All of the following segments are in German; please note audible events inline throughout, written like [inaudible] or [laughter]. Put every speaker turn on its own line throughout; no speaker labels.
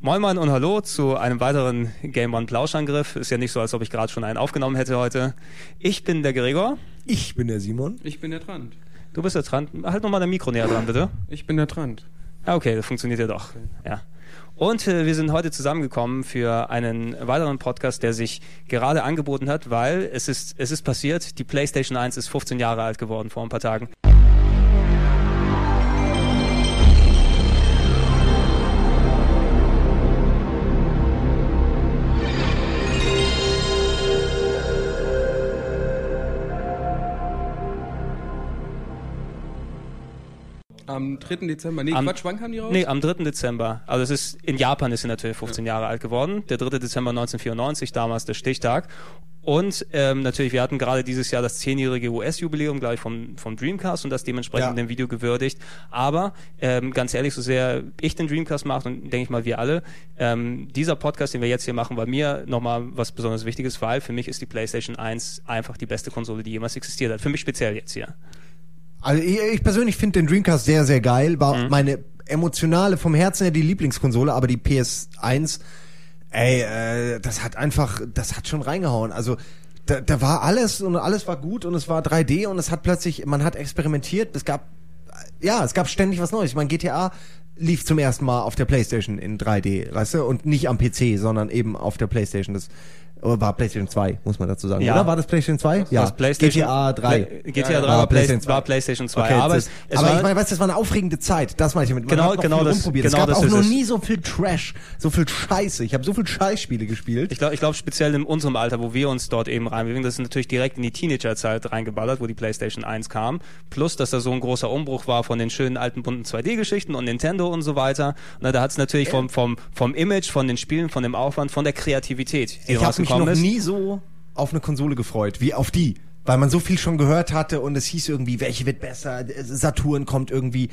Moin Moin und Hallo zu einem weiteren Game One Plauschangriff. Ist ja nicht so, als ob ich gerade schon einen aufgenommen hätte heute. Ich bin der Gregor.
Ich bin der Simon.
Ich bin der Trant.
Du bist jetzt dran. Halt nochmal dein Mikro näher dran, bitte.
Ich bin der Trant.
Ah, okay, das funktioniert ja doch. Ja. Und äh, wir sind heute zusammengekommen für einen weiteren Podcast, der sich gerade angeboten hat, weil es ist, es ist passiert, die PlayStation 1 ist 15 Jahre alt geworden vor ein paar Tagen.
Am 3. Dezember. Nee,
Am-
Quatsch, wann kam die raus?
Nee, am 3. Dezember. Also es ist, in Japan ist sie natürlich 15 Jahre alt geworden. Der 3. Dezember 1994, damals der Stichtag. Und ähm, natürlich, wir hatten gerade dieses Jahr das 10-jährige US-Jubiläum gleich vom, vom Dreamcast und das dementsprechend
Ja.
im Video gewürdigt. Aber ähm, ganz ehrlich, so sehr ich den Dreamcast mache und denke ich mal wir alle, ähm, dieser Podcast, den wir jetzt hier machen, war mir nochmal was besonders Wichtiges, weil für mich ist die PlayStation 1 einfach die beste Konsole, die jemals existiert hat. Für mich speziell jetzt hier.
Also ich, ich persönlich finde den Dreamcast sehr, sehr geil.
Mhm.
War meine emotionale, vom Herzen her die Lieblingskonsole, aber die PS1, ey, äh, das hat einfach, das hat schon reingehauen. Also da, da war alles und alles war gut und es war 3D und es hat plötzlich, man hat experimentiert, es gab, ja, es gab ständig was Neues. Ich meine, GTA lief zum ersten Mal auf der Playstation in 3D, weißt du, und nicht am PC, sondern eben auf der Playstation. Das oder war PlayStation 2, muss man dazu sagen.
Ja.
Oder war das PlayStation 2?
Das PlayStation-
GTA 3.
Play- GTA 3
Ja,
war,
PlayStation
PlayStation
2.
2. war PlayStation 2.
Okay,
aber
das,
es, es
aber
war,
ich meine, weißt du, das war eine aufregende Zeit. Das meine ich damit. Man
Genau-
hat noch
genau
viel
das-
rumprobiert.
genau
es gab
das
auch
ist
noch
es.
nie so viel Trash, so viel Scheiße. Ich habe so viel Scheißspiele gespielt.
Ich glaube, ich glaub, speziell in unserem Alter, wo wir uns dort eben reinbewegen, das ist natürlich direkt in die Teenagerzeit reingeballert, wo die PlayStation 1 kam. Plus, dass da so ein großer Umbruch war von den schönen alten bunten 2D-Geschichten und Nintendo und so weiter. Na, da hat es natürlich
Äh.
vom, vom, vom Image, von den Spielen, von dem Aufwand, von der Kreativität, die
Ich, habe mich
rausgekommen
noch
ist.
nie so auf eine Konsole gefreut wie auf die. Weil man so viel schon gehört hatte und es hieß irgendwie, welche wird besser, Saturn kommt irgendwie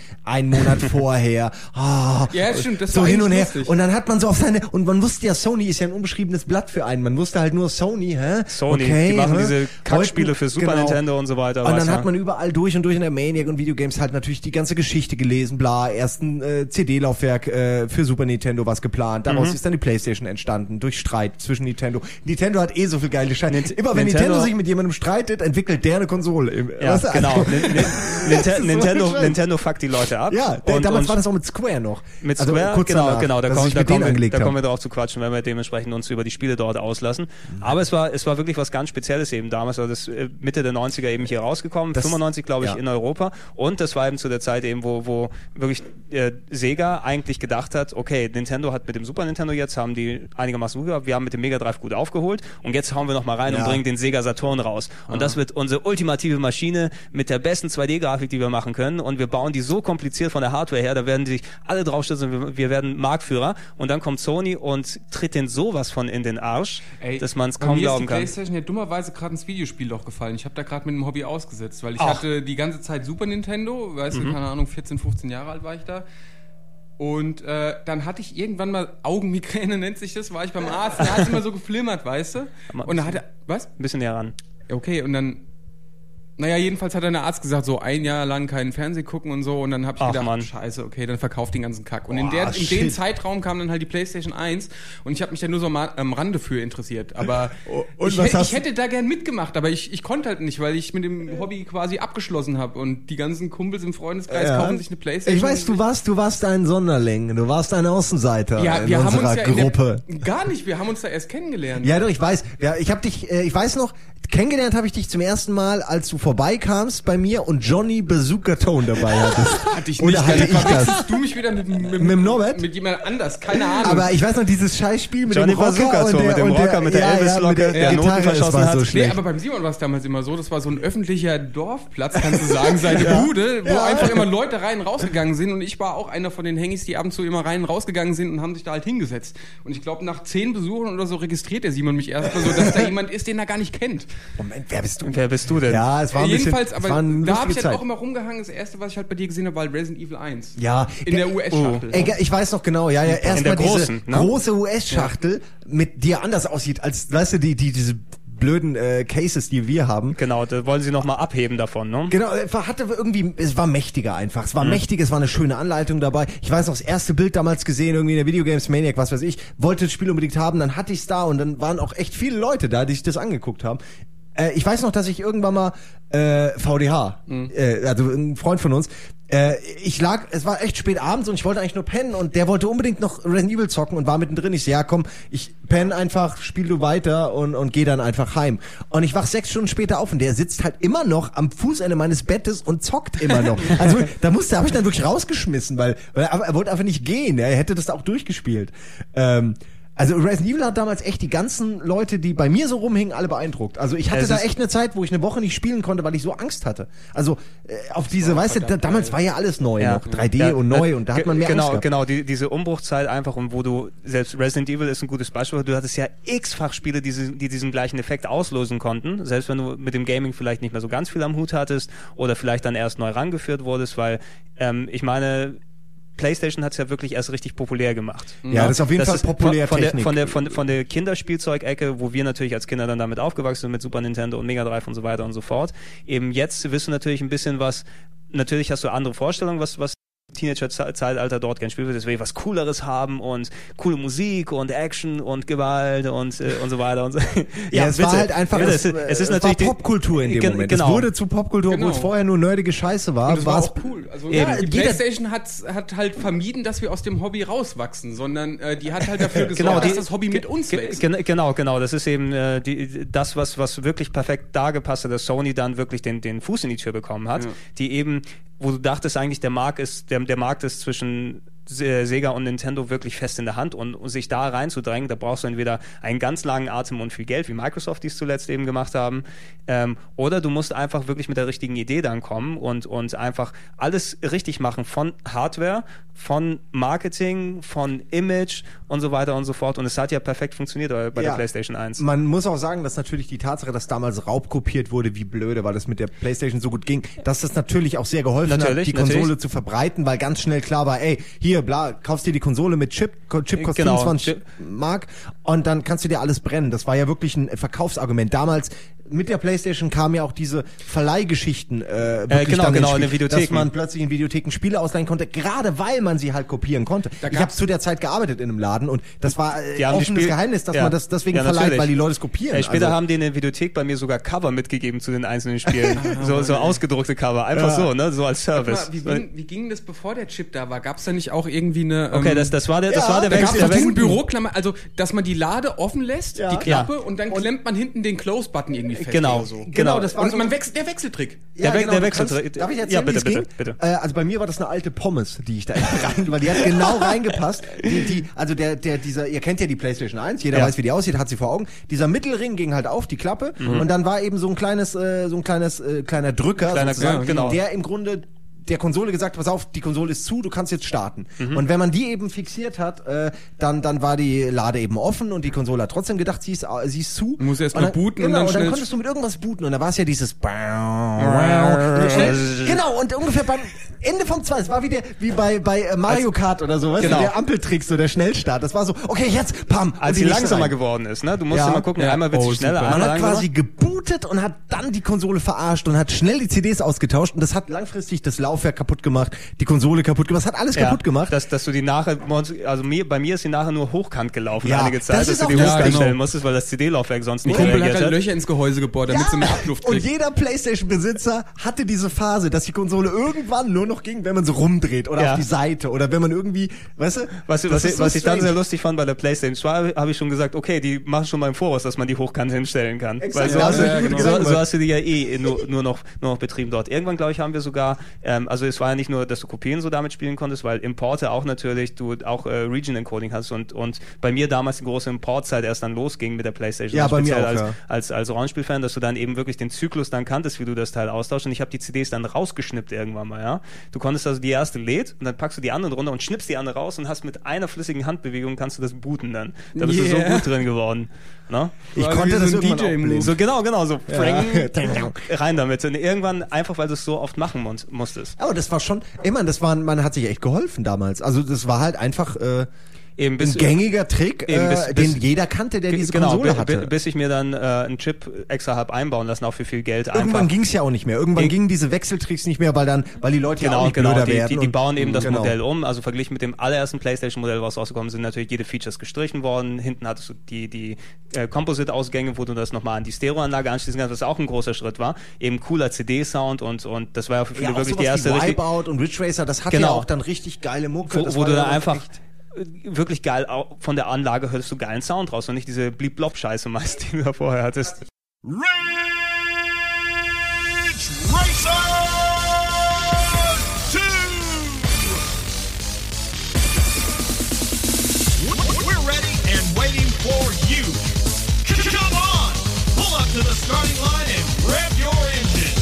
[laughs]
einen Monat vorher. Ah,
Ja, stimmt, das
so
war
hin
eigentlich
und her.
lustig.
Und dann hat man so auf seine, und man wusste ja, Sony ist ja ein unbeschriebenes Blatt für einen. Man wusste halt nur Sony, hä?
Sony, die machen
hä?
diese Kackspiele
Wollten-
für Super
genau.
Nintendo und so weiter.
Und
weißt
dann
du?
hat man überall durch und durch in der Maniac und Videogames halt natürlich die ganze Geschichte gelesen, bla, erst ein äh, CD-Laufwerk äh, für Super Nintendo was geplant,
Mhm.
daraus ist dann die Playstation entstanden, durch Streit zwischen Nintendo. Nintendo hat eh so viel geile Scheiße.
Nint-
Immer wenn Nintendo,
Nintendo-
sich mit jemandem streitet, entwickelt der eine Konsole. Im-
ja,
weißt du, [laughs]
genau.
also-
Nin- nin-
Das ist
Ninte-
so
Nintendo,
schön.
Nintendo fuckt die Leute ab.
Ja, da-
Und-
damals
und-
war das auch mit Square noch.
Mit
Also
Square,
kurz
genau,
danach,
genau, da,
dass sie
kommen,
sich
da,
mit
kommen
denen
wir,
angelegt
da
haben.
kommen wir drauf zu quatschen, wenn wir dementsprechend uns über die Spiele dort auslassen. Aber es war, es war wirklich was ganz Spezielles eben damals, also das äh, Mitte der 90er eben hier rausgekommen,
Das-
95 glaube ich
ja.
in Europa und das war eben zu der Zeit eben, wo, wo wirklich äh, Sega eigentlich gedacht hat, okay, Nintendo hat mit dem Super Nintendo jetzt, haben die einigermaßen gut gehabt, wir haben mit dem Mega Drive gut aufgeholt und jetzt hauen wir nochmal rein
Ja.
und bringen den Sega Saturn raus. Und das wird unsere ultimative Maschine mit der besten 2D-Grafik, die wir machen können. Und wir bauen die so kompliziert von der Hardware her, da werden sich alle draufstürzen, wir, wir werden Marktführer. Und dann kommt Sony und tritt den sowas von in den Arsch, dass man es
bei
kaum
mir
glauben
ist die
kann.
PlayStation ja dummerweise gerade ins Videospielloch gefallen. Ich habe da gerade mit dem Hobby ausgesetzt, weil ich
Ach. Mhm.
hatte die ganze Zeit Super Nintendo, weißt du, keine Ahnung, 14, 15 Jahre alt war ich da. Und äh, dann hatte ich irgendwann mal Augenmigräne, nennt sich das, war ich beim Arzt, da hat es immer so geflimmert, weißt du?
Aber-
Und da hatte, was?
Ein bisschen näher ran.
Okay, und dann. Naja, jedenfalls hat dann der Arzt gesagt, so ein Jahr lang keinen Fernsehen gucken und so. Und dann habe ich
Ach,
gedacht,
Mann.
scheiße, okay, dann verkauft den ganzen Kack. Und in,
Boah,
der, in
shit.
den Zeitraum kam dann halt die Playstation 1 und ich habe mich da nur so mal am Rande für interessiert. Aber
[laughs] und
ich,
was
hä-
hast
ich
du-
hätte da gern mitgemacht, aber ich, ich konnte halt nicht, weil ich mit dem Hobby quasi abgeschlossen habe. Und die ganzen Kumpels im Freundeskreis
Ja.
kaufen sich eine Playstation.
Ich weiß, du warst, du warst ein Sonderling, du warst ein Außenseiter
ja,
in
wir haben
unserer
uns ja
Gruppe.
In der, gar nicht, wir haben uns da erst kennengelernt.
Ja, doch, ich weiß. Ja, ich habe dich, äh, ich weiß noch, kennengelernt habe ich dich zum ersten Mal, als du vorbeikamst bei mir und Johnny Bazooka Tone dabei
[laughs]
hattest.
Hatte ich
Oder halt hatte
Alter,
ich das?
verwechselst du mich wieder mit, mit,
Mit dem Norbert?
Mit jemand anders, keine Ahnung.
Aber ich weiß noch, dieses Scheißspiel mit
Johnny
dem Rocker
Bazooka
und
Tone,
der,
mit dem
und der,
Rocker, mit der
ja, ja,
Elvis-Locke,
mit der,
der Noten
Gitarre, es
verschossen
war
hat.
So
Nee,
Nee,
schlecht.
aber beim Simon war es damals immer so, das war so ein öffentlicher Dorfplatz, kannst du
[laughs]
sagen, seine Bude, wo
Ja.
einfach immer Leute rein und rausgegangen sind und ich war auch einer von den Hengis, die ab und zu immer rein und rausgegangen sind und haben sich da halt hingesetzt. Und ich glaube, nach zehn Besuchen oder so registriert der Simon mich erst mal so, dass da jemand ist, den er gar nicht kennt.
Moment, wer bist du?
Und wer bist du denn?
Ja, es war ein bisschen,
Jedenfalls,
es war
aber
eine
da habe
lustige
ich halt
Zeit.
auch immer rumgehangen. Das erste, was ich halt bei dir gesehen habe, war halt Resident Evil 1.
ja,
In der
Ge-
US-Schachtel.
Ey, ge- ich weiß noch genau, ja, ja,
der
erstmal diese
großen, ne?
große US-Schachtel, mit die ja anders aussieht, als, weißt du, die, die, diese blöden äh, Cases, die wir haben.
Genau, da wollen sie nochmal abheben davon, ne?
Genau, es war- hatte irgendwie, es war mächtiger einfach. Es war mächtig, es war eine schöne Anleitung dabei. Ich weiß noch, das erste Bild damals gesehen, irgendwie in der Videogames Maniac, was weiß ich, wollte das Spiel unbedingt haben, dann hatte ich es da und dann waren auch echt viele Leute da, die sich das angeguckt haben. Äh, ich weiß noch, dass ich irgendwann mal äh, VDH, äh, also ein Freund von uns, äh, ich lag, es war echt spät abends und ich wollte eigentlich nur pennen und der wollte unbedingt noch Resident Evil zocken und war mittendrin. Ich so, ja komm, ich penne einfach, spiel du weiter und, und geh dann einfach heim. Und ich wach sechs Stunden später auf und der sitzt halt immer noch am Fußende meines Bettes und zockt
[laughs]
immer noch. Also da musste, habe ich dann wirklich rausgeschmissen, weil, weil er, er wollte einfach nicht gehen. Er hätte das auch durchgespielt. Ähm, also Resident Evil hat damals echt die ganzen Leute, die bei mir so rumhingen, alle beeindruckt. Also ich hatte
Es
da
ist-
echt eine Zeit, wo ich eine Woche nicht spielen konnte, weil ich so Angst hatte. Also äh, auf diese, weißt du, da,
verdammt
damals
geil.
war ja alles neu
Ja.
Genau, noch, 3D
Ja,
und
äh,
neu und da hat
ge-
man mehr
Genau,
Angst gehabt.
genau, die, diese Umbruchzeit einfach und wo du, selbst Resident Evil ist ein gutes Beispiel, du hattest ja x-fach Spiele, die, sie- die diesen gleichen Effekt auslösen konnten, selbst wenn du mit dem Gaming vielleicht nicht mehr so ganz viel am Hut hattest oder vielleicht dann erst neu rangeführt wurdest, weil ähm, ich meine... PlayStation hat es ja wirklich erst richtig populär gemacht.
Ja, das ist auf jeden Fall populär
von, von, der,
Technik.
von, der, von, von der Kinderspielzeugecke, wo wir natürlich als Kinder dann damit aufgewachsen sind mit Super Nintendo und Mega Drive und so weiter und so fort. Eben jetzt wirst du natürlich ein bisschen was, natürlich hast du andere Vorstellungen, was, was Teenager-Zeitalter dort gern spielen wird, deswegen was Cooleres haben und coole Musik und Action und Gewalt und, äh, und so weiter und so. [laughs]
Ja, es war halt einfach,
bitte, es, es, ist natürlich die-
war Popkultur in dem
Gen-
Moment.
Genau.
Es wurde zu Popkultur,
Genau.
obwohl es vorher nur nerdige Scheiße war.
Und das war
war's-
auch cool. Also
Eben.
ja, die
Jeder-
PlayStation hat, hat halt vermieden, dass wir aus dem Hobby rauswachsen, sondern äh, die hat halt
[laughs]
dafür gesorgt,
Genau,
dass das Hobby mit uns
ge-
wächst.
gen- Genau, genau. Das ist eben äh, die, das, was, was wirklich perfekt dargepasst hat, dass Sony dann wirklich den, den Fuß in die Tür bekommen hat,
Ja.
die eben, wo du dachtest eigentlich, der Markt ist, der, der Markt ist zwischen Se- Sega und Nintendo wirklich fest in der Hand und, und sich da reinzudrängen, da brauchst du entweder einen ganz langen Atem und viel Geld, wie Microsoft dies zuletzt eben gemacht haben, ähm, oder du musst einfach wirklich mit der richtigen Idee dann kommen und, und einfach alles richtig machen von Hardware, von Marketing, von Image und so weiter und so fort. Und es hat ja perfekt funktioniert bei bei der
Ja.
PlayStation 1.
Man muss auch sagen, dass natürlich die Tatsache, dass damals raubkopiert wurde, wie blöde, weil das mit der PlayStation so gut ging, dass das natürlich auch sehr geholfen
Natürlich,
hat, die
natürlich.
Konsole zu verbreiten, weil ganz schnell klar war, ey, hier, bla, kaufst dir die Konsole mit Chip, Ko- Chip kostet
Genau,
25
Chip.
Mark und dann kannst du dir alles brennen. Das war ja wirklich ein Verkaufsargument. Damals mit der PlayStation kamen ja auch diese Verleihgeschichten äh, wirklich
genau,
dann ins
genau,
Spiel,
in den Videotheken.
dass man plötzlich in Videotheken Spiele ausleihen konnte, gerade weil man sie halt kopieren konnte.
Da
Ich
gab's-
habe zu der Zeit gearbeitet in einem Laden und das war äh,
Die haben die
offenes
Spiel-
Geheimnis, dass
Ja.
man das deswegen
Ja,
verleiht,
natürlich.
weil die Leute es kopieren.
Äh, später
also,
haben die in der Videothek bei mir sogar Cover mitgegeben zu den einzelnen
[laughs]
Spielen. so, so ausgedruckte Cover. Einfach so, ne? So als Service.
Sag mal, wie, ging, wie ging das, bevor der Chip da war? Gab es da nicht auch irgendwie eine...
okay, das, das war der, das
Ja,
war der
da
da gab's
Wechsel.
gab's
Der
doch
Wechsel-
diesen
Wechsel.
Büroklammer, also dass man die Lade offen lässt,
Ja.
die Klappe,
Ja.
und dann klemmt man hinten den Close-Button irgendwie fest.
Genau,
oder so.
genau.
das war
Und
so-
man wechselt, der Wechseltrick.
Der Wech- der
genau, du
Wechsel-
kannst- Darf ich erzählen,
Ja, bitte,
wie's
bitte,
ging?
bitte.
Äh, also bei mir war das eine alte Pommes, die ich da rein, weil die hat genau reingepennt. Die, die, also der, der, dieser, ihr kennt ja die PlayStation 1, jeder
Ja.
weiß, wie die aussieht, hat sie vor Augen. Dieser Mittelring ging halt auf, die Klappe, und dann war eben so ein kleines, äh, so ein kleines, äh, kleiner Drücker,
Kleiner
sozusagen,
Drücker, genau.
der im Grunde der Konsole gesagt, pass auf, die Konsole ist zu, du kannst jetzt starten. Und wenn man die eben fixiert hat, äh, dann, dann war die Lade eben offen und die Konsole hat trotzdem gedacht, sie ist, au- sie ist zu.
Muss erst
Und
mal
dann-
booten und
genau,
dann
und dann
schnell-
konntest du mit irgendwas booten und da war es ja dieses und schnell- Genau, und ungefähr beim Ende vom Zwei, es war wie, der, wie bei, bei äh, Mario Kart oder so, weißt
Genau.
du, der Ampeltrick, so der Schnellstart. Das war so, okay, jetzt, pam, und
Als
die
sie
ist
langsamer
rein.
geworden ist, ne? Du musst
Ja.
immer gucken,
Ja.
einmal wird
Oh,
sie schneller,
super.
Man
einmal
hat
langsamer.
quasi gebootet und hat dann die Konsole verarscht und hat schnell die CDs ausgetauscht und das hat langfristig das Laufwerk kaputt gemacht, die Konsole kaputt gemacht, das hat alles kaputt gemacht.
Dass, dass du die nachher, also mir, bei mir ist die nachher nur hochkant gelaufen
Ja,
einige Zeit,
das
dass
ist
du
auch
die
das-
hochkant
Ja, genau.
stellen musstest, weil das CD-Laufwerk sonst
Ein
nicht
Kumpel hat
reagiert
halt
hat.
Löcher ins Gehäuse gebohrt, damit sie mehr Abluft
Und
kriegt.
jeder PlayStation-Besitzer hatte diese Phase, dass die Konsole irgendwann nur noch ging, wenn man so rumdreht oder
Ja.
auf die Seite oder wenn man irgendwie, weißt du,
Was,
das
was,
ist so
was ich dann
strange.
sehr lustig fand bei der PlayStation 2, habe ich schon gesagt, okay, die machen schon mal im Voraus, dass man die hochkant hinstellen kann.
Exakt,
Weil so,
ja,
hast
ja,
du,
genau.
so, so hast du die ja eh nur, nur, noch, nur noch betrieben dort. Irgendwann, glaube ich, haben wir sogar, ähm, also es war ja nicht nur, dass du Kopien so damit spielen konntest, weil Importe auch natürlich, du auch äh, Region Encoding hast und, und bei mir damals die große Importzeit erst dann losging mit der PlayStation.
Ja,
Also
bei mir
speziell
auch,
als,
ja.
als, als Rollenspielfan, dass du dann eben wirklich den Zyklus dann kanntest, wie du das Teil austauschst und ich habe die CDs dann rausgeschnippt irgendwann mal, ja. Du konntest also die erste lädt und dann packst du die andere runter und schnippst die andere raus und hast mit einer flüssigen Handbewegung kannst du das booten dann. Da bist du so
Yeah.
gut drin geworden. Ne?
Ich
Quasi
konnte
wie
das
so ein
irgendwann
DJ
auch
im
blicken.
So genau, genau, so
[laughs] Ja.
Frank, rein damit. Und irgendwann einfach, weil du es so oft machen mun- musstest.
Aber Oh, das war schon, ich meine, das war, man hat sich echt geholfen damals. Also das war halt einfach äh,
Eben
ein
bis,
gängiger Trick,
Eben, bis-
äh,
bis-
den jeder kannte, der diese
genau,
Konsole
bi-
hatte.
bi- bis ich mir dann äh, einen Chip extra hab einbauen lassen, auch für viel Geld einfach.
Irgendwann ging es ja auch nicht mehr. Irgendwann
Ging-
gingen diese Wechseltricks nicht mehr, weil dann, weil die Leute ja auch
Genau,
nicht
genau.
blöder
Die,
werden.
die, die
und-
bauen eben das
genau.
Modell um. Also verglichen mit dem allerersten PlayStation-Modell, was rausgekommen ist, sind natürlich jede Features gestrichen worden. Hinten hattest du die, die äh, Composite-Ausgänge, wo du das nochmal an die Stereoanlage anschließen kannst, was auch ein großer Schritt war. Eben cooler CD-Sound und, und das war ja für viele
Ja, auch
wirklich die
sowas
erste
wie
richtig,
Wipeout und Ridge Racer, das hat ja
Genau.
auch dann richtig geile Mucke.
wo,
das
wo
war
du
ja
dann
auch
einfach
echt-
wirklich geil au- von der Anlage hörst du geilen Sound raus und nicht diese Blieb-Blob-Scheiße meist, [laughs] die du da vorher hattest.
Ridge Racer 2! We're ready and waiting for you. Come on! Pull up to the starting line and grab your engine.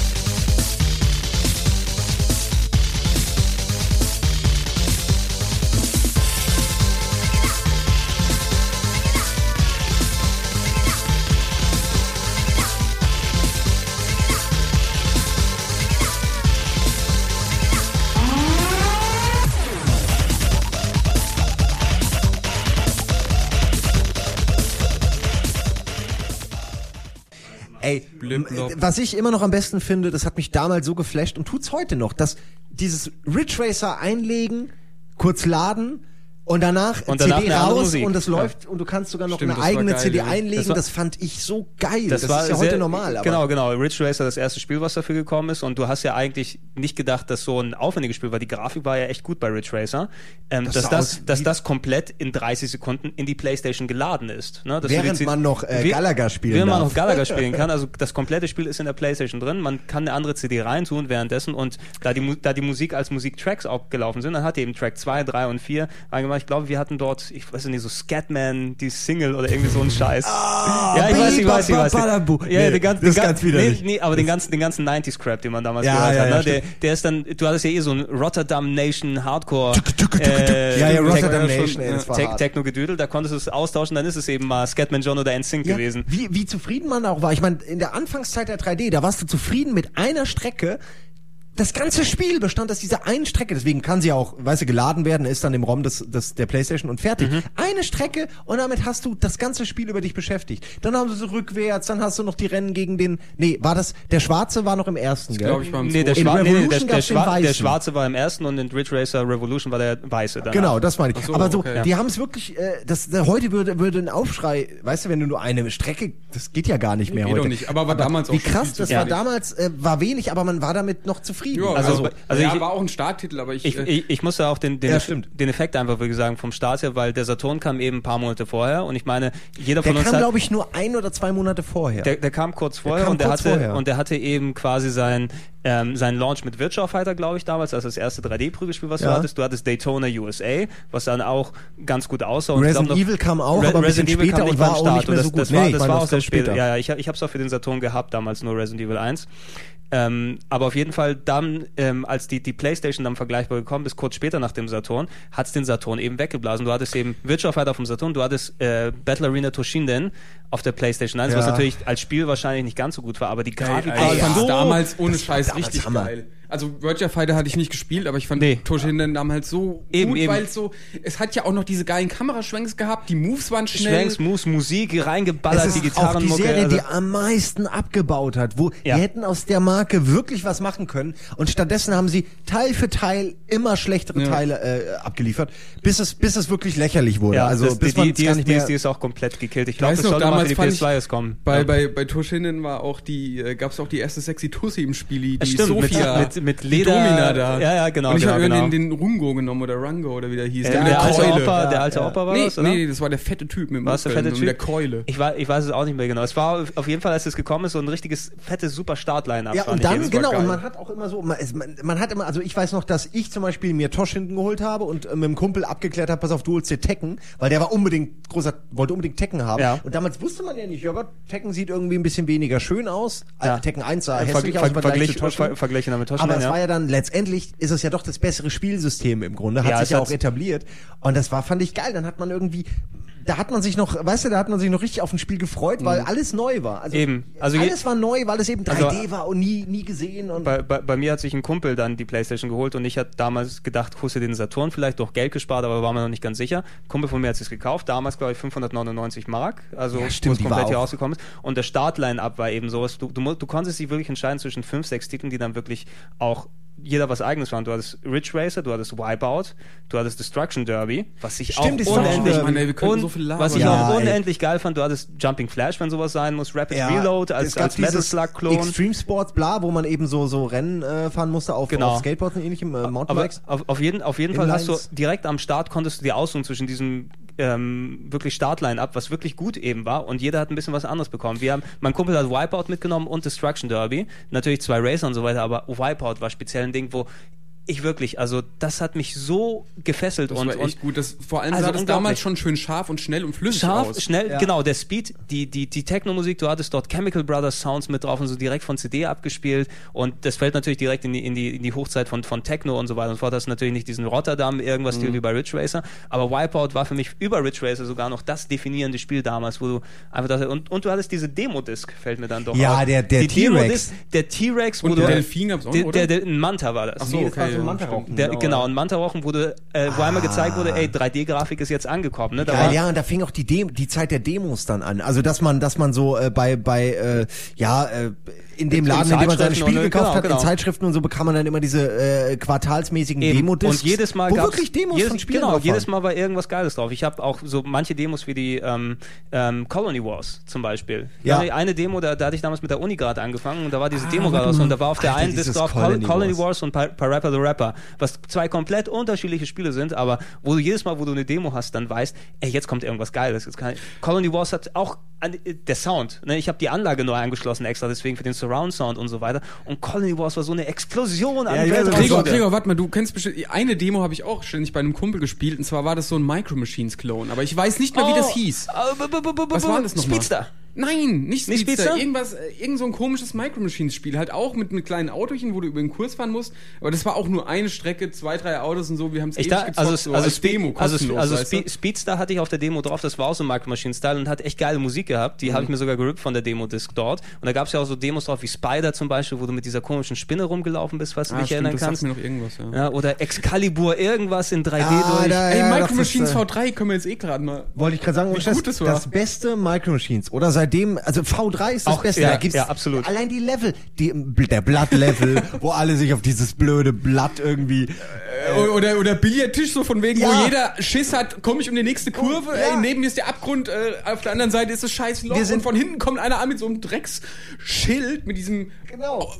Ey,
Blimblob.
m- was ich immer noch am besten finde, das hat mich damals so geflasht und tut's heute noch, dass dieses Ridge Racer einlegen, kurz laden und danach,
Und danach
CD
eine andere
raus
Musik.
und das läuft und du kannst sogar noch
Stimmt,
eine
das war
eigene
geil,
CD
ja.
einlegen, das,
Das war-
fand ich so geil.
Das, war
ist ja heute
sehr-
normal, aber
Genau, genau. Ridge Racer, das erste Spiel, was dafür gekommen ist. Und du hast ja eigentlich nicht gedacht, dass so ein aufwendiges Spiel war. Die Grafik war ja echt gut bei Ridge Racer. Ähm,
Das
dass,
sah aus
das, dass
wie-
das komplett in 30 Sekunden in die Playstation geladen ist. Ne? Dass du
Während
die-
man noch, äh,
Wie-
Galaga spielen
Während man
darf.
noch Galaga
[laughs]
spielen kann. Also das komplette Spiel ist in der Playstation drin. Man kann eine andere CD reintun währenddessen. Und da die, Mu- da die Musik als Musiktracks auch gelaufen sind, dann hat die eben Track 2, 3 und 4 reingemacht. Ich glaube, wir hatten dort, ich weiß nicht, so Scatman, die Single oder irgendwie so ein Scheiß.
Ah,
ja, ich weiß, ich weiß, ich weiß.
Badabu.
Ja,
Nee,
den ganzen,
das
den
ist ganz widerlich.
Nee, nee, aber den ganzen, den ganzen 90s-Crap, den man damals
Ja,
gehört
ja,
hat.
ja,
ne? der,
stimmt.
der ist dann, du hattest ja eh so ein Rotterdam Nation Hardcore. äh,
ja, ja,
Tech-
Rotterdam
Tech-
Nation, ey, das war
Tech
hart.
Techno-Gedüdel, da konntest du es austauschen, dann ist es eben mal Scatman John oder NSYNC
Ja,
gewesen.
Wie, wie zufrieden man auch war. Ich meine, in der Anfangszeit der 3D, da warst du zufrieden mit einer Strecke. Das ganze Spiel bestand aus dieser einen Strecke, deswegen kann sie auch, weißt du, geladen werden, ist dann im ROM des, des, der Playstation und fertig.
Mhm.
Eine Strecke und damit hast du das ganze Spiel über dich beschäftigt. Dann haben sie so rückwärts, dann hast du noch die Rennen gegen den, nee, war das, der Schwarze war noch im ersten, gell?
glaub ich, war im
Nee, der,
In
Schwa nee,
Revolution
nee, der, der,
gab's den
Schwa der
Weißen.
Schwarze war im ersten und in Ridge Racer Revolution war der Weiße. Danach.
Genau, das meine ich.
so,
Aber so,
okay.
die haben es wirklich, äh, das, der, heute würde, würde ein Aufschrei, weißt du, wenn du nur eine Strecke, das geht ja gar nicht mehr
Geht
heute.
doch nicht, aber war damals auch
Wie
schon
krass,
viel zu
das
viel.
war damals, äh, war wenig, aber man war damit noch zufrieden.
Ja,
Also-
also,
also
ja,
ich-
war auch ein Starttitel, aber ich,
Ich,
äh,
ich, ich muss ja auch den, den,
Ja,
Eff-
stimmt.
den Effekt einfach wirklich sagen vom Start her, weil der Saturn kam eben ein paar Monate vorher und ich meine, jeder
der
von uns
kam,
hat,
glaube ich, nur ein oder zwei Monate vorher.
Der, der kam kurz vorher,
kam
und, der
kurz
hatte,
vorher.
und der hatte eben quasi sein, ähm, seinen Launch mit Virtua Fighter, glaube ich, damals, also das erste 3D-Prügelspiel, was
Ja.
du hattest. Du hattest Daytona USA, was dann auch ganz gut aussah. Und ich
Resident
glaub noch-
Evil kam auch, aber ein
Resident
bisschen
Evil kam
später und
nicht beim
war auch
Start.
nicht mehr
Und
so gut.
Das, das war,
Nee,
das
weil
war
das
auch sehr
kam
spät.
später.
Ja, ja, Äh, ich, hab- ich habe es auch für den Saturn gehabt, damals nur Resident Evil 1. Ähm, aber auf jeden Fall dann, ähm, als die, die Playstation dann vergleichbar gekommen ist, kurz später nach dem Saturn, hat's den Saturn eben weggeblasen. Du hattest eben Virtua Fighter auf dem Saturn, du hattest äh, Battle Arena Toshinden auf der Playstation 1, was
Ja.
natürlich als Spiel wahrscheinlich nicht ganz so gut war, aber die Grafik
aber ich
war
fand
so...
Also damals ohne Scheiß
damals
richtig
Hammer.
geil. Also Virtua Fighter hatte ich nicht gespielt, aber ich fand
Nee.
Toshinden damals so
Eben,
gut,
eben.
weil es so, es hat ja auch noch diese geilen Kameraschwenks gehabt, die Moves waren schnell.
Schwenks, Moves, Musik, reingeballert,
es
die
ist auch die
Gitarrenmucke.
Serie,
also-
die am meisten abgebaut hat, wo
Ja.
die hätten aus der Marke wirklich was machen können und stattdessen haben sie Teil für Teil immer schlechtere
Ja.
Teile äh, abgeliefert, bis es bis es wirklich lächerlich wurde.
ja,
also
das,
bis
die,
man
die,
es
die,
gar
ist,
nicht
die, ist,
mehr
die ist auch komplett gekillt. Ich glaube,
Weiß
das
noch,
sollte mal für
damals
die
fand ich-
PS2 erst kommen.
Bei,
Ja.
bei, bei Toshinden war auch die, äh, gab's auch die erste sexy Tussi im Spiel, die, die
Das stimmt, mit-
Sophia.
mit- mit
die
Leder-
Domina da.
Ja, ja, genau,
Und ich
genau,
habe
genau.
den, den Rungo genommen oder Rango oder wie der hieß.
Äh,
mit
der, alte
Keule.
Opa, der alte Opa war
nee,
das, oder?
nee, das war der fette Typ mit dem
War es der
Muskeln
fette
und
Typ?
der Keule.
Ich, war, ich weiß es auch nicht mehr genau. Es war auf jeden Fall, als es gekommen ist, so ein richtiges, fettes, super Start-Line-Up.
Ja,
fand
und
ich eben.
dann,
Es war
genau,
geil.
und man hat auch immer so, man, es- man, man hat immer, also ich weiß noch, dass ich zum Beispiel mir Tosh hinten geholt habe und äh, mit dem Kumpel abgeklärt habe, pass auf, du holst dir Tekken, weil der war unbedingt, großer, wollte unbedingt Tekken haben.
Ja.
Und damals wusste man ja nicht, ja Gott, Tekken sieht irgendwie ein bisschen weniger schön aus. Äh,
Ja.
Tekken 1 sah
Ver-
hässlich
ver-
aus im Vergleich
verglich-
zu Toshin.
ver- verglichen damit Toshin,
aber
Discman,
es
ja.
war ja dann letztendlich ist es ja doch das bessere Spielsystem im Grunde, hat
Ja,
sich
es
ja
hat's-
auch etabliert und das war fand ich geil, dann hat man irgendwie da hat man sich noch, weißt du, da hat man sich noch richtig auf ein Spiel gefreut, weil alles neu war. Also
Mhm. Eben. Also je-
alles war neu, weil es eben 3D
Also-
war und nie nie gesehen und
Bei, bei, bei mir hat sich ein Kumpel dann die Playstation geholt und ich hatte damals gedacht, holst du den Saturn vielleicht, doch Geld gespart, aber war mir noch nicht ganz sicher. Ein Kumpel von mir hat es gekauft, damals glaube ich 599 Mark, also
Ja,
wo es
stimmt, die war
komplett hier
auch.
rausgekommen ist. Und der Startline-Up war eben sowas, du, du, mu- du konntest dich wirklich entscheiden zwischen fünf, sechs Titeln, die dann wirklich auch jeder was eigenes waren. Du hattest Ridge Racer, du hattest Wipeout, du hattest Destruction Derby, was ich
Stimmt,
auch
Destruction
unendlich...
Derby.
Mann, ey, wir könnten
und
so viel labern.
was ich
Ja,
auch
ey.
unendlich geil fand, du hattest Jumping Flash, wenn sowas sein muss, Rapid Reload als,
es gab
als Metal
dieses
Slug-Klon.
Extreme Sports, bla, wo man eben so, so Rennen äh, fahren musste auf,
Genau.
auf Skateboards und ähnlichem, äh,
Aber
Mountainbikes.
auf, auf jeden, auf jeden Fall hast du
Inlines.
direkt am Start konntest du die Aussuchen zwischen diesem ähm, wirklich Startline-Up, was wirklich gut eben war und jeder hat ein bisschen was anderes bekommen. Wir haben, mein Kumpel hat Wipeout mitgenommen und Destruction Derby, natürlich zwei Racer und so weiter, aber Wipeout war speziell ein Ding, wo ich wirklich, also das hat mich so gefesselt
Das
und,
war
und
echt gut. Das, vor allem
Also
sah das
unglaublich.
damals schon schön scharf und schnell und flüssig
scharf,
aus.
schnell,
Ja.
genau, der Speed, die, die, die Techno-Musik, du hattest dort Chemical Brothers Sounds mit drauf und so direkt von CD abgespielt und das fällt natürlich direkt in die, in die, in die Hochzeit von, von Techno und so weiter und so fort, hast natürlich nicht diesen Rotterdam irgendwas
Mhm.
Stil wie bei Ridge Racer, aber Wipeout war für mich über Ridge Racer sogar noch das definierende Spiel damals, wo du einfach das, und, und du hattest diese Demo-Disc, fällt mir dann doch
Ja,
auf.
der- der
Die
T-Rex.
Demo-Disc, der T-Rex, wo
Und
du, halt
der Delfin gab's auch,
der,
oder?
der, der, ein Manta war das.
Ach so,
das war
okay,
so
ja,
Manta
stimmt.
rauchen,
Der, genau, in Manta-Wochen wurde äh, wo einmal gezeigt wurde, ey, 3D-Grafik ist jetzt angekommen. Ne? Da
Ah. Geil,
war-
ja, und da fing auch die, Dem die Zeit der Demos dann an. Also dass man, dass man so äh, bei, bei äh, ja, äh, in dem
In
Laden, in dem man sein
Zeitschriften
Spiel
und-
gekauft
genau,
hat,
genau.
in Zeitschriften und so bekam man dann immer diese äh, quartalsmäßigen
Eben.
Demo-Discs.
Und jedes Mal
wo
gab's-
wirklich Demos
jedes,
von Spielen
Genau,
drauf waren.
jedes Mal war irgendwas Geiles drauf. Ich habe auch so manche Demos wie die ähm, ähm, Colony Wars zum Beispiel. Also
Ja. Ah,
Eine- Eine Demo, da, da hatte ich damals mit der Uni gerade angefangen und da war diese Demo
warte
gerade aus
mal.
und da war auf der
Alter,
einen Disc
dieses
drauf Col-
Colony
Colony
Wars.
Wars und Pa- Parappa the Rapper, was zwei komplett unterschiedliche Spiele sind, aber wo du jedes Mal, wo du eine Demo hast, dann weißt, ey, jetzt kommt irgendwas Geiles. Jetzt kann ich Colony Wars hat auch an, äh, der Sound. Ne? Ich habe die Anlage neu angeschlossen extra, deswegen für den Surround Sound und so weiter. Und Colony Wars war so eine Explosion an
ich weiß,
Weltraum.
was
Gregor,
Sorte.
Gregor, warte mal, du kennst bestimmt. Eine Demo habe ich auch ständig bei einem Kumpel gespielt und zwar war das so ein Micro Machines Clone, aber ich weiß nicht mehr, wie das hieß.
Was
Was war das nochmal?
Speedster.
Nein, oh, nicht
Nicht
Speedster.
Speedster?
Irgendwas, äh, irgend so ein komisches Micro Machines Spiel. Halt auch mit, mit kleinen Autochen, wo du über den Kurs fahren musst. Aber das war auch nur eine Strecke, zwei, drei Autos und so. Wir haben es
Ich da, also,
so
also,
als
Speed-
Demo
also,
kostenlos.
also
weißt du? Ah,
Spe Speedstar hatte ich auf der Demo drauf, das war auch so ein Micro Machine Style und hat echt geile Musik gehabt.
Mhm.
Die habe ich mir sogar gerippt von der Demo-Disc dort. Und da gab es ja auch so Demos drauf wie Spider zum Beispiel, wo du mit dieser komischen Spinne rumgelaufen bist, was du
Ah,
dich
stimmt,
erinnern
das sagt
kannst.
mir noch irgendwas, ja.
Ja, oder Excalibur, irgendwas in 3D
Ah,
durch.
da-
Ey,
Ja,
Micro
das ist,
Machines
äh,
V3 können wir jetzt eh gerade mal.
Wollte ich gerade sagen,
Wie
und
gut
das,
das war.
das beste Micro Machines. Oder seitdem, also V3 ist das
Auch-
Beste.
ja,
da gibt's
ja, absolut.
Allein die Level, die, der
[laughs]
Blatt-Level, wo alle sich auf dieses blöde Blatt irgendwie
Äh. Oder, oder Billardtisch, so von wegen,
Ja.
wo jeder Schiss hat, komme ich um die nächste Kurve,
ja.
ey, neben mir ist der Abgrund, äh, auf der anderen Seite ist das scheiß Loch
Wir sind-
und von hinten kommt einer an mit so einem Drecksschild, mit diesem
Genau.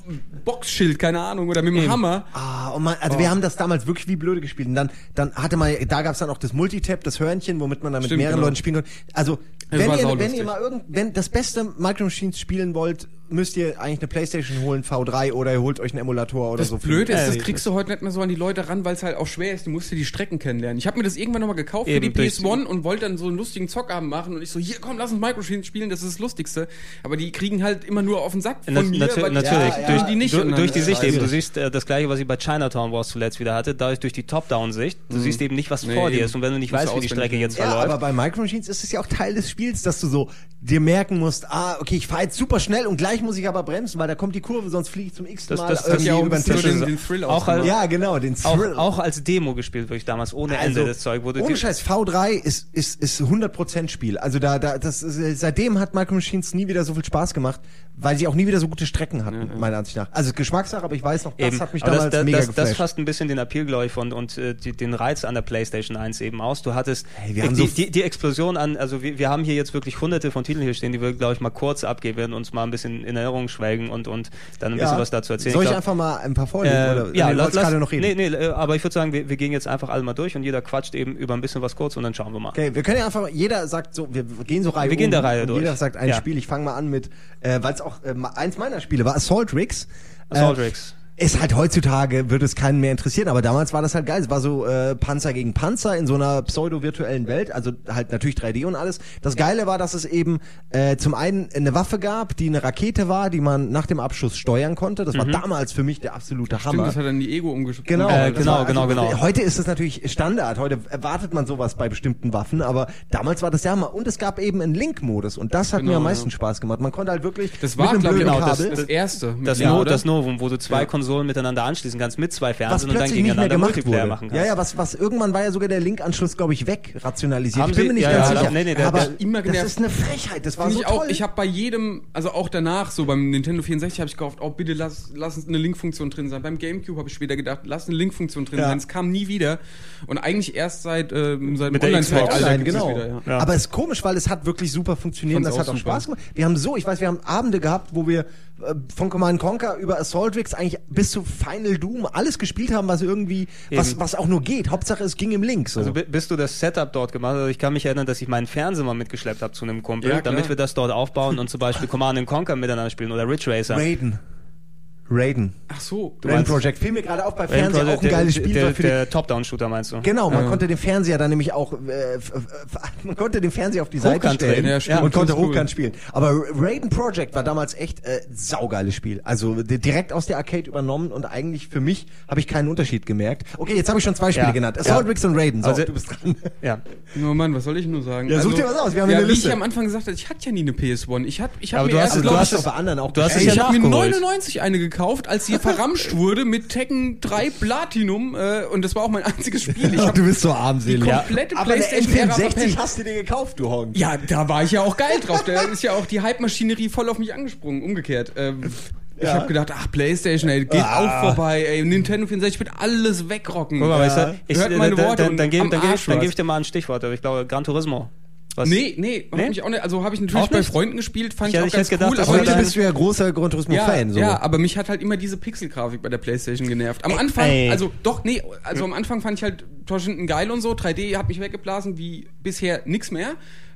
Boxschild, keine Ahnung, oder mit dem Hammer.
Ah, und man,
Oh.
also wir haben das damals wirklich wie blöde gespielt. Und dann, dann hatte man, da gab's dann auch das Multitap, das Hörnchen, womit man dann mit
Stimmt,
mehreren
genau.
Leuten spielen konnte. Also,
Das
wenn
war
ihr, wenn
saulustig.
ihr mal irgend, wenn das beste Micro Machines spielen wollt, müsst ihr eigentlich eine Playstation holen, V3 oder ihr holt euch einen Emulator oder
Das
so.
Blöde ist, das kriegst du heute nicht mehr so an die Leute ran, weil es halt auch schwer ist. Du musst dir die Strecken kennenlernen. Ich habe mir das irgendwann nochmal gekauft
Eben,
für die
durch-
PS1 und wollte dann so einen lustigen Zockabend machen und ich so, hier komm, lass uns Microchain spielen, das ist das Lustigste. Aber die kriegen halt immer nur auf den Sack von
Na-
mir,
natür-
weil die-
natürlich,
Ja,
durch,
ja.
Durch die nicht
du-
und dann-
durch die
Ja,
Sicht
weiß
eben. Du
ich.
siehst äh, das gleiche, was ich bei Chinatown Wars zuletzt wieder hatte, dadurch durch die Top-Down-Sicht. Du siehst eben nicht, was
Mhm. Nee,
vor dir
eben.
ist und wenn du nicht
Musst
weißt,
du
wie die
auswendig
Strecke jetzt
Ja,
verläuft.
aber bei Micro Machines ist es ja auch Teil des Spiels, dass du so dir merken musst, ah, okay, ich fahre jetzt super schnell und gleich muss ich aber bremsen, weil da kommt die Kurve, sonst fliege ich zum x
Das-
Mal
das- das
irgendwie
ja auch ein
über den
bisschen
Tisch.
so den- den Thrill
auch, als,
ausgemacht.
Ja, genau, den
auch,
Thrill. Also,
auch als Demo gespielt wirklich damals, ohne Ende das Zeug. Wo du
ohne
dir-
Scheiß, V3 ist, ist, ist 100% Spiel. Also da, da, das, ist- seitdem hat Micro Machines nie wieder so viel Spaß gemacht, weil sie auch nie wieder so gute Strecken hatten, meiner Ansicht nach. Also Geschmackssache, aber ich weiß noch, das
Eben.
hat mich
Aber
damals
das,
mega
das, das, das
geflasht.
fasst ein bisschen den Appeal, glaube ich, von, und äh, die, den Reiz an der PlayStation 1 eben aus. Du hattest
wir haben
die,
so-
die, die Explosion an, also wir, wir haben hier jetzt wirklich hunderte von Titeln hier stehen, die wir, glaube ich, mal kurz abgeben werden, uns mal ein bisschen in Erinnerung schwelgen und, und dann ein bisschen was dazu erzählen.
Soll ich
glaub-
einfach mal ein paar vorlesen?
Äh, ja,
oder? Nee, du
lass,
wolltest
lass,
gerade noch reden.
Nee, nee, äh, aber ich würde sagen, wir, wir gehen jetzt einfach alle mal durch und jeder quatscht eben über ein bisschen was kurz und dann schauen wir mal.
Okay, wir können ja einfach, jeder sagt so, wir gehen so Reihe
Wir gehen
um
der Reihe
und
durch.
Jeder sagt ein
Ja.
Spiel. Ich fange mal an mit, äh, weil es auch äh, ma- eins meiner Spiele war, Assault Rigs.
Assault
äh,
Rigs.
Ist halt heutzutage, würde es keinen mehr interessieren, aber damals war das halt geil. Es war so äh, Panzer gegen Panzer in so einer pseudo-virtuellen Welt, also halt natürlich 3D und alles. Das Geile war, dass es eben äh, zum einen eine Waffe gab, die eine Rakete war, die man nach dem Abschuss steuern konnte. Das
Mhm.
war damals für mich der absolute
Stimmt,
Hammer.
das hat dann die Ego umgeschickt.
Genau,
Äh,
das
genau,
war-
genau, genau.
Heute ist das natürlich Standard. Heute erwartet man sowas bei bestimmten Waffen, aber damals war das ja mal. Und es gab eben einen Link-Modus und das hat
Genau,
mir am
ja.
meisten Spaß gemacht. Man konnte halt wirklich
Das war, glaube ich,
blöden
auch
auch das,
Kabel,
das erste. mit
genau Das,
Link,
no
oder?
das Novum, wo du zwei
Ja.
Konsolen miteinander anschließen kannst, mit zwei
was
Fernsehern und Also dann
plötzlich nicht mehr
gegeneinander
gemacht
Multiplayer
wurde.
machen kannst.
Ja, ja, was, was irgendwann war ja sogar der Link-Anschluss, glaube ich, weg rationalisiert.
Haben
ich bin
sie-
mir nicht
ja,
ganz
ja,
sicher.
nee, nee, der-
aber
der-
immer
das
genervt.
ist eine Frechheit. Das war
Finde
so
ich
toll.
auch, ich habe bei jedem, also auch danach, so beim Nintendo 64 habe ich gehofft, oh bitte lass, lass uns eine Link-Funktion drin sein. Beim Gamecube habe ich später gedacht, lass eine Link-Funktion drin
Ja.
sein. Es kam nie wieder. Und eigentlich erst seit, ähm, seit
Mit der Xbox.
Online,
Online,
gibt's
genau.
es wieder. Ja.
Ja.
Aber es ist komisch, weil es hat wirklich super funktioniert.
Fand's
Das hat
auch
auch
super.
Spaß gemacht. Wir haben so, ich weiß, wir haben Abende gehabt, wo wir äh, von Command Conquer über Assault Rigs eigentlich bis zu Final Doom alles gespielt haben, was irgendwie, was,
Eben.
was auch nur geht. Hauptsache es ging im Link. So.
Also bi- bist du das Setup dort gemacht? Also ich kann mich erinnern, dass ich meinen Fernseher mal mitgeschleppt habe zu einem Kumpel,
Ja, klar.
damit wir das dort aufbauen und zum Beispiel Command and Conquer miteinander spielen oder Ridge Racer.
Raiden. Raiden.
Ach so. äh,
Raiden
meinst-
Project. Fiel mir gerade auf bei
Rain
Fernseher
Project,
auch ein geiles Spiel
der,
war für die
der, der Top-Down-Shooter meinst du?
Genau, man konnte den Fernseher dann nämlich auch, äh, f- f- man konnte den Fernseher auf die Seite
Hochkant
stellen
drehen,
ja, stimmt,
und konnte
das ist cool.
hochkant spielen. Aber Raiden Project war damals echt äh, saugeiles Spiel. Also di- direkt aus der Arcade übernommen und eigentlich für mich habe ich keinen Unterschied gemerkt. Okay, jetzt habe ich schon zwei Spiele
Ja,
genannt.
ja.
Assault Rigs und Raiden. So,
Also-
du bist dran. [laughs]
Ja.
Nur Mann, was soll ich nur sagen? Also,
Ja, such dir was aus, wir haben
ja,
hier eine
Wie
Liste.
ich am Anfang gesagt habe, ich hatte ja nie eine PS1. Ich habe ich hab
Aber
mir
du hast
erst,
es-
du
glaub
hast
ich-
doch bei anderen auch
du hast es
gespielt.
ja
ich habe mir
nachgeholt.
99 eine gekauft,
[laughs]
als sie verramscht wurde mit Tekken 3 Platinum äh, und das war auch mein einziges Spiel. Ich
Ach, [laughs]
hab
du bist so armselig.
die komplette
Aber der
PlayStation-Ära verpennt.
N64 hast du dir gekauft, du Honk.
Ja, da war ich ja auch geil drauf. Da ist ja auch die Hype-Maschinerie voll auf mich angesprungen. Umgekehrt. Ähm, Ich
Ja.
habe gedacht, ach, Playstation, ey, geht
Ah.
auch vorbei, ey, Nintendo 64 wird alles wegrocken.
Guck mal, weißt du, ich,
Hört meine
da- da-
Worte
dann,
und
dann, gebe-
am
dann, gebe ich-
Arsch
dann gebe
war's.
ich dir mal ein Stichwort. aber Ich glaube, Gran Turismo. Was?
Nee, nee, hab
Nee?
ich auch nicht, also habe ich natürlich
Auch
bei
nicht?
Freunden gespielt, fand
Ich
ich,
hätte-
auch
ich
ganz
hätte
cool,
gedacht,
aber
heute
Heute
dann-
mich,
Also, bist du ja großer Gran Turismo-Fan.
ja,
so.
ja, aber mich hat halt immer diese Pixel-Grafik bei der Playstation genervt. Am Anfang,
ey.
also doch, nee, also am Anfang fand ich halt Torschenden geil und so, 3D hat mich weggeblasen wie bisher nix mehr,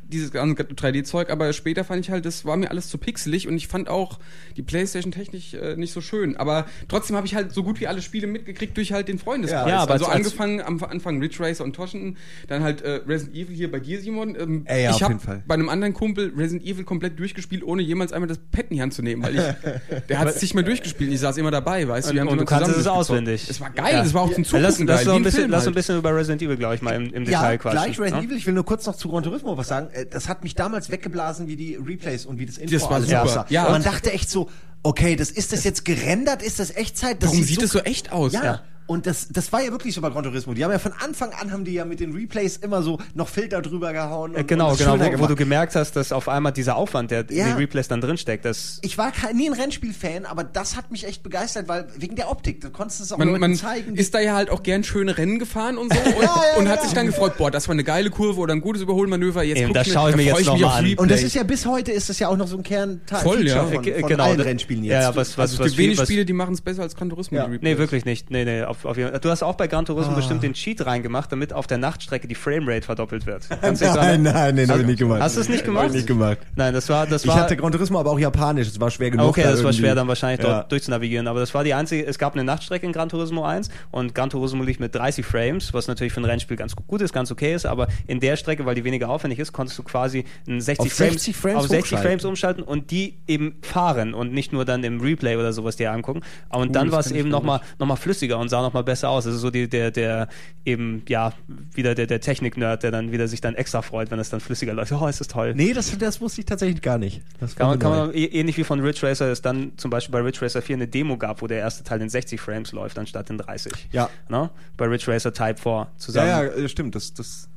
dieses ganze 3D-Zeug, aber später fand ich halt, das war mir alles zu pixelig und ich fand auch die Playstation technisch äh, nicht so schön, aber trotzdem habe ich halt so gut wie alle Spiele mitgekriegt durch halt den Freundeskreis.
Ja, ja, aber
also
als- als-
angefangen, am Anfang Ridge Racer und Torschenden, dann halt äh, Resident Evil hier bei dir, Simon. Ähm,
Ey, Äh, ja,
ich
auf
hab
jeden Fall.
bei einem anderen Kumpel Resident Evil komplett durchgespielt, ohne jemals einmal das Pad in die Hand zu nehmen,
[laughs]
weil ich, der hat es nicht mehr durchgespielt. Ich saß immer dabei, weißt du. wir haben
Und
immer
du kannst
zusammen
es
durchgezockt.
auswendig.
Es war geil,
Ja.
es war auch zum Zugucken
lass,
geil.
lass,
wie
noch ein
im
bisschen,
Film
lass
halt.
ein bisschen über Resident Evil, glaube ich, mal im, im
Ja,
Detail quatschen.
gleich Resident
ne?
Evil. Ich will nur kurz noch zu Gran Turismo was sagen. Äh, Das hat mich damals weggeblasen, wie die Replays und wie das Intro
Das war
alles
super.
aussah.
Ja.
Und man dachte echt so, okay, das ist das jetzt gerendert? Ist das Echtzeit? Das
Warum sieht es so echt aus?
ja.
Ja.
Und das, das war ja wirklich so bei Gran Turismo. Die haben ja von Anfang an haben die ja mit den Replays immer so noch Filter drüber gehauen.
Äh,
Und,
Genau,
und
genau,
schöner
wo, wo
gemacht.
du gemerkt hast, dass auf einmal dieser Aufwand, der
Ja.
in den Replays dann drinsteckt, das
ich war kein, nie ein Rennspiel-Fan, aber das hat mich echt begeistert, weil wegen der Optik. Du konntest es auch
Man,
Leuten
man
zeigen.
ist da ja halt auch gern schöne Rennen gefahren
[laughs]
und so und,
ja,
und
ja.
hat sich dann gefreut, boah, das war eine geile Kurve oder ein gutes Überholmanöver. Jetzt
Eben,
guck
das
ich
schaue ich
da
mir jetzt
freu
noch
mich
mal
auf
an.
Replay.
und das ist ja bis heute ist das ja auch noch so ein Kern
Voll, ja.
von,
Äh,
von
genau,
allen
da-
Rennspielen jetzt.
ja, ja, was, was,
also es
was,
gibt wenig
was,
Spiele, die machen es besser als Gran Turismo.
Ja.
die Replays.
Nee, wirklich nicht. Nee, nee, auf, auf, jeden Fall. du hast auch bei Gran
Ah.
Turismo bestimmt den Cheat reingemacht, damit auf der Nachtstrecke die Framerate verdoppelt wird.
[laughs]
Kannst du dich dran erinnern?
nein, nein,
Also, Hast du es nicht gemacht?
gemacht.
Nein, das war, das
Ich
war.
hatte Gran Turismo, aber auch Japanisch. Es war schwer genug.
Okay,
da
das war
irgendwie-
schwer dann wahrscheinlich
Ja.
dort durchzunavigieren, aber das war die einzige, es gab eine Nachtstrecke in Gran Turismo 1 und Gran Turismo lief mit 30 Frames, was natürlich für ein Rennspiel ganz gut ist, ganz okay ist, aber in der Strecke, weil die weniger aufwendig ist, konntest du quasi ein 60
Auf
Frames,
60 Frames
auf 60
umschalten.
Frames umschalten und die eben fahren und nicht nur dann im Replay oder sowas dir angucken. Und dann
das
war es
kenn ich
eben
gar
nochmal noch mal flüssiger und sah nochmal besser aus. Also so die, der, der eben, ja, wieder der, der Technik-Nerd, der dann wieder sich dann extra freut, wenn es dann flüssiger läuft. Oh, ist das toll.
Nee, das, das wusste ich tatsächlich gar nicht. Das
Kann
war
man, kann
neu.
man eh- ähnlich wie von Ridge Racer es dann zum Beispiel bei Ridge Racer 4 eine Demo gab, wo der erste Teil in 60 Frames läuft anstatt in 30.
Ja.
Ne? Bei Ridge Racer Type 4 zusammen,
ja, ja, äh, stimmt. Das, das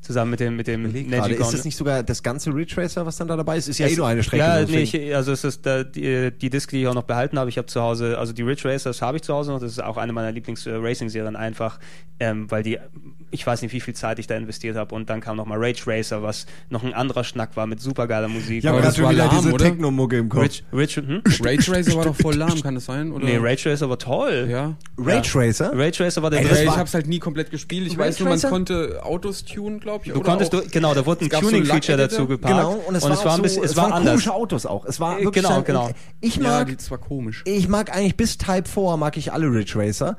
zusammen mit dem mit dem
liegt gerade. Ist das nicht sogar das ganze Retracer, was dann da dabei ist? Ist ja eh nur eine Strecke.
Ja,
so,
nee,
deswegen-
ich, also es ist da, die, die Disc, die ich auch noch behalten habe, ich habe zu Hause, also die Ridge Racers habe ich zu Hause noch, das ist auch eine meiner Lieblings-Racing-Serien einfach, ähm, weil die, ich weiß nicht, wie viel Zeit ich da investiert habe und dann kam nochmal Rage Racer, was noch ein anderer Schnack war mit supergeiler Musik.
ich habe
aber
gerade
das
schon
war
wieder
lahm,
diese
oder?
Techno-Mucke im Kopf.
Ridge, Ridge, hm? [laughs]
Rage Racer war doch voll lahm, kann das sein? Oder?
Nee, Rage Racer war toll.
Ja.
Rage Racer?
Rage Racer war der
Ey,
beste-
das
Ey, ich
war-
hab's halt nie komplett gespielt. Ich
Ray
weiß nur, man
Tracer?
konnte Autos tunen, glaube ich.
Du konntest, du, genau, da wurde ein
es gab so eine
Tuning-Feature
Lackeditte.
dazu gepackt.
Genau, und es, war, auch
ein
so,
bisschen, es war anders.
komische Autos auch. Es war
Äh,
wirklich
genau,
ein-
genau.
Ich
ja,
mag,
die zwar
Ah.
komisch.
ich mag eigentlich bis Type 4 mag ich alle Ridge Racer.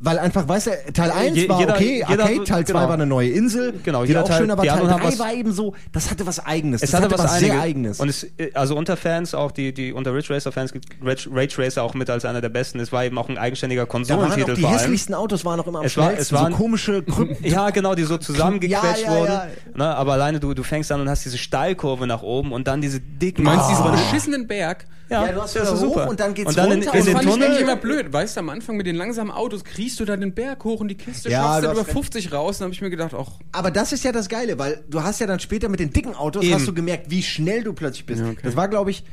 Weil einfach, weißt du, Teil 1
Äh, Je-
war
jeder-
okay,
jeder-
Arcade, Teil 2
genau.
war eine neue Insel,
Genau,
die
jeder
war auch
Teil-
schön, aber
die
Teil
anderen haben
3
was-
war eben so, das hatte was Eigenes,
Es
das
hatte was
sehr
Einiges.
Eigenes.
Und es, äh, also unter Fans auch, die, die unter Ridge Racer Fans gibt Ridge, Rage Racer auch mit als einer der besten. Es war eben auch ein eigenständiger
da waren auch
Konsolentitel
die
vor allem.
hässlichsten Autos waren auch immer am
Es war-
schnellsten,
es waren- [clears throat]
so komische Krücken.
Ja, genau, die so zusammengequetscht
Ja, ja,
wurden.
ja.
Ne, aber alleine du, du fängst an und hast diese Steilkurve nach oben und dann diese dicken.
Du meinst diesen
Ah.
beschissenen Berg?
Ja, du hast wieder hoch und dann geht's
und dann in,
runter
in
und
das
den
fand ich eigentlich immer
Tunnel.
blöd. Weißt du, am Anfang mit den langsamen Autos kriegst du da den Berg hoch und die Kiste
Ja,
schaffst
du
du
hast
über
recht.
50 raus. Dann habe ich mir gedacht, ach,
Aber das ist ja das Geile, weil du hast ja dann später mit den dicken Autos
Eben.
hast du gemerkt, wie schnell du plötzlich bist. Das war, glaube ich,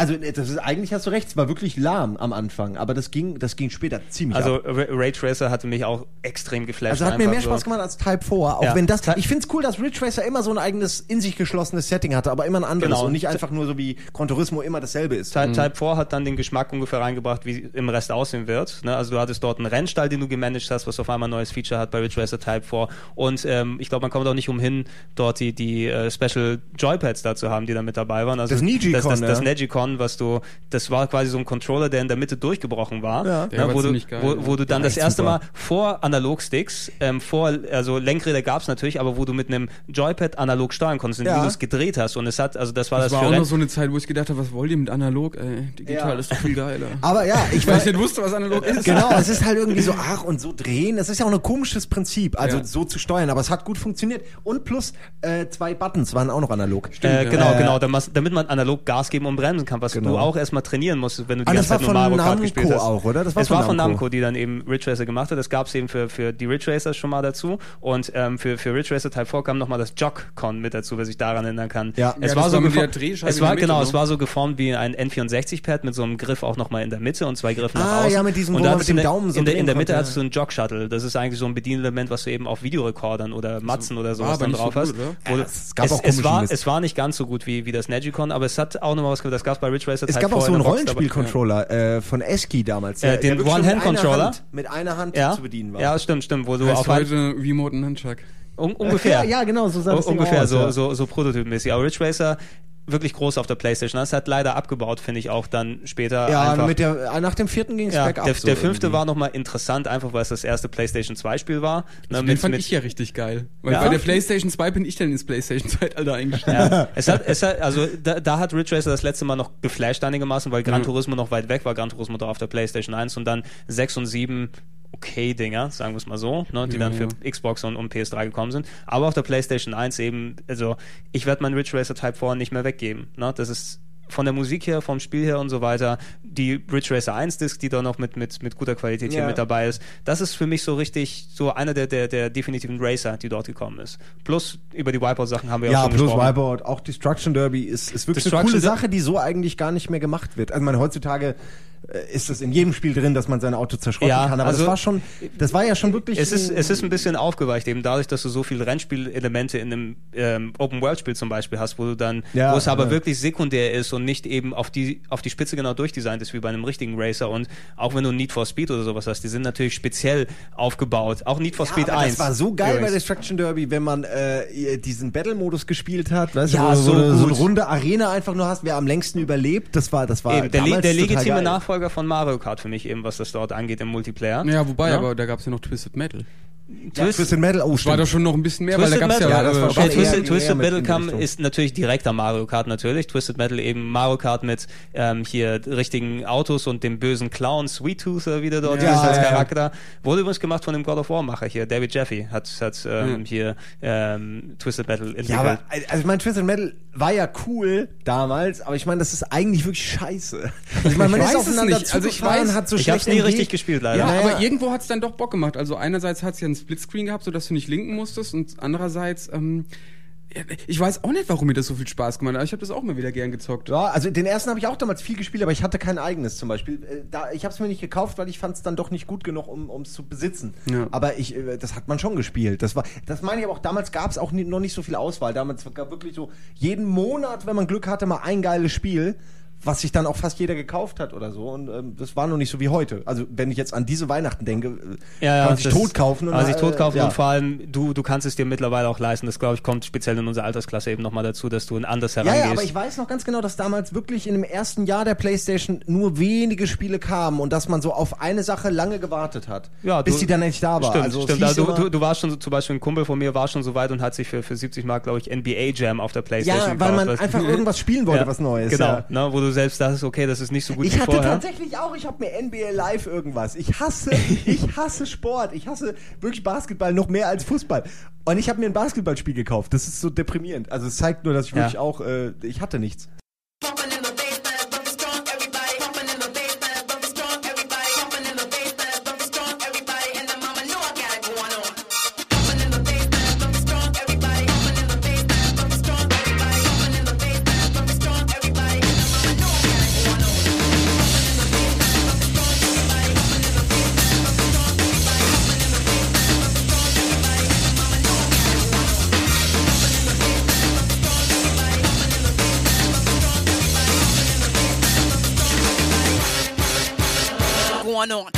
also das ist, eigentlich hast du recht, es war wirklich lahm am Anfang, aber das ging, das ging später ziemlich
Also
ab.
Ra- Rage Racer hatte mich auch extrem geflasht.
Also hat mir
einfach
mehr Spaß
so.
gemacht als Type 4, auch
Ja.
wenn das, ich finde es cool, dass Ridge Racer immer so ein eigenes, in sich geschlossenes Setting hatte, aber immer ein anderes
Genau.
und nicht einfach nur so wie Gran Turismo immer dasselbe ist.
Mhm.
Type, Type 4 hat dann den Geschmack ungefähr reingebracht, wie im Rest aussehen wird. Ne? Also du hattest dort einen Rennstall, den du gemanagt hast, was auf einmal ein neues Feature hat bei Ridge Racer Type 4. Und ähm, ich glaube, man kommt auch nicht umhin, dort die, die äh, Special Joypads dazu haben, die da mit dabei waren. Also
Das Nigicon,
das, das, das
ja.
Negicon, was du, das war quasi so ein Controller, der in der Mitte durchgebrochen war.
Ja.
Ne?
Der war
wo, du,
ziemlich geil,
wo,
ja.
wo du dann
Der
das
war echt
erste
super.
Mal vor Analogsticks, ähm, vor, also Lenkräder gab's natürlich, aber wo du mit einem Joypad analog steuern konntest, indem
Ja.
du es gedreht hast. Und es hat, also das war das,
das war
für
auch
Renn-
noch so eine Zeit, wo ich gedacht habe, was wollt ihr mit analog? Ey, digital
Ja.
ist doch
[laughs]
viel geiler.
Aber ja, ich
Weil
weiß,
ich nicht wusste, was analog ist.
Genau, es ist halt irgendwie so, ach, und so drehen. Das ist ja auch ein komisches Prinzip, also
Ja.
so zu steuern, aber es hat gut funktioniert. Und plus äh, zwei Buttons waren auch noch analog.
Äh,
ja.
genau,
Äh,
genau, damit, damit man analog Gas geben und bremsen kann, was
Genau.
du auch erstmal trainieren musstest, wenn du die
Ah, das
ganze Zeit
war
nur
von
Mario Kart
Namco
gespielt hast.
auch, oder?
Das
Das war
war es
von
war von
Namco.
Namco. die dann eben Ridge Racer gemacht hat. Das gab es eben für, für die Ridge Racers schon mal dazu. Und ähm, für, für Ridge Racer Teil 4 kam nochmal das Jog-Con mit dazu, wer sich daran erinnern kann.
Ja.
es
Ja,
war
das
so
war mit der
geformt-
Drehscheibe
es
in der
war,
Mitte,
genau,
ne?
es war so geformt wie ein N64-Pad mit so einem Griff auch nochmal in der Mitte und zwei Griffen nach
Ah,
außen.
ja, mit diesem,
und
wo
da
man
hattest
mit
du
dem
eine-
Daumen so
in der, in der
drehen
Mitte
konnte.
hattest du ein Jog-Shuttle. Das ist eigentlich so ein Bedienelement, was du eben auf Videorekordern oder Matzen
Ah,
oder sowas
aber
dann
nicht so
drauf hast.
gut, oder?
Wo
Ja,
du-
es gab auch
es,
komischen
war,
Mist.
es war nicht ganz so gut wie, wie das Negicon, aber es hat auch nochmal was gemacht. Das gab es bei Ridge Racer halt
Es
Type
gab auch
4 in
so einen
der Box, aber-
Rollenspielcontroller äh, von Eski damals.
Äh,
der-
den
der wirklich nur mit einer
One-Hand-Controller?
Hand- Mit einer Hand
ja.
zu bedienen war.
war. Ja, stimmt, stimmt, wo du
Heißt
auf ein,
heute Remote und Nunchuck.
un, ungefähr,
Ja, [laughs] ja, genau, so sah
un,
das Ding
ungefähr
aus,
so,
ja.
so, so prototypenmäßig. Aber Ridge Racer wirklich groß auf der Playstation. Das hat leider abgebaut, finde ich auch dann später.
Ja,
einfach.
mit der, nach dem vierten ging es
Ja,
bergab.
der,
so
der fünfte
irgendwie.
war nochmal interessant, einfach weil es das erste PlayStation 2-Spiel war. Ne,
Den
mit-
fand
mit-
ich ja richtig geil. Weil
Ja?
bei der PlayStation 2 bin ich dann ins PlayStation 2 Alter eingestiegen.
Ja. es hat, es hat, also da, da hat Ridge Racer das letzte Mal noch geflasht einigermaßen, weil Gran
Mhm.
Turismo noch weit weg war. Gran Turismo da auf der PlayStation 1 und dann 6 und 7 okay Dinger, sagen wir es mal so, ne, die
Ja,
dann für
ja.
Xbox und, und PS3 gekommen sind. Aber auf der PlayStation 1 eben, also ich werde meinen Ridge Racer Type 4 nicht mehr weggeben. Ne? Das ist von der Musik her, vom Spiel her und so weiter, die Ridge Racer 1 Disc, die da noch mit, mit, mit guter Qualität hier
Ja.
mit dabei ist, das ist für mich so richtig so einer der, der, der definitiven Racer, die dort gekommen ist. Plus über die Wipeout-Sachen haben wir ja
Ja,
auch schon
plus
gesprochen.
Wipeout, auch Destruction Derby ist, ist wirklich eine
Destruction
coole
Der-
Sache, die so eigentlich gar nicht mehr gemacht wird. Also, ich meine, heutzutage äh, ist das in jedem Spiel drin, dass man sein Auto zerschrotten
Ja,
kann, aber
also-
das war schon, das war ja schon wirklich.
Es ist,
ein-
es ist ein bisschen aufgeweicht, eben dadurch, dass du so viele Rennspielelemente in einem ähm, Open-World-Spiel zum Beispiel hast, wo du dann,
Ja,
wo es aber
ja.
wirklich sekundär ist und nicht eben auf die, auf die Spitze genau durchdesignt ist, wie bei einem richtigen Racer. Und auch wenn du Need for Speed oder sowas hast, die sind natürlich speziell aufgebaut. Auch Need for
Ja,
Speed
aber
1.
Das war so geil bei
übrigens.
Destruction Derby, wenn man äh, diesen Battle-Modus gespielt hat, weißt
Ja,
du, wo,
so
so, du so eine
gut.
runde Arena einfach nur hast, wer am längsten überlebt, das war, das war
Eben, der, le-
damals
der
total
legitime
geil.
Nachfolger von Mario Kart für mich eben, was das dort angeht im Multiplayer.
Ja, wobei, aber da gab es ja noch Twisted Metal.
Twist,
Twisted Metal, oh,
War
stimmt.
doch schon noch ein bisschen mehr, weil da
Twisted
gab es ja,
Metal,
ja, das war
äh,
schon
Ja,
eher-
Twisted,
eher
Twisted
mit in
Metal
die
kam,
Richtung.
ist natürlich direkter Mario Kart natürlich. Twisted Metal eben Mario Kart mit ähm, hier richtigen Autos und dem bösen Clown Sweet Tooth äh, wieder dort
Ja,
ist als
ja, ja.
Charakter. Wurde übrigens gemacht von dem God of War Macher hier, David Jaffe hat, hat ähm,
Mhm.
hier ähm, Twisted Metal entwickelt.
Ja, aber also ich meine, Twisted Metal war ja cool damals, aber ich meine, das ist eigentlich wirklich scheiße. Also ich meine, man
Ich
ist
weiß es
aufeinander
nicht. Also ich
zugefahren,
weiß-
hat so
ich hab's nie
schlecht
richtig
entgegen-
gespielt
Ja,
leider.
Ja, ja.
aber irgendwo hat es dann doch Bock gemacht. Also einerseits hat es ja einen Splitscreen gehabt, sodass du nicht linken musstest und andererseits, ähm, ja, ich weiß auch nicht, warum mir das so viel Spaß gemacht hat, aber ich habe das auch mal wieder gern gezockt.
Ja, also den ersten habe ich auch damals viel gespielt, aber ich hatte kein eigenes zum Beispiel. Äh, Da, ich habe es mir nicht gekauft, weil ich fand es dann doch nicht gut genug, um es zu besitzen.
Ja.
Aber ich, äh, das hat man schon gespielt. Das, war, das meine ich aber auch, damals gab es auch nie, noch nicht so viel Auswahl. Damals gab wirklich so jeden Monat, wenn man Glück hatte, mal ein geiles Spiel. was sich dann auch fast jeder gekauft hat oder so. Und ähm, das war noch nicht so wie heute. Also wenn ich jetzt an diese Weihnachten denke, äh,
Ja, ja,
kann man sich
das-
tot kaufen.
kann man sich
äh,
tot kaufen
ja.
und vor allem du, du kannst es dir mittlerweile auch leisten. Das glaube ich kommt speziell in unserer Altersklasse eben nochmal dazu, dass du ein anders
Ja,
herangehst.
ja, aber ich weiß noch ganz genau, dass damals wirklich in dem ersten Jahr der PlayStation nur wenige Spiele kamen und dass man so auf eine Sache lange gewartet hat,
Ja,
bis
du-
die dann endlich da war.
Stimmt,
also, es
stimmt.
hieß
Also, du,
immer-
du, du warst schon so, zum Beispiel ein Kumpel von mir war schon so weit und hat sich für, für 70 Mark, glaube ich, NBA Jam auf der Playstation
ja, weil man
weißt du?
einfach irgendwas
[laughs]
spielen wollte, was Neues.
Genau,
Ja.
ne, wo du selbst dachtest, okay, das ist nicht so gut
Ich
wie
hatte
vorher.
tatsächlich auch, ich habe mir NBA Live irgendwas.
[laughs]
Ich hasse, ich hasse Sport. Ich hasse wirklich Basketball noch mehr als Fußball. Und ich habe mir ein Basketballspiel gekauft. Das ist so deprimierend. Also es zeigt nur, dass ich
Ja.
wirklich auch, äh, ich hatte nichts.
Pumping in the bass, man, pumping strong, everybody. Pumping in the bass, man, pumping strong, everybody. Pumping in the bass, man, pumping strong, everybody. And the mama knew I got it going on. Pumping in the bass, man, pumping strong, everybody. Pumping in the bass, man, pumping strong, everybody. Pumping in the bass, man, pumping strong, everybody. And the mama knew I got it going on. Going on.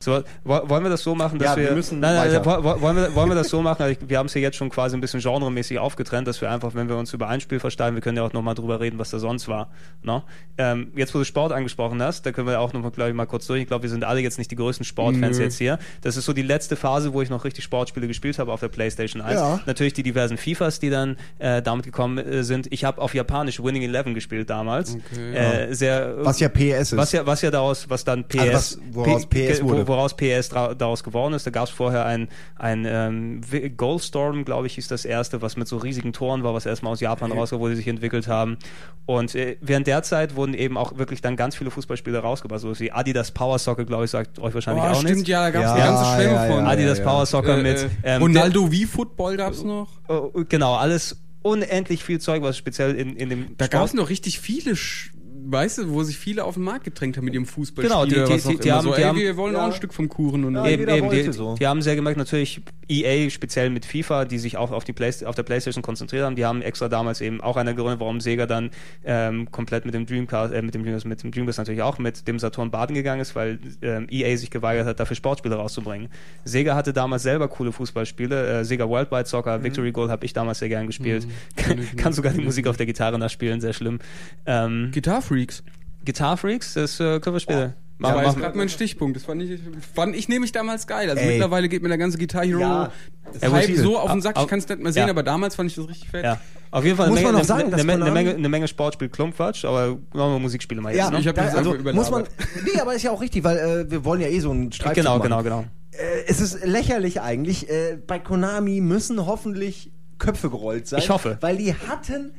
So, wo- wollen wir das so machen, dass
Ja, wir
wir.
müssen
nein, nein,
weiter.
wo- wo- wollen, wir, wollen wir das so machen? Also ich, wir haben es ja jetzt schon quasi ein bisschen genremäßig aufgetrennt, dass wir einfach, wenn wir uns über ein Spiel versteigen, wir können ja auch nochmal drüber reden, was da sonst war. Ne? Ähm, jetzt, wo du Sport angesprochen hast, da können wir auch nochmal, glaube ich, mal kurz durch. Ich glaube, wir sind alle jetzt nicht die größten Sportfans jetzt hier. Das ist so die letzte Phase, wo ich noch richtig Sportspiele gespielt habe auf der PlayStation 1.
Ja.
Natürlich die diversen FIFAs, die dann äh, damit gekommen äh, sind. Ich habe auf Japanisch Winning Eleven gespielt damals. äh, sehr,
Was ja PS ist.
was ja, was ja daraus, was dann PS,
was- woraus PS
wo-
wurde.
woraus PS dra- daraus geworden ist. Da gab es vorher ein, ein ähm, Wi- Goldstorm, glaube ich, hieß das erste, was mit so riesigen Toren war, was erstmal aus Japan rauskam, wo die sich entwickelt haben. Und äh, während der Zeit wurden eben auch wirklich dann ganz viele Fußballspiele rausgebracht, so wie Adidas Power Soccer, glaube ich, sagt euch wahrscheinlich
Boah,
auch
Oh, stimmt,
nichts.
ja, da gab es
Ja,
eine ganze Schwemme
ja, ja,
von.
ja.
Adidas Power Soccer
Äh,
mit
äh,
ähm,
Ronaldo wie Football gab es noch.
der- oh, genau, alles unendlich viel Zeug, was speziell in, in dem
Da
Sport-
gab es noch richtig viele, Sch- weißt du, wo sich viele auf den Markt gedrängt haben mit ihrem Fußball.
Genau, die-
oder
die-
was auch
die- die
immer.
haben-
so,
die
ey,
haben-
wir wollen auch
Ja.
ein Stück vom Kuchen und
Ja,
so.
Eben,
Jeder
eben, die,
wollte so.
die haben sehr gemerkt, natürlich EA speziell mit FIFA, die sich auch auf, die Play auf der Playstation konzentriert haben, die haben extra damals eben auch einer Gründe, warum Sega dann ähm, komplett mit dem Dreamcast, äh, mit dem Dreamcast, mit dem Dreamcast natürlich auch mit dem Saturn baden gegangen ist, weil ähm, EA sich geweigert hat, dafür Sportspiele rauszubringen. Sega hatte damals selber coole Fußballspiele, äh, Sega Worldwide Soccer,
Mhm.
Victory Goal habe ich damals sehr gern gespielt. [laughs] Kann, kann sogar die Musik auf der Gitarre nachspielen, sehr schlimm. Ähm,
Guitar Freaks.
Guitar Freaks, das äh, können wir später.
Ja,
machen.
war
machen
jetzt
wir.
gerade mein Stichpunkt. Das fand ich, fand ich nämlich damals geil. Also
Ey.
mittlerweile geht mir der ganze Guitar Hero
Ja,
Ja,
Hype
gut,
so auf
ah,
den Sack.
ah,
Ich kann es nicht mehr sehen,
ja.
aber damals fand ich das richtig fett.
Ja. Auf jeden Fall
Muss
eine
man
Menge,
auch sagen,
eine,
dass
eine, eine,
Konami-
Menge, eine Menge Sportspiel Klumpfatsch, aber machen wir Musikspiele mal jetzt.
Ja,
ne?
ich hab
da,
das
also
einfach
muss man.
überlabert.
Nee, aber ist ja auch richtig, weil äh, wir wollen ja eh so einen Streit
genau,
machen.
genau, genau.
Äh, es ist lächerlich eigentlich. Äh, bei Konami müssen hoffentlich Köpfe gerollt sein.
Ich hoffe.
Weil die hatten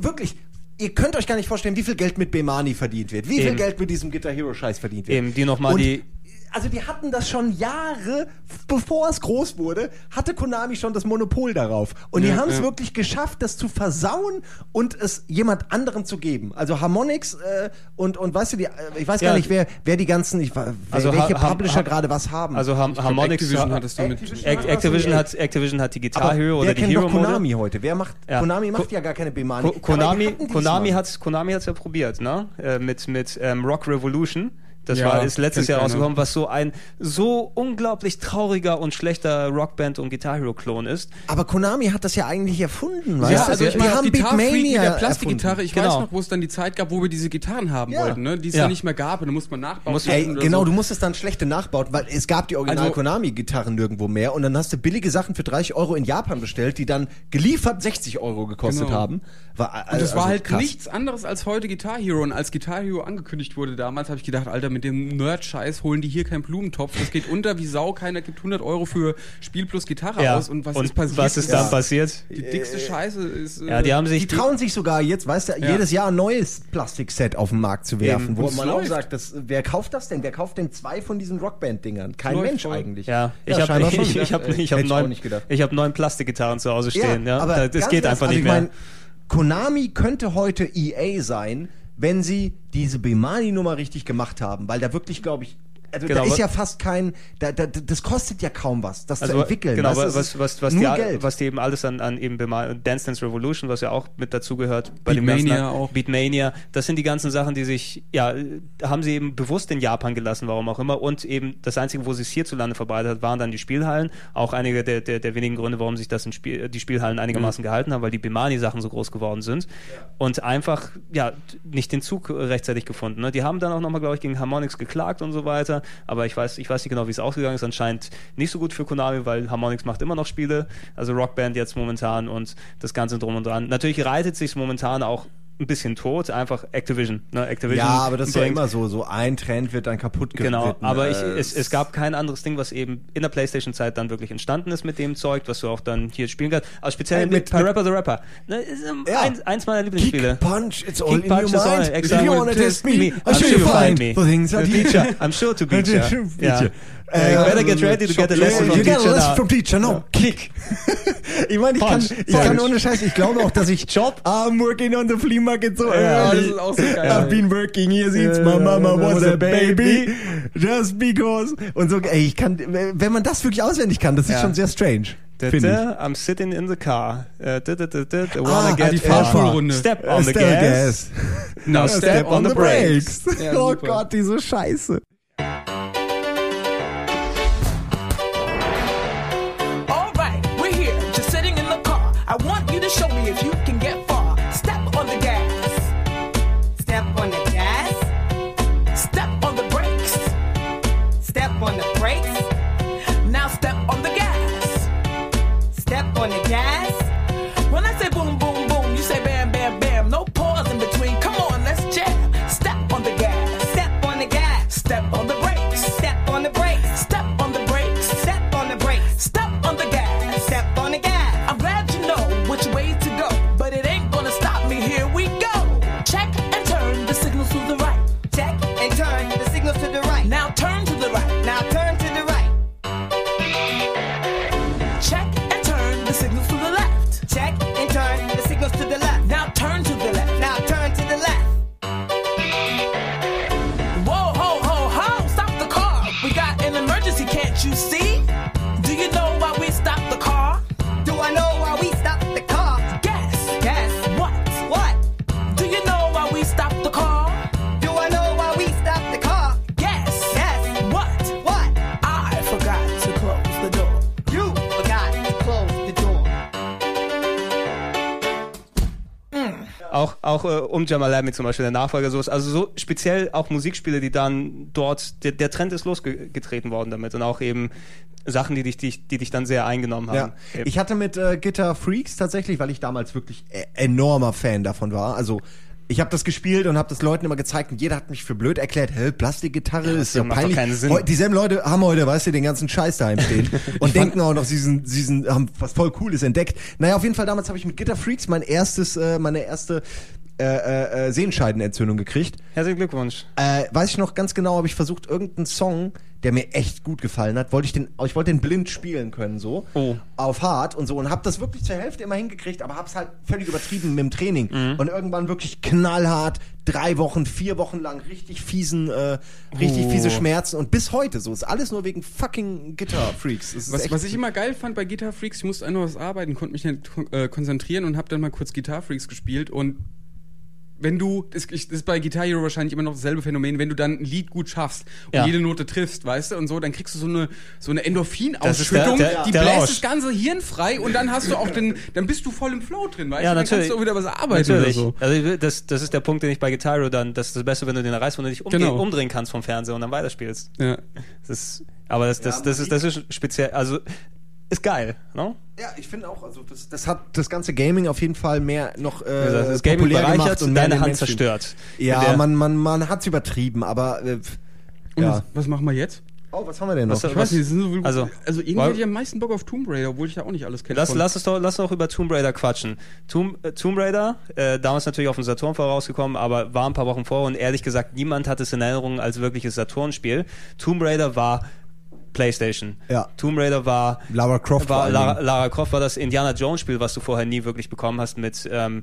wirklich. Ihr könnt euch gar nicht vorstellen, wie viel Geld mit Bemani verdient wird, wie viel
Eben.
Geld mit diesem Guitar Hero Scheiß verdient wird.
Eben, die noch mal
Und,
die-
Also die hatten das schon Jahre f- bevor es groß wurde, hatte Konami schon das Monopol darauf. Und die
Ja,
haben es
ja.
wirklich geschafft, das zu versauen und es jemand anderem zu geben. Also Harmonix äh, und und weißt du, die, äh, ich weiß
Ja,
gar nicht, wer wer die ganzen, ich, wa- wer,
Also
welche
ha- ha-
Publisher
ha-
gerade was haben.
Also Ham
Glaub,
Harmonix,
Activision hattest du mit.
Activision.
Act Activision, hat, Activision hat die Guitar Hero
also wer
oder die
kennt
Hero
doch
Mode.
Konami heute? Wer macht
Ja.
Konami
Ko-
macht ja gar keine Bemani.
Ko Konami,
Aber die hatten die
Konami
diesmal.
hat's, Konami hat's ja probiert, ne? Äh, mit mit ähm, Rock Revolution. Das
Ja,
war ist letztes
kennt
Jahr
keiner.
rausgekommen, was so ein so unglaublich trauriger und schlechter Rockband und Guitar Hero Klon ist.
aber Konami hat das ja eigentlich erfunden,
Ja, also ich
Die
meine,
haben
Guitar Freak mit der
Beatmania
Plastikgitarre, ich
Genau.
weiß noch, wo es dann die Zeit gab, wo wir diese Gitarren haben
Ja.
wollten, ne? die es
Ja.
ja. nicht mehr gab und da musste man nachbauen.
Muss-
Ey,
oder
genau,
so.
du musstest dann schlechte nachbauen, weil es gab die Original
Also-
Konami Gitarren nirgendwo mehr und dann hast du billige Sachen für 30 Euro in Japan bestellt, die dann geliefert 60 Euro gekostet
Genau.
haben. War, äh,
Und das
also
war halt
krass.
nichts anderes als heute Guitar Hero. Und als Guitar Hero angekündigt wurde damals, habe ich gedacht, Alter, mit dem Nerd-Scheiß holen die hier keinen Blumentopf. Das geht unter wie Sau. Keiner gibt 100 Euro für Spiel plus Gitarre aus. Und was ist passiert?
was ist
Ja.
dann passiert?
Die dickste Scheiße ist... äh,
Ja, die haben
Die
sich
trauen sich sogar jetzt, weißt du, jedes Jahr ein neues Plastikset auf den Markt zu werfen,
Eben.
wo
Und es
man auch
läuft.
sagt, das, wer kauft das denn? Wer kauft denn zwei von diesen Rockband-Dingern? Kein
Läuft
Mensch
voll.
eigentlich.
Ja, [laughs] ich hab
scheinbar
habe
schon. ne?
ich,
Äh,
ich hab, ich hab
Hätte ich auch
neun,
nicht gedacht.
ich hab neun Plastikgitarren zu Hause stehen. Ja, Da- das
ganz
geht
ehrlich,
einfach
also
nicht
ich
mehr.
mein, Konami könnte heute E EA sein, wenn sie diese Bemani-Nummer richtig gemacht haben, weil da wirklich, glaube ich, also
Genau,
da ist
was-
ja fast kein, da, da, das kostet ja kaum was, das zu
Also,
entwickeln.
Genau,
das
was,
ist
was, was, was,
nur
die,
Geld.
was die eben alles an, an eben bema- Dance Dance Revolution, was ja auch mit dazugehört, bei dem
Beatmania
ganzen
auch.
Beatmania, das sind die ganzen Sachen, die sich, ja, äh, haben sie eben bewusst in Japan gelassen, warum auch immer. Und eben das Einzige, wo sie es hierzulande verbreitet hat, waren dann die Spielhallen. Auch einige der, der, der wenigen Gründe, warum sich das in Spiel, die Spielhallen einigermaßen gehalten haben, weil die Bemani-Sachen so groß geworden sind. Und einfach, ja, d- nicht den Zug rechtzeitig gefunden. Ne? Die haben dann auch nochmal, glaube ich, gegen Harmonix geklagt und so weiter. Aber ich weiß, ich weiß nicht genau, wie es ausgegangen ist. Anscheinend nicht so gut für Konami, weil Harmonix macht immer noch Spiele. Also Rockband jetzt momentan und das Ganze drum und dran. Natürlich reitet sich momentan auch ein bisschen tot, einfach Activision. Ne? Activision
ja, aber das ist ja
bringt-
immer so, so ein Trend wird dann kaputt
Genau,
geritten.
aber ich,
Äh,
es, es gab kein anderes Ding, was eben in der Playstation-Zeit dann wirklich entstanden ist mit dem Zeug, was du auch dann hier spielen kannst. Aber speziell
Äh,
mit,
mit-
bei
mit-
Rapper the Rapper. Ne, ist, ähm,
Ja.
eins, eins meiner Lieblingsspiele.
Kick, Punch, it's all
Kick,
in
Punch is
your
all.
mind. If
Exactly.
you wanna test me, I'm sure you find me. The things I
The
teach
teacher, I'm sure
[laughs]
to beat you.
I'm sure to beat
Yeah.
ya.
Yeah, you better
Ähm,
get ready to get a lesson
you
from
get a
teacher
lesson
now.
from teacher, no.
Kick.
[laughs] Ich meine, ich kann,
Punch.
ich kann
Punch.
ohne Scheiß, ich glaube auch, dass ich
[laughs]
Ah,
Job.
I'm working on the flea market so
Ja, das
early.
ist auch so geil.
I've been working here since my mama was a baby. Just because. Und so, ey, ich kann, wenn man das wirklich auswendig kann, das ist
Ja.
schon sehr strange.
Da,
finde ich.
da, I'm sitting in the car. Uh, da, da, da, da, I
Ah,
wanna
ah,
get
die
in.
Fahrschulrunde.
Step on the
Step
gas. Now step, on, the brakes.
[laughs]
Ja,
oh
super.
Gott, diese Scheiße.
All right, we're here, just sitting in the car. I want you to show me if you can get far. Step on the gas,
Step on the gas,
step on the brakes.
step on the brakes,
Now step on the gas.
step on the gas,
When I say boom, boom, boom, you say bam, bam, bam. No pause in between. Come on, let's jam. Step on the gas,
step on the gas,
step on the brakes,
step on the brakes,
step on the brakes,
step on the brakes,
step on the gas.
step on the gas.
I'm glad you know which way to go, but it ain't gonna stop me. Here we go. Check and turn the signals to the right.
Check and turn the signal to the right.
Now turn to the right.
Now turn to the right.
Check and turn the signals to the left.
Check and turn the signals to the left.
Now turn to the left.
Now turn to the left.
Whoa, ho, ho, ho! Stop the car. We got an emergency, can't you see? Do you know why we stopped the car?
Do I know why we stopped the car?
Guess.
Guess
What?
what?
Do you know why we stopped the car?
Do I know why we stopped the car?
Guess.
Guess
What?
what?
I forgot to close the door.
You forgot to close the door.
Auch, auch äh, um Jamal Lamy zum Beispiel, der Nachfolger sowas. Also so speziell auch Musikspiele, die dann dort, der, der Trend ist losgetreten worden damit und auch eben Sachen, die dich, die, die dich dann sehr eingenommen haben.
Ja. Ich hatte mit äh, Guitar Freaks tatsächlich, weil ich damals wirklich e- enormer Fan davon war. Also ich habe das gespielt und habe das Leuten immer gezeigt und jeder hat mich für blöd erklärt, hä, Plastikgitarre ist ja
macht doch
peinlich.
keinen Sinn.
Heu- dieselben Leute haben heute, weißt du, den ganzen Scheiß
[laughs]
daheim stehen und denken auch noch, sie sind, sie sind, haben was voll Cooles entdeckt. Naja, auf jeden Fall damals habe ich mit Guitar Freaks mein erstes, äh, meine erste äh, äh, äh, Sehenscheidenentzündung gekriegt.
Herzlichen Glückwunsch.
Äh, weiß ich noch ganz genau, habe ich versucht, irgendeinen Song, der mir echt gut gefallen hat, wollte ich den, ich wollte den blind spielen können, so,
Oh.
auf hart und so und habe das wirklich zur Hälfte immer hingekriegt, aber hab's halt völlig übertrieben mit dem Training
Mhm.
und irgendwann wirklich knallhart, drei Wochen, vier Wochen lang richtig fiesen, äh, richtig
Oh.
fiese Schmerzen und bis heute so, ist alles nur wegen fucking Guitar Freaks. Es ist
Was,
echt-
was ich immer geil fand bei Guitar Freaks, ich musste einfach was arbeiten, konnte mich nicht kon äh, konzentrieren und habe dann mal kurz Guitar Freaks gespielt und wenn du, das ich- das ist bei Guitar Hero wahrscheinlich immer noch dasselbe Phänomen, wenn du dann ein Lied gut schaffst und
Ja.
jede Note triffst, weißt du, und so, dann kriegst du so eine, so
Das ist
eine
der-
Endorphinausschüttung,
der-
die
der
bläst
Rausch.
das ganze Hirn frei und dann hast du auch den, dann bist du voll im Flow drin, weißt
Ja,
du, dann
natürlich.
kannst du auch wieder was arbeiten
Natürlich.
oder so.
Also das, das ist der Punkt, den ich bei Guitar Hero dann, das ist das Beste, wenn du den reißt, wenn du dich umdrehen,
Genau.
umdrehen kannst vom Fernseher und dann weiterspielst.
Ja.
Das ist, aber das, das,
Ja,
das, ist, das ist speziell, also ist geil, ne?
ja, ich finde auch, also das, das hat das ganze Gaming auf jeden Fall mehr noch äh,
Also das Gaming
populär
bereichert
gemacht
und
mehr in
deine
den
Hand
Mainstream.
zerstört. In
Ja,
der-
man, man, man hat's übertrieben, aber äh, pf,
Und
Ja.
was, was machen wir jetzt?
Oh, was haben wir denn noch?
Was-
Ich weiß nicht, das sind so,
Also-
also, also irgendwie
Weil-
hätte ich am meisten Bock auf Tomb Raider, obwohl ich ja auch nicht alles kenne.
Lass,
von-
lass uns doch, lass doch über Tomb Raider quatschen. Tomb, äh, Tomb Raider, äh, damals natürlich auf dem Saturn vorausgekommen, aber war ein paar Wochen vor und ehrlich gesagt, niemand hat es in Erinnerung als wirkliches Saturn-Spiel. Tomb Raider war PlayStation.
Ja.
Tomb Raider war
Lara Croft vor
War,
allen
Lara,
Dingen.
Lara Croft war das Indiana Jones Spiel, was du vorher nie wirklich bekommen hast mit ähm,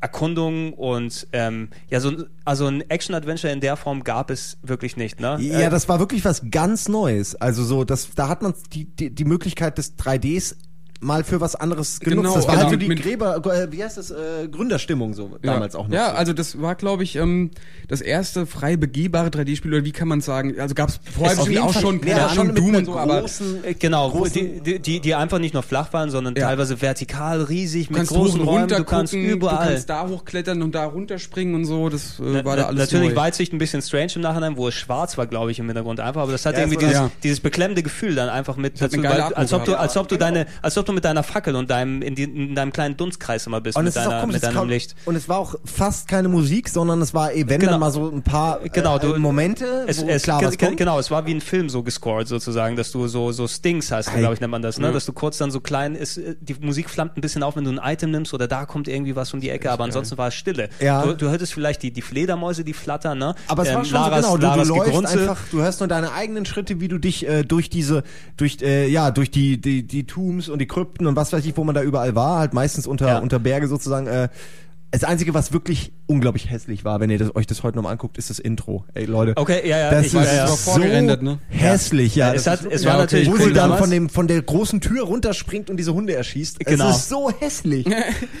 Erkundung und ähm, ja, so, ein- also ein Action-Adventure in der Form gab es wirklich nicht, ne?
Ja, das war wirklich was ganz Neues. Also so, das, da hat man die, die, die Möglichkeit des 3Ds mal für was anderes genutzt.
Genau,
das war
also
also
mit-
die
mit-
Gräber, äh, wie heißt das, äh, Gründerstimmung so damals auch noch.
Ja, also das war, glaube ich, ähm, das erste frei begehbare 3D-Spiel, oder wie kann man sagen? Also gab es vorher
auf
bestimmt
jeden
eh
auch
Fall-
schon,
ja,
keine
schon
Ahnung,
mit
Doom
einer
und so, aber
großen-
Äh, Genau, wo die,
großen-
die, die, die einfach nicht nur flach waren, sondern
Ja.
teilweise vertikal, riesig,
du
mit
kannst
großen
hoch und
Räumen,
runter
du kannst
gucken,
überall.
du kannst da hochklettern und da runterspringen und so, das äh, war da
Na-
alles
Natürlich
neu.
Weitsicht ein bisschen strange im Nachhinein, wo es schwarz war, glaube ich, im Hintergrund einfach, aber das hat
Ja,
irgendwie
es war-
dieses,
ja.
dieses beklemmende Gefühl dann einfach mit
hat
dazu,
eine geile
weil, als ob du,
Atmosphäre. Genau.
als ob du deine, als ob du mit deiner Fackel und deinem, in, die, in deinem kleinen Dunstkreis immer bist,
Und
mit
es, ist auch
deiner,
komisch,
mit
es
deinem
kam,
Licht.
und es war auch fast keine Musik, sondern es war, eh, wenn
Genau.
dann mal so ein paar äh,
Genau, du-
Momente,
Es,
wo
es,
klar
ge-
was
ge-
kommt.
genau, es war wie ein Film so gescored sozusagen, dass du so, so Stings hast, glaube ich, nennt man das,
Mhm.
ne? Dass du kurz dann so klein ist, äh, die Musik flammt ein bisschen auf, wenn du ein Item nimmst oder da kommt irgendwie was um die Ecke, aber ansonsten war es Stille.
Ja.
Du, du hörtest vielleicht die, die Fledermäuse, die flattern, ne?
Aber es war
Ähm,
schon
Laras-
so, genau, du,
Laras
du läufst
Gegrunze.
einfach, du hörst nur deine eigenen Schritte, wie du dich äh, durch diese, durch, äh, ja, durch die, die, die Tombs und die Krypten und was weiß ich, wo man da überall war, halt meistens unter,
Ja.
unter Berge sozusagen. Äh, das Einzige, was wirklich unglaublich hässlich war, wenn ihr das, euch das heute nochmal anguckt, ist das Intro. Ey, Leute.
Okay, ja, ja,
Das
ich
ist
weiß, es war
so
vorgerendert, ne?
hässlich, ja.
Ja, es
das
hat-
ist-
es war
okay.
natürlich
Wo
cool
sie dann
damals.
von, dem, von der großen Tür runterspringt und diese Hunde erschießt.
Genau.
Es ist so
[laughs]
hässlich.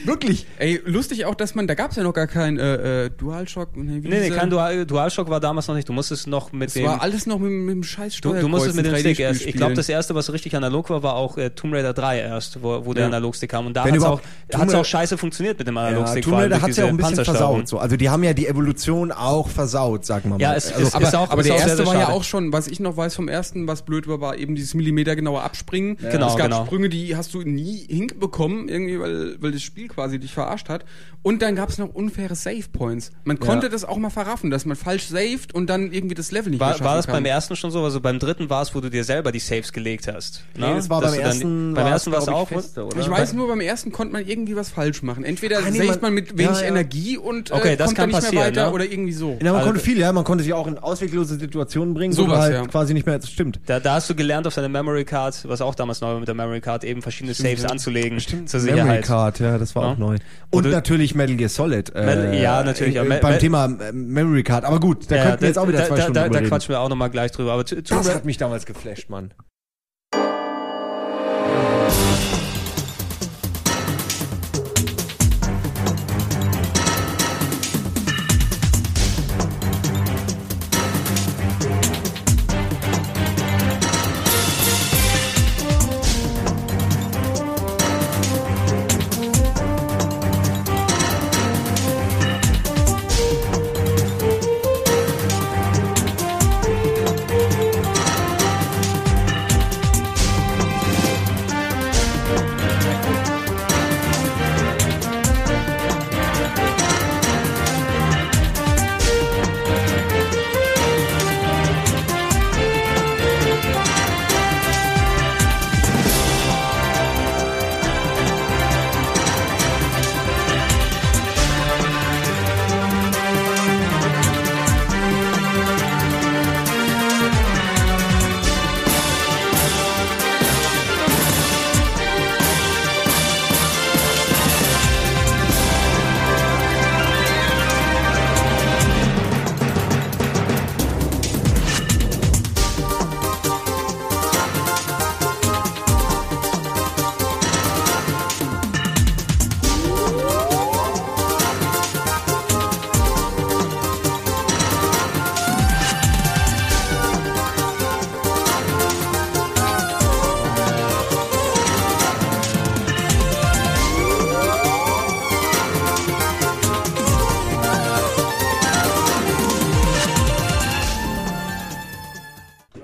wirklich.
Ey, lustig auch, dass man, da gab's ja noch gar kein äh, äh, DualShock. Nee,
Nee,
wie
nee,
diese-
kein Dual, DualShock war damals noch nicht. Du musstest noch mit
Das
dem.
war alles noch mit, mit dem scheiß
Du,
Steuerkreuz
du musstest mit
ein
dem Stick
3D-Spiel
erst. Ich glaube,
spielen.
das erste, was richtig analog war, war auch äh, Tomb Raider 3 erst, wo, wo der
Ja.
Analogstick kam. Und da
Wenn
hat es auch,
überhaupt, Tomb
hat's auch
Raider-
scheiße funktioniert mit dem
Ja,
Analogstick.
Tomb
vor allem
Raider
durch
hat ja
diese
auch ein bisschen
Panzersteuerung.
versaut. So. Also die haben ja die Evolution auch versaut, sagen wir mal.
Ja, es
also,
ist,
aber,
ist auch,
aber
ist
der
auch sehr,
erste
sehr
war ja
schade.
auch schon, was ich noch weiß vom ersten, was blöd war, war eben dieses millimetergenaue Abspringen.
Genau,
es gab
genau.
Sprünge, die hast du nie hinbekommen, irgendwie, weil, weil das Spiel quasi dich verarscht hat. Und dann gab es noch unfaire Save Points. Man konnte das auch mal verraffen, dass man falsch saved und dann irgendwie das Level nicht
War,
mehr
war das
schaffen
beim
kann.
ersten schon so? Also beim dritten war es, wo du dir selber die Saves gelegt hast.
Nee,
ne?
das war
Dass
beim
du dann-
ersten
Beim
war
ersten
es,
war es
glaub ich,
auch.
fester, oder?
Ich weiß nur, beim ersten konnte man irgendwie was falsch machen. Entweder
Ah, nee,
saved
man-
man mit
ja,
wenig
ja.
Energie und äh,
Okay, das kann
kommt dann nicht mehr
passieren,
weiter
ne?
oder irgendwie so.
Ja, man
Also-
konnte viel, ja, man konnte sich auch in ausweglose Situationen bringen, wo
Sowas,
du halt
ja.
quasi nicht mehr, das stimmt.
Da, da hast du gelernt auf deiner Memory Card, was auch damals neu war mit der Memory Card, eben verschiedene Saves anzulegen zur Sicherheit.
Memory Card, ja, das war
Ja.
auch neu.
Und
Und,
du-
natürlich Metal Gear Solid. äh,
Metal- ja, natürlich,
in-
aber
beim
Me-
Thema äh, Memory Card, aber gut, da
Ja,
könnten wir jetzt auch wieder
da,
zwei
da,
Stunden
da,
drüber
da
reden.
quatschen wir auch nochmal gleich drüber. Aber Tomb
das
Ra-
hat mich damals geflasht, Mann.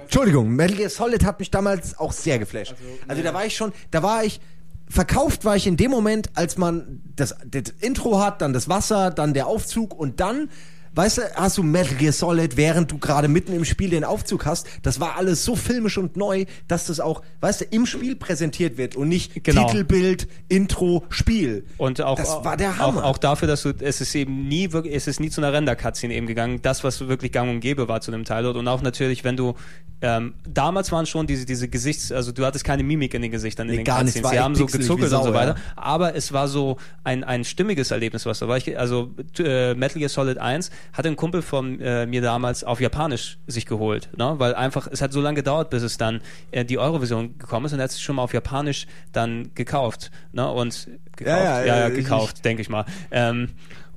Entschuldigung, Metal Gear Solid hat mich damals auch sehr geflasht. Also, da war ich schon, da war ich, verkauft war ich in dem Moment, als man das, das Intro hat, dann das Wasser, dann der Aufzug und dann, weißt du, hast du Metal Gear Solid, während du gerade mitten im Spiel den Aufzug hast. Das war alles so filmisch und neu, dass das auch, weißt du, im Spiel präsentiert wird und nicht
Genau.
Titelbild, Intro, Spiel.
Und auch,
das war der Hammer.
Auch, auch dafür, dass du, es ist eben nie wirklich, es ist nie zu einer Render-Cutscene eben gegangen. Das, was wirklich gang und gäbe war zu dem Teil dort. Und auch natürlich, wenn du Ähm, damals waren schon diese, diese Gesichts-, also du hattest keine Mimik in den Gesichtern in
Nee,
den
gar nicht.
Cutscenes.
War
Sie
echt
haben so
pixelig wie
gezuckelt und
Sau,
so weiter.
ja.
Aber es war so ein, ein stimmiges Erlebnis, was da war. Ich, also äh, Metal Gear Solid 1 hatte ein Kumpel von äh, mir damals auf Japanisch sich geholt, ne? weil einfach, es hat so lange gedauert, bis es dann äh, die Eurovision gekommen ist und er hat es schon mal auf Japanisch dann gekauft. Ne? Und gekauft,
Ja,
ja,
ja,
ja,
ich-
gekauft, denke ich mal. Ähm,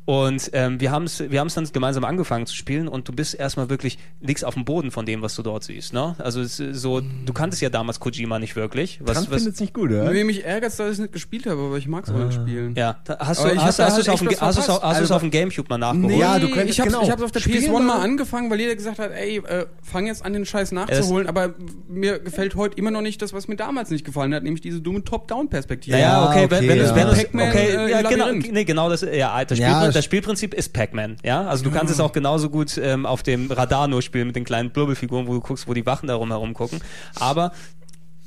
und ähm, wir haben es wir haben's dann gemeinsam angefangen zu spielen und du bist erstmal wirklich, liegst auf dem Boden von dem, was du dort siehst. Ne? Also es ist so, du kanntest ja damals Kojima nicht wirklich. Was,
Trump
was,
findet es nicht gut, oder?
Nee, mich ärgert dass ich es nicht gespielt habe, aber ich mag es auch nicht spielen.
Ah, ja, da- hast
Aber
du
ich
hast,
hab da
hast du
halt
es auf,
echt
dem Ge-
was
hast du es
verpasst.
au- hast du es
Also-
auf dem Gamecube mal nachgeholt?
Ja, du könntest-
ich hab's,
genau.
ich hab's auf der
Spielen
PS1 mal
wir-
angefangen, weil jeder gesagt hat, ey, äh, fang jetzt an, den Scheiß nachzuholen, aber mir gefällt heute immer noch nicht das, was mir damals nicht gefallen hat, nämlich diese dumme Top-Down-Perspektive.
Ja, okay, wenn, wenn,
okay,
es,
ja.
wenn es,
Pac-Man,
okay,
äh,
ja,
im
genau,
Labyrinth.
nee, genau das, ja, das,
Ja,
Spielprin
das-
das Spielprinzip ist Pac-Man, ja, also du kannst es auch genauso gut ähm, auf dem Radar nur spielen mit den kleinen Blubbelfiguren, wo du guckst, wo die Wachen darum herum gucken, aber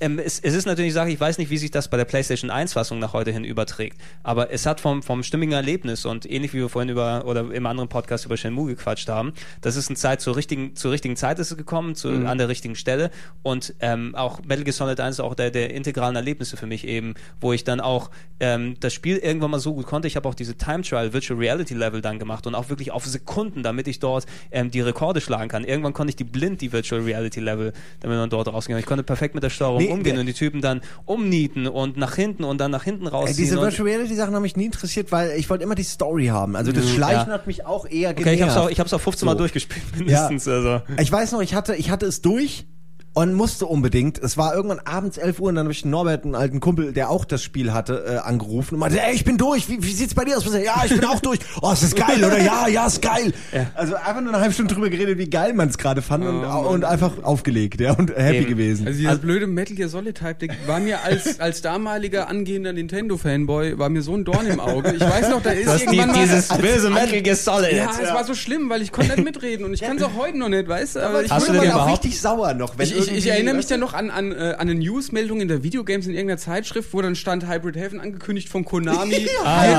ähm, es, es ist natürlich, sage ich, weiß nicht, wie sich das bei der PlayStation 1-Fassung nach heute hin überträgt, aber es hat vom, vom stimmigen Erlebnis und ähnlich wie wir vorhin über oder im anderen Podcast über Shenmue gequatscht haben, das ist eine Zeit zur richtigen, zur richtigen Zeit ist es gekommen, zu, an der richtigen Stelle und ähm, auch Metal Gear Solid 1 ist auch der, der integralen Erlebnisse für mich eben, wo ich dann auch ähm, das Spiel irgendwann mal so gut konnte. Ich habe auch diese Time Trial Virtual Reality Level dann gemacht und auch wirklich auf Sekunden, damit ich dort ähm, die Rekorde schlagen kann. Irgendwann konnte ich die blind die Virtual Reality Level, damit man dort rausging. Ich konnte perfekt mit der Steuerung
Nee,
umgehen
der-
und die Typen dann umnieten und nach hinten und dann nach hinten
Äh,
rausziehen.
Diese
und
Virtual Reality Sachen haben mich nie interessiert, weil ich wollte immer die Story haben. Also das Schleichen
Mhm, ja.
hat mich auch eher genervt.
okay, ich habe es auch, ich hab's auch 15 Mal
So.
durchgespielt mindestens. Also.
Ich weiß noch, ich hatte, ich hatte es durch und musste unbedingt. Es war irgendwann abends 11 Uhr und dann habe ich Norbert, einen alten Kumpel, der auch das Spiel hatte, äh, angerufen und meinte, ey, ich bin durch, wie, wie sieht's bei dir aus? Ja, ich bin auch durch. Oh, es ist geil, oder? Ja, ja, ist geil. Also einfach nur eine halbe Stunde drüber geredet, wie geil man es gerade fand und, und einfach aufgelegt, ja, und
Oh,
happy
Eben.
gewesen.
Also dieser blöde Metal Gear Solid Hype, der war
[laughs]
mir als, als damaliger angehender Nintendo Fanboy, war mir so ein Dorn im Auge. Ich weiß noch, da ist
Du hast die,
irgendwann mal
dieses böse Metal Gear Solid.
ja, es war so schlimm, weil ich konnte nicht mitreden und ich kann es auch heute noch nicht, weißt du? Aber ich,
Hast
wurde
du denn
man auch
überhaupt-
richtig sauer noch, wenn
ich, ich, ich
irgendwie-
erinnere mich dann noch an, an, äh, an eine Newsmeldung in der Videogames in irgendeiner Zeitschrift, wo dann stand Hybrid Heaven angekündigt
[laughs]
von Konami mit,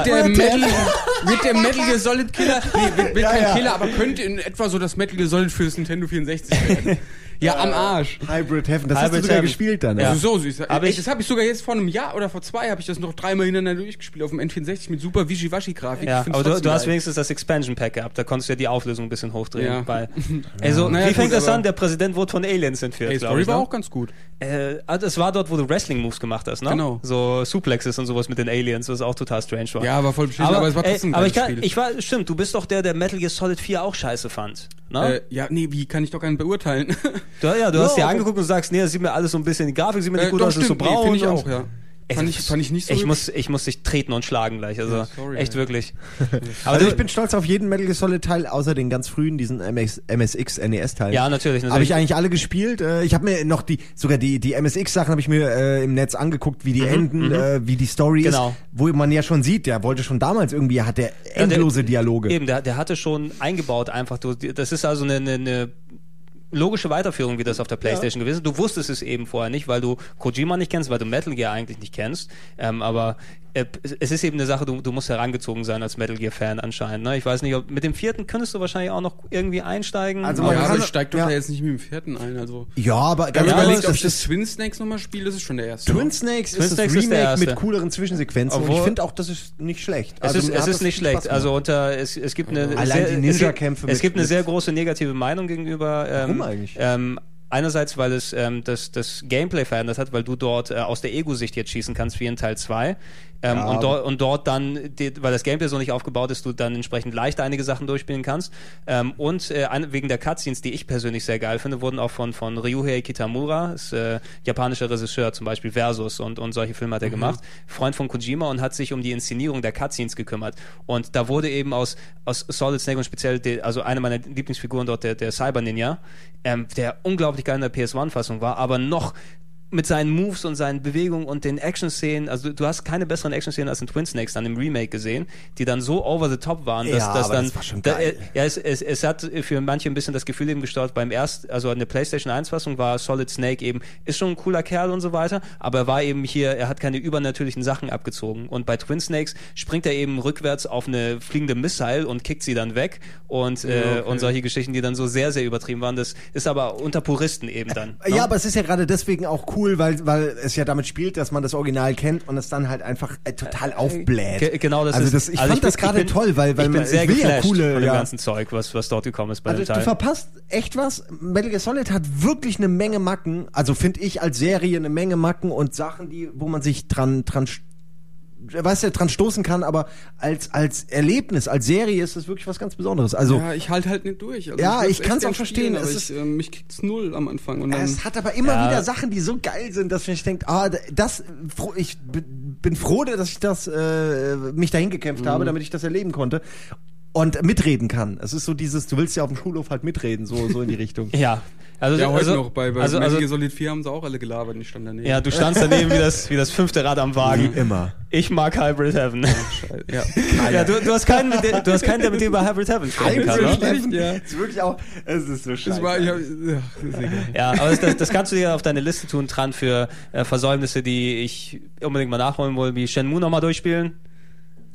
der Metal, mit der Metal Gear Solid Killer. Nee, wird, wird kein
ja.
Killer, aber könnte in etwa so das Metal Gear Solid fürs Nintendo 64
[laughs]
werden. ja, am Arsch.
Hybrid Heaven, das hast du
Hybrid
sogar
Heaven.
gespielt dann.
Ja.
also.
Also so süß.
Aber ich-
das habe ich sogar jetzt vor einem Jahr oder vor zwei habe ich das noch dreimal hintereinander durchgespielt auf dem N64 mit super Wischiwaschi-Grafik.
Ja,
Ich find's
aber du,
trotzdem
du hast
geil.
wenigstens das Expansion Pack gehabt, da konntest du ja die Auflösung ein bisschen hochdrehen.
[laughs] Ja.
Weil, also,
Naja,
wie fängt
gut,
das
aber-
an? Der Präsident wurde von Aliens entführt,
Ey,
glaube
Story
ich.
war
Ne?
auch ganz gut.
Äh, ah, das war dort, wo du Wrestling-Moves gemacht hast, ne?
Genau.
So Suplexes und sowas mit den Aliens, was auch total strange war.
Ja, war voll beschissen, aber, es war trotzdem
ey,
ein
aber ich,
geiles
kann,
Spiel.
ich war, stimmt, du bist doch der, der Metal Gear Solid 4 auch scheiße fand. Ne?
äh, ja, nee, wie kann ich doch gar nicht beurteilen. [laughs]
du, ja, du hast
ja,
dir
aber-
angeguckt und sagst, nee, das sieht mir alles so ein bisschen, die Grafik sieht mir
Äh,
nicht gut
doch,
aus, ist so
stimmt, nee,
braun.
Find ich
und-
auch, ja.
Ey,
Fand ich, fand ich nicht so
ich
hübsch. Also
muss, ich muss dich treten und schlagen gleich, also
Ja, sorry,
echt
ey. [laughs]
wirklich.
Also ich bin stolz auf jeden Metal Gear Solid Teil, außer den ganz frühen, diesen MS, MSX NES E Teil.
Ja, E natürlich, natürlich.
Habe ich eigentlich alle gespielt. Äh, Ich habe mir noch die, sogar die, die MSX Sachen habe ich mir äh, im Netz angeguckt, wie die enden, äh, wie die Story
Mhm, Genau.
ist, wo man ja schon sieht, der wollte schon damals irgendwie, hat der endlose Dialoge.
Eben, der, der hatte schon eingebaut einfach, du, das ist also eine, eine, eine logische Weiterführung, wie das auf der Playstation gewesen ist. Du wusstest es eben vorher nicht, weil du Kojima nicht kennst, weil du Metal Gear eigentlich nicht kennst. Ähm, aber äh, es- es ist eben eine Sache, du, du musst herangezogen sein als Metal Gear-Fan anscheinend. Ne? Ich weiß nicht, ob mit dem vierten könntest du wahrscheinlich auch noch irgendwie einsteigen.
Also man
ja,
kann-
aber ich steig doch
ja.
da jetzt nicht mit dem vierten ein. Also.
Ja, aber
Ja,
ganz
Ja,
aber
ehrlich,
überlegt,
es-
ob
das
ich das
ist
Twin Snakes nochmal spiele, das ist schon der erste.
Twin Snakes
Twin Snakes
ist das
ist der
Remake
erste.
mit cooleren Zwischensequenzen und ich
Obwohl-
finde auch, das ist nicht schlecht. Also
Es ist,
mir
es
hat
ist
das
nicht
viel Spaß
schlecht.
gemacht.
Also unter es, es gibt eine
Allein
sehr,
die
es-
Ninja-Kämpfe
Es
mit-
gibt eine
mit-
sehr große negative Meinung gegenüber. Ähm,
Warum eigentlich?
Ähm, Einerseits, weil es ähm, das, das Gameplay verändert hat, weil du dort äh, aus der Ego-Sicht jetzt schießen kannst, wie in Teil 2. Ähm,
Ja,
und,
aber-
dort- und dort dann, die, weil das Gameplay so nicht aufgebaut ist, du dann entsprechend leicht einige Sachen durchspielen kannst. Ähm, und äh, ein, wegen der Cutscenes, die ich persönlich sehr geil finde, wurden auch von, von Ryuhei Kitamura, ist, äh, japanischer Regisseur zum Beispiel, Versus und, und solche Filme hat er gemacht, Freund von Kojima und hat sich um die Inszenierung der Cutscenes gekümmert. Und da wurde eben aus, aus Solid Snake und speziell, de, also eine meiner Lieblingsfiguren dort, der, der Cyber Ninja, ähm, der unglaublich geil in der PS1-Fassung war, aber noch mit seinen Moves und seinen Bewegungen und den Action-Szenen, also du, du hast keine besseren Action-Szenen als in Twin Snakes dann im Remake gesehen, die dann so over the top waren, dass,
Ja,
dass
aber
dann.
das war schon
da-
geil.
äh, ja, es, es, es hat für manche ein bisschen das Gefühl eben gestört, beim erst, also an der PlayStation 1-Fassung war Solid Snake eben, ist schon ein cooler Kerl und so weiter, aber er war eben hier, er hat keine übernatürlichen Sachen abgezogen. Und bei Twin Snakes springt er eben rückwärts auf eine fliegende Missile und kickt sie dann weg und, äh, und solche Geschichten, die dann so sehr, sehr übertrieben waren. Das ist aber unter Puristen eben dann. ne?
Ja, aber es ist ja gerade deswegen auch cool, weil, weil es ja damit spielt, dass man das Original kennt und es dann halt einfach äh, total aufbläht.
Ge- genau, das
also
ist.
das, ich fand
bin-
das gerade
bin-
toll, weil, weil
ich bin
man
sehr
ich will ja
geflasht
coole
von dem
ja.
ganzen Zeug, was, was dort gekommen ist bei
Also
dem
du
Teil.
verpasst echt was. Metal Gear Solid hat wirklich eine Menge Macken. Also finde ich als Serie eine Menge Macken und Sachen, die, wo man sich dran, dran, st- weißt du, dran stoßen kann. Aber als, als Erlebnis, als Serie ist das wirklich was ganz Besonderes. Also
Ja, ich halte halt nicht durch. Also
Ja,
würd's
ich
echt
kann's
gern
auch verstehen.
spielen, Aber
Es
ich,
ist-
äh, mich kickt's null am Anfang. Und dann,
Es hat aber immer
Ja.
wieder Sachen, die so geil sind, dass ich denke, ah, das, fro- ich b- bin froh, dass ich das, äh, mich dahin gekämpft
Mhm.
habe, damit ich das erleben konnte und mitreden kann. Es ist so dieses, du willst ja auf dem Schulhof halt mitreden, so, so in die
[laughs]
Richtung.
Ja. Also,
ja, heute
also,
noch bei, bei
also, also,
Metal Gear Solid 4 haben sie auch alle gelabert. und Ich stand daneben.
ja, du standst daneben wie das, wie das fünfte Rad am Wagen.
Immer.
Ich mag Hybrid Heaven.
ja.
[laughs] ja, du, du hast keinen, mit dem- du hast keinen, der mit dir über Hybrid Heaven sprechen kann. Ne?
Hybrid- schlecht, ja.
Also, Ist wirklich auch, es ist so scheiße.
Das war, ja, ja, ist egal.
Ja, aber das, das, das kannst du dir auf deine Liste tun, dran für äh, Versäumnisse, die ich unbedingt mal nachholen will, wie Shenmue nochmal durchspielen.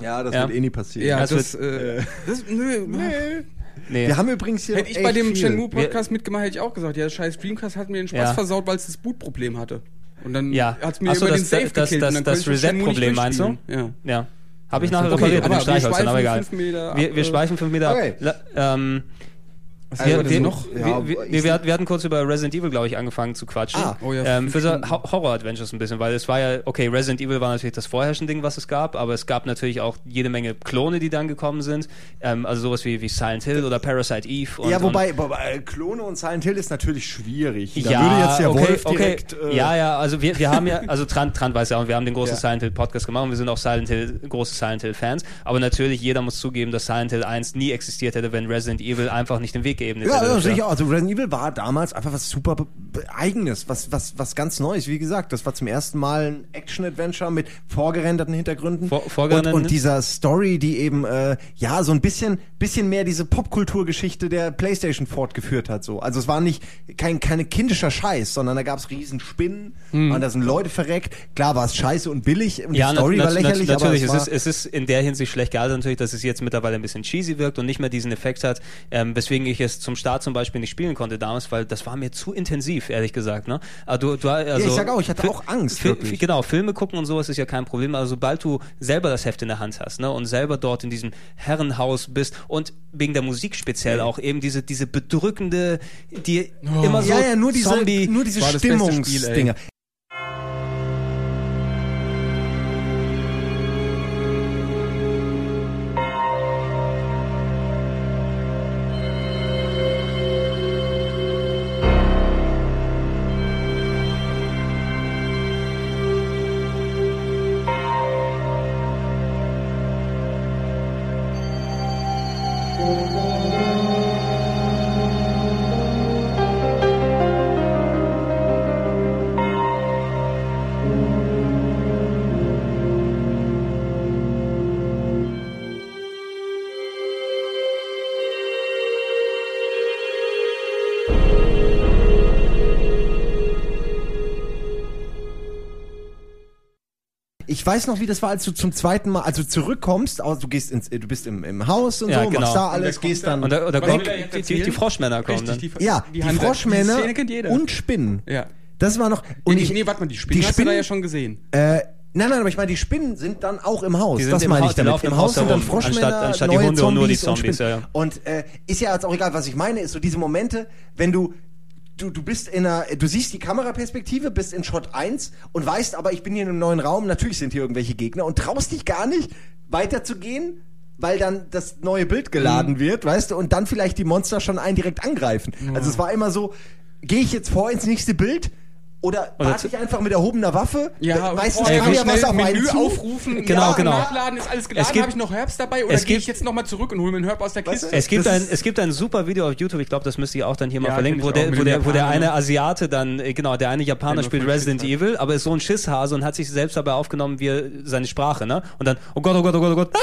Ja, das
Ja.
wird eh nie passieren.
Ja,
Das
das, äh, das nö, nö.
Nee.
Wir haben übrigens hier
Hätte ich
echt
bei dem
viel.
Shenmue-Podcast mitgemacht, hätte ich auch gesagt, ja, scheiß Dreamcast hat mir den Spaß
Ja.
versaut, weil es das Bootproblem hatte. Und dann
Ja.
hat es mir
Ach so,
über
das-
den Safe
das-
gekillt.
das-
und dann
das
konnte ich Shenmue
Reset-Problem
nicht
meinst du?
durchspielen. Ja.
ja. Habe ich nachher
Okay,
repariert mit
aber
den
wir
Streichhölzern, aber
schweifen
egal.
fünf Meter ab,
wir, wir
äh,
schweifen fünf Meter
okay. Also
ab. La, ähm,
Was
Wir,
war denn
wir,
noch?
Ja,
wir, wir,
ich-
nee, wir, hat- wir hatten kurz über Resident Evil, glaube ich, angefangen zu quatschen.
Ah,
oh ja,
ähm, für so Ho- Horror-Adventures ein bisschen, weil es war ja, okay, Resident Evil war natürlich das vorherrschende Ding, was es gab, aber es gab natürlich auch jede Menge Klone, die dann gekommen sind. Ähm, also sowas wie, wie Silent Hill oder Parasite Eve. Und,
ja, wobei, wobei, äh, Klone und Silent Hill ist natürlich schwierig.
und,
Da würde jetzt der Wolf direkt. äh,
ja, ja, also wir, wir haben ja, also Trant, Trant weiß ja auch, wir haben den großen
Ja.
Silent Hill Podcast gemacht und wir sind auch Silent Hill, große Silent Hill Fans. Aber natürlich, jeder muss zugeben, dass Silent Hill 1 nie existiert hätte, wenn Resident Evil einfach nicht den Weg geebnet
Ja,
hätte.
ja,
dafür.
sicher. Also Resident Evil war damals einfach was super Be- Be- Eigenes, was, was, was ganz Neues. Wie gesagt, das war zum ersten Mal ein Action-Adventure mit vorgerenderten Hintergründen.
Vor- vorgerenderten-
Und, und dieser Story, die eben, äh, ja, so ein bisschen, bisschen mehr diese Popkulturgeschichte der Playstation fortgeführt hat. So. Also es war nicht, kein, keine kindischer Scheiß, sondern da gab's riesen Spinnen und da sind Leute verreckt. Klar war es scheiße und billig und um die
Hm. nat-
Story war
nat- nat-
lächerlich, aber
natürlich,
es war,
es, ist, es ist in der Hinsicht schlecht gealtert natürlich, dass es jetzt mittlerweile ein bisschen cheesy wirkt und nicht mehr diesen Effekt hat, ähm, weswegen ich es zum Start zum Beispiel nicht spielen konnte damals, weil das war mir zu intensiv, ehrlich gesagt. Ne? Aber du, du, also,
ich sag auch, ich hatte
Fi-
auch Angst,
Fi-
wirklich.
Fi- genau, Filme gucken und sowas ist ja kein Problem, aber sobald du selber das Heft in der Hand hast ne, und selber dort in diesem Herrenhaus bist und wegen der Musik speziell auch eben diese, diese bedrückende, die immer so
ja, ja, nur diese,
Zombie...
nur diese
war das beste Spiel, ey.
Stimmungsdinger. Ich weiß noch, wie das war, als du zum zweiten Mal, also zurückkommst, also du gehst ins, du bist im, im Haus und
Ja,
so,
genau.
machst da
Und
alles, gehst dann.
und da, und da
Was
kommt,
will er jetzt
die, die, die
erzählen?
Froschmänner kommen dann.
Richtig, die,
ja, die,
Hand-
Froschmänner
Die Szene kennt jeder.
und Spinnen.
ja.
Das war noch.
Und
Und ich,
nee, warte mal, die Spinnen, hast du da ja schon gesehen.
Äh, nein, nein, aber ich meine, die Spinnen sind dann auch im Haus.
Die sind
das
im
meine
Haus,
ich
die
damit.
laufen
Im
im
Haus
Haus
sind dann
herum,
Froschmänner,
anstatt- anstatt die
neue
Hunde und nur die
Zombies
Zombies, ja, ja.
und, Spinnen. und äh, ist ja jetzt auch egal, was ich meine, ist so diese Momente, wenn du du du bist in einer du siehst die Kameraperspektive, bist in Shot 1 und weißt aber ich bin hier in einem neuen Raum, natürlich sind hier irgendwelche Gegner und traust dich gar nicht weiterzugehen. Weil dann das neue Bild geladen wird, weißt du, und dann vielleicht die Monster schon einen direkt angreifen. Also es war immer so, gehe ich jetzt vor ins nächste Bild Oder
Oder
warte
zu-
ich einfach mit erhobener Waffe?
Ja, und
meistens
vorher
kam ja was
schnell
auf einen
Menü
zu.
[laughs] aufrufen,
Genau,
ja,
genau.
nachladen, ist alles
Es
geladen,
gibt-
habe ich noch Herbst dabei oder
es
gehe
gibt-
ich jetzt nochmal zurück und hole mir einen Herb aus der Kiste?
Es gibt,
Das
ein,
ist-
es gibt ein super Video auf YouTube, ich glaube, das müsst ihr auch dann hier mal
Ja,
verlinken,
kenn
wo
ich auch,
der,
mit
wo,
dem
der, wo der
Japaner,
eine
ne?
Asiate dann, äh, genau, der eine Japaner
nur
spielt
fünf
Resident
Stück
Evil, aber ist so ein Schisshase und hat sich selbst dabei aufgenommen, wie er seine Sprache, ne? Und dann, oh Gott, oh Gott, oh Gott, oh Gott, ah!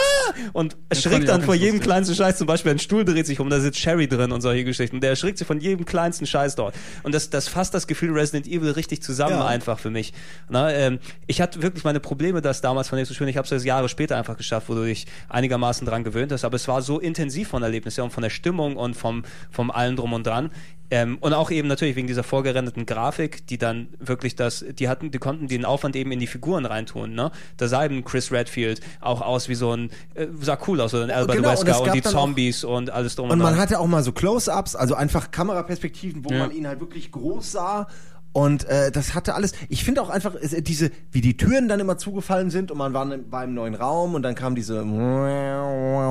Und
fand
erschrickt
ich auch
dann vor
ganz
jedem
lustig.
kleinsten Scheiß, zum Beispiel ein Stuhl dreht sich um, da sitzt Sherry drin und solche Geschichten. Der erschrickt sich von jedem kleinsten Scheiß dort. Und das, das fasst das Gefühl Resident Evil richtig zusammen
Ja.
einfach für mich. Na, ähm, ich hatte wirklich meine Probleme, das damals von dem zu spielen. Ich habe es erst Jahre später einfach geschafft, wo du dich einigermaßen dran gewöhnt hast. Aber es war so intensiv von Erlebnis her und von der Stimmung und vom, vom allem drum und dran. Ähm, und auch eben natürlich wegen dieser vorgerenderten Grafik, die dann wirklich das, die hatten, die konnten den Aufwand eben in die Figuren reintun. Ne? Da sah eben Chris Redfield auch aus wie so ein, äh, sah cool aus, so ein Albert
Genau, und es
Wesker und,
gab
die
dann auch-
Zombies und alles drum und
Und
dran.
man hatte auch mal so Close-Ups, also einfach Kameraperspektiven, wo man ihn halt wirklich groß sah. Und äh, das hatte alles. Ich finde auch einfach es, äh, diese, wie die Türen dann immer zugefallen sind und man war in, war im neuen Raum und dann kam diese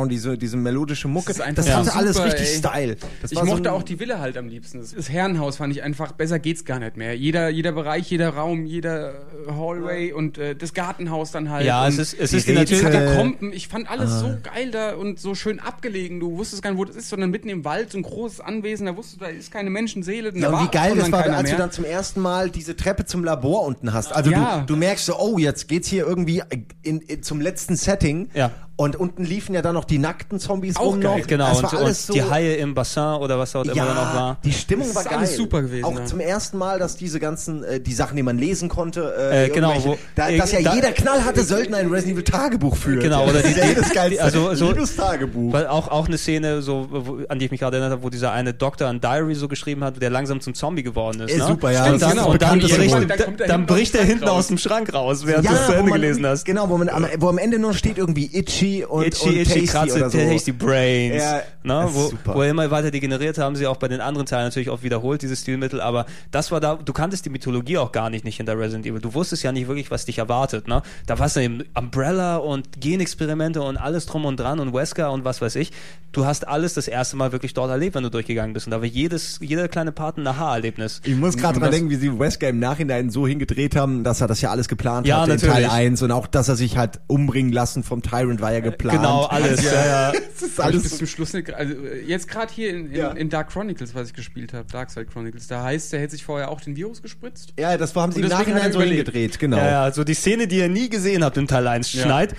und diese diese melodische Mucke.
Das ist einfach
Das hatte alles
super,
richtig
ey.
Style. Das
ich
war so
mochte
ein-
auch die Villa halt am liebsten. Das, das Herrenhaus fand ich einfach, besser geht's gar nicht mehr. Jeder, jeder Bereich, jeder Raum, jeder äh, Hallway und äh, das Gartenhaus dann halt.
ja,
und
es ist, es
die
ist die
Rätsel-
natürlich,
Katakomben. Ich fand alles so geil da und so schön abgelegen. Du wusstest gar nicht, wo das ist, sondern mitten im Wald so ein großes Anwesen. Da wusstest du, da ist keine Menschenseele. Da
Ja, und
war
wie geil
schon
das
dann
war,
keiner
als
mehr.
du dann zum ersten Mal diese Treppe zum Labor unten hast. Also
Ja.
du, du merkst so, oh, jetzt geht's hier irgendwie in, in, zum letzten Setting.
Ja.
Und unten liefen ja dann noch die nackten Zombies
Auch
rum
geil.
noch.
genau,
das
und,
war
und
alles so,
die Haie im Bassin oder was auch immer da noch war.
die Stimmung
Das
war
ist
geil.
alles super gewesen,
Auch
ja.
zum ersten Mal, dass diese ganzen, äh, die Sachen, die man lesen konnte,
Äh, genau,
irgendwelche-
wo-
da,
äh,
dass ja
da-
jeder Knall hatte, Söldner ein Resident Evil Tagebuch führen.
Genau, oder
das
die-
ist ja jedes geilste,
also so-
liebes Tagebuch.
Weil auch, auch eine Szene, so, wo, an die ich mich gerade erinnert habe, wo dieser eine Doktor ein Diary so geschrieben hat, der langsam zum Zombie geworden ist.
Ey,
ne?
super, ja,
Und
das
dann,
ist genau, auch
und dann,
bekannt,
bricht,
das
Symbol. Da
dann,
kommt er hinten aus
bricht
dem
er
Schrank
hinten
raus.
aus dem Schrank raus, während du es
wo
zu Ende
man-
gelesen hast.
Genau, wo, man am, wo am Ende nur steht irgendwie Itchy und, und
Itchy, itchy,
tasty
kratze,
oder so.
tasty brains.
Ja,
ne?
das ist
wo,
super.
wo er immer weiter degeneriert haben sie auch bei den anderen Teilen natürlich auch wiederholt, dieses Stilmittel, aber das war da, du kanntest die Mythologie auch gar nicht, nicht hinter Resident Evil. Du wusstest ja nicht wirklich, was dich erwartet. Ne? Da war es dann eben Umbrella und Genexperimente und alles drum und dran und Wesker und was weiß ich. Du hast alles das erste Mal wirklich dort erlebt, wenn du durchgegangen bist. Und da war jedes, jeder kleine Part ein Aha-Erlebnis.
Ich muss gerade
Und
dran
das-
denken, wie sie Wesker im Nachhinein so hingedreht haben, dass er das ja alles geplant
Ja,
hat in
natürlich.
Teil 1 und auch, dass er sich hat umbringen lassen vom Tyrant war ja geplant.
Genau, alles.
[laughs]
Ja, ja.
Das ist
Alles
alles
bis zum Schluss nicht. Also äh, jetzt gerade hier in, in,
Ja.
in Dark Chronicles, was ich gespielt habe, Dark Side Chronicles, da heißt, der hätte sich vorher auch den Virus gespritzt.
Ja, das haben sie
Und
im
deswegen hat
Nachhinein
er
so
überlebt.
hingedreht, genau.
Ja, ja, so die Szene, die ihr nie gesehen habt im Teil 1, schneit.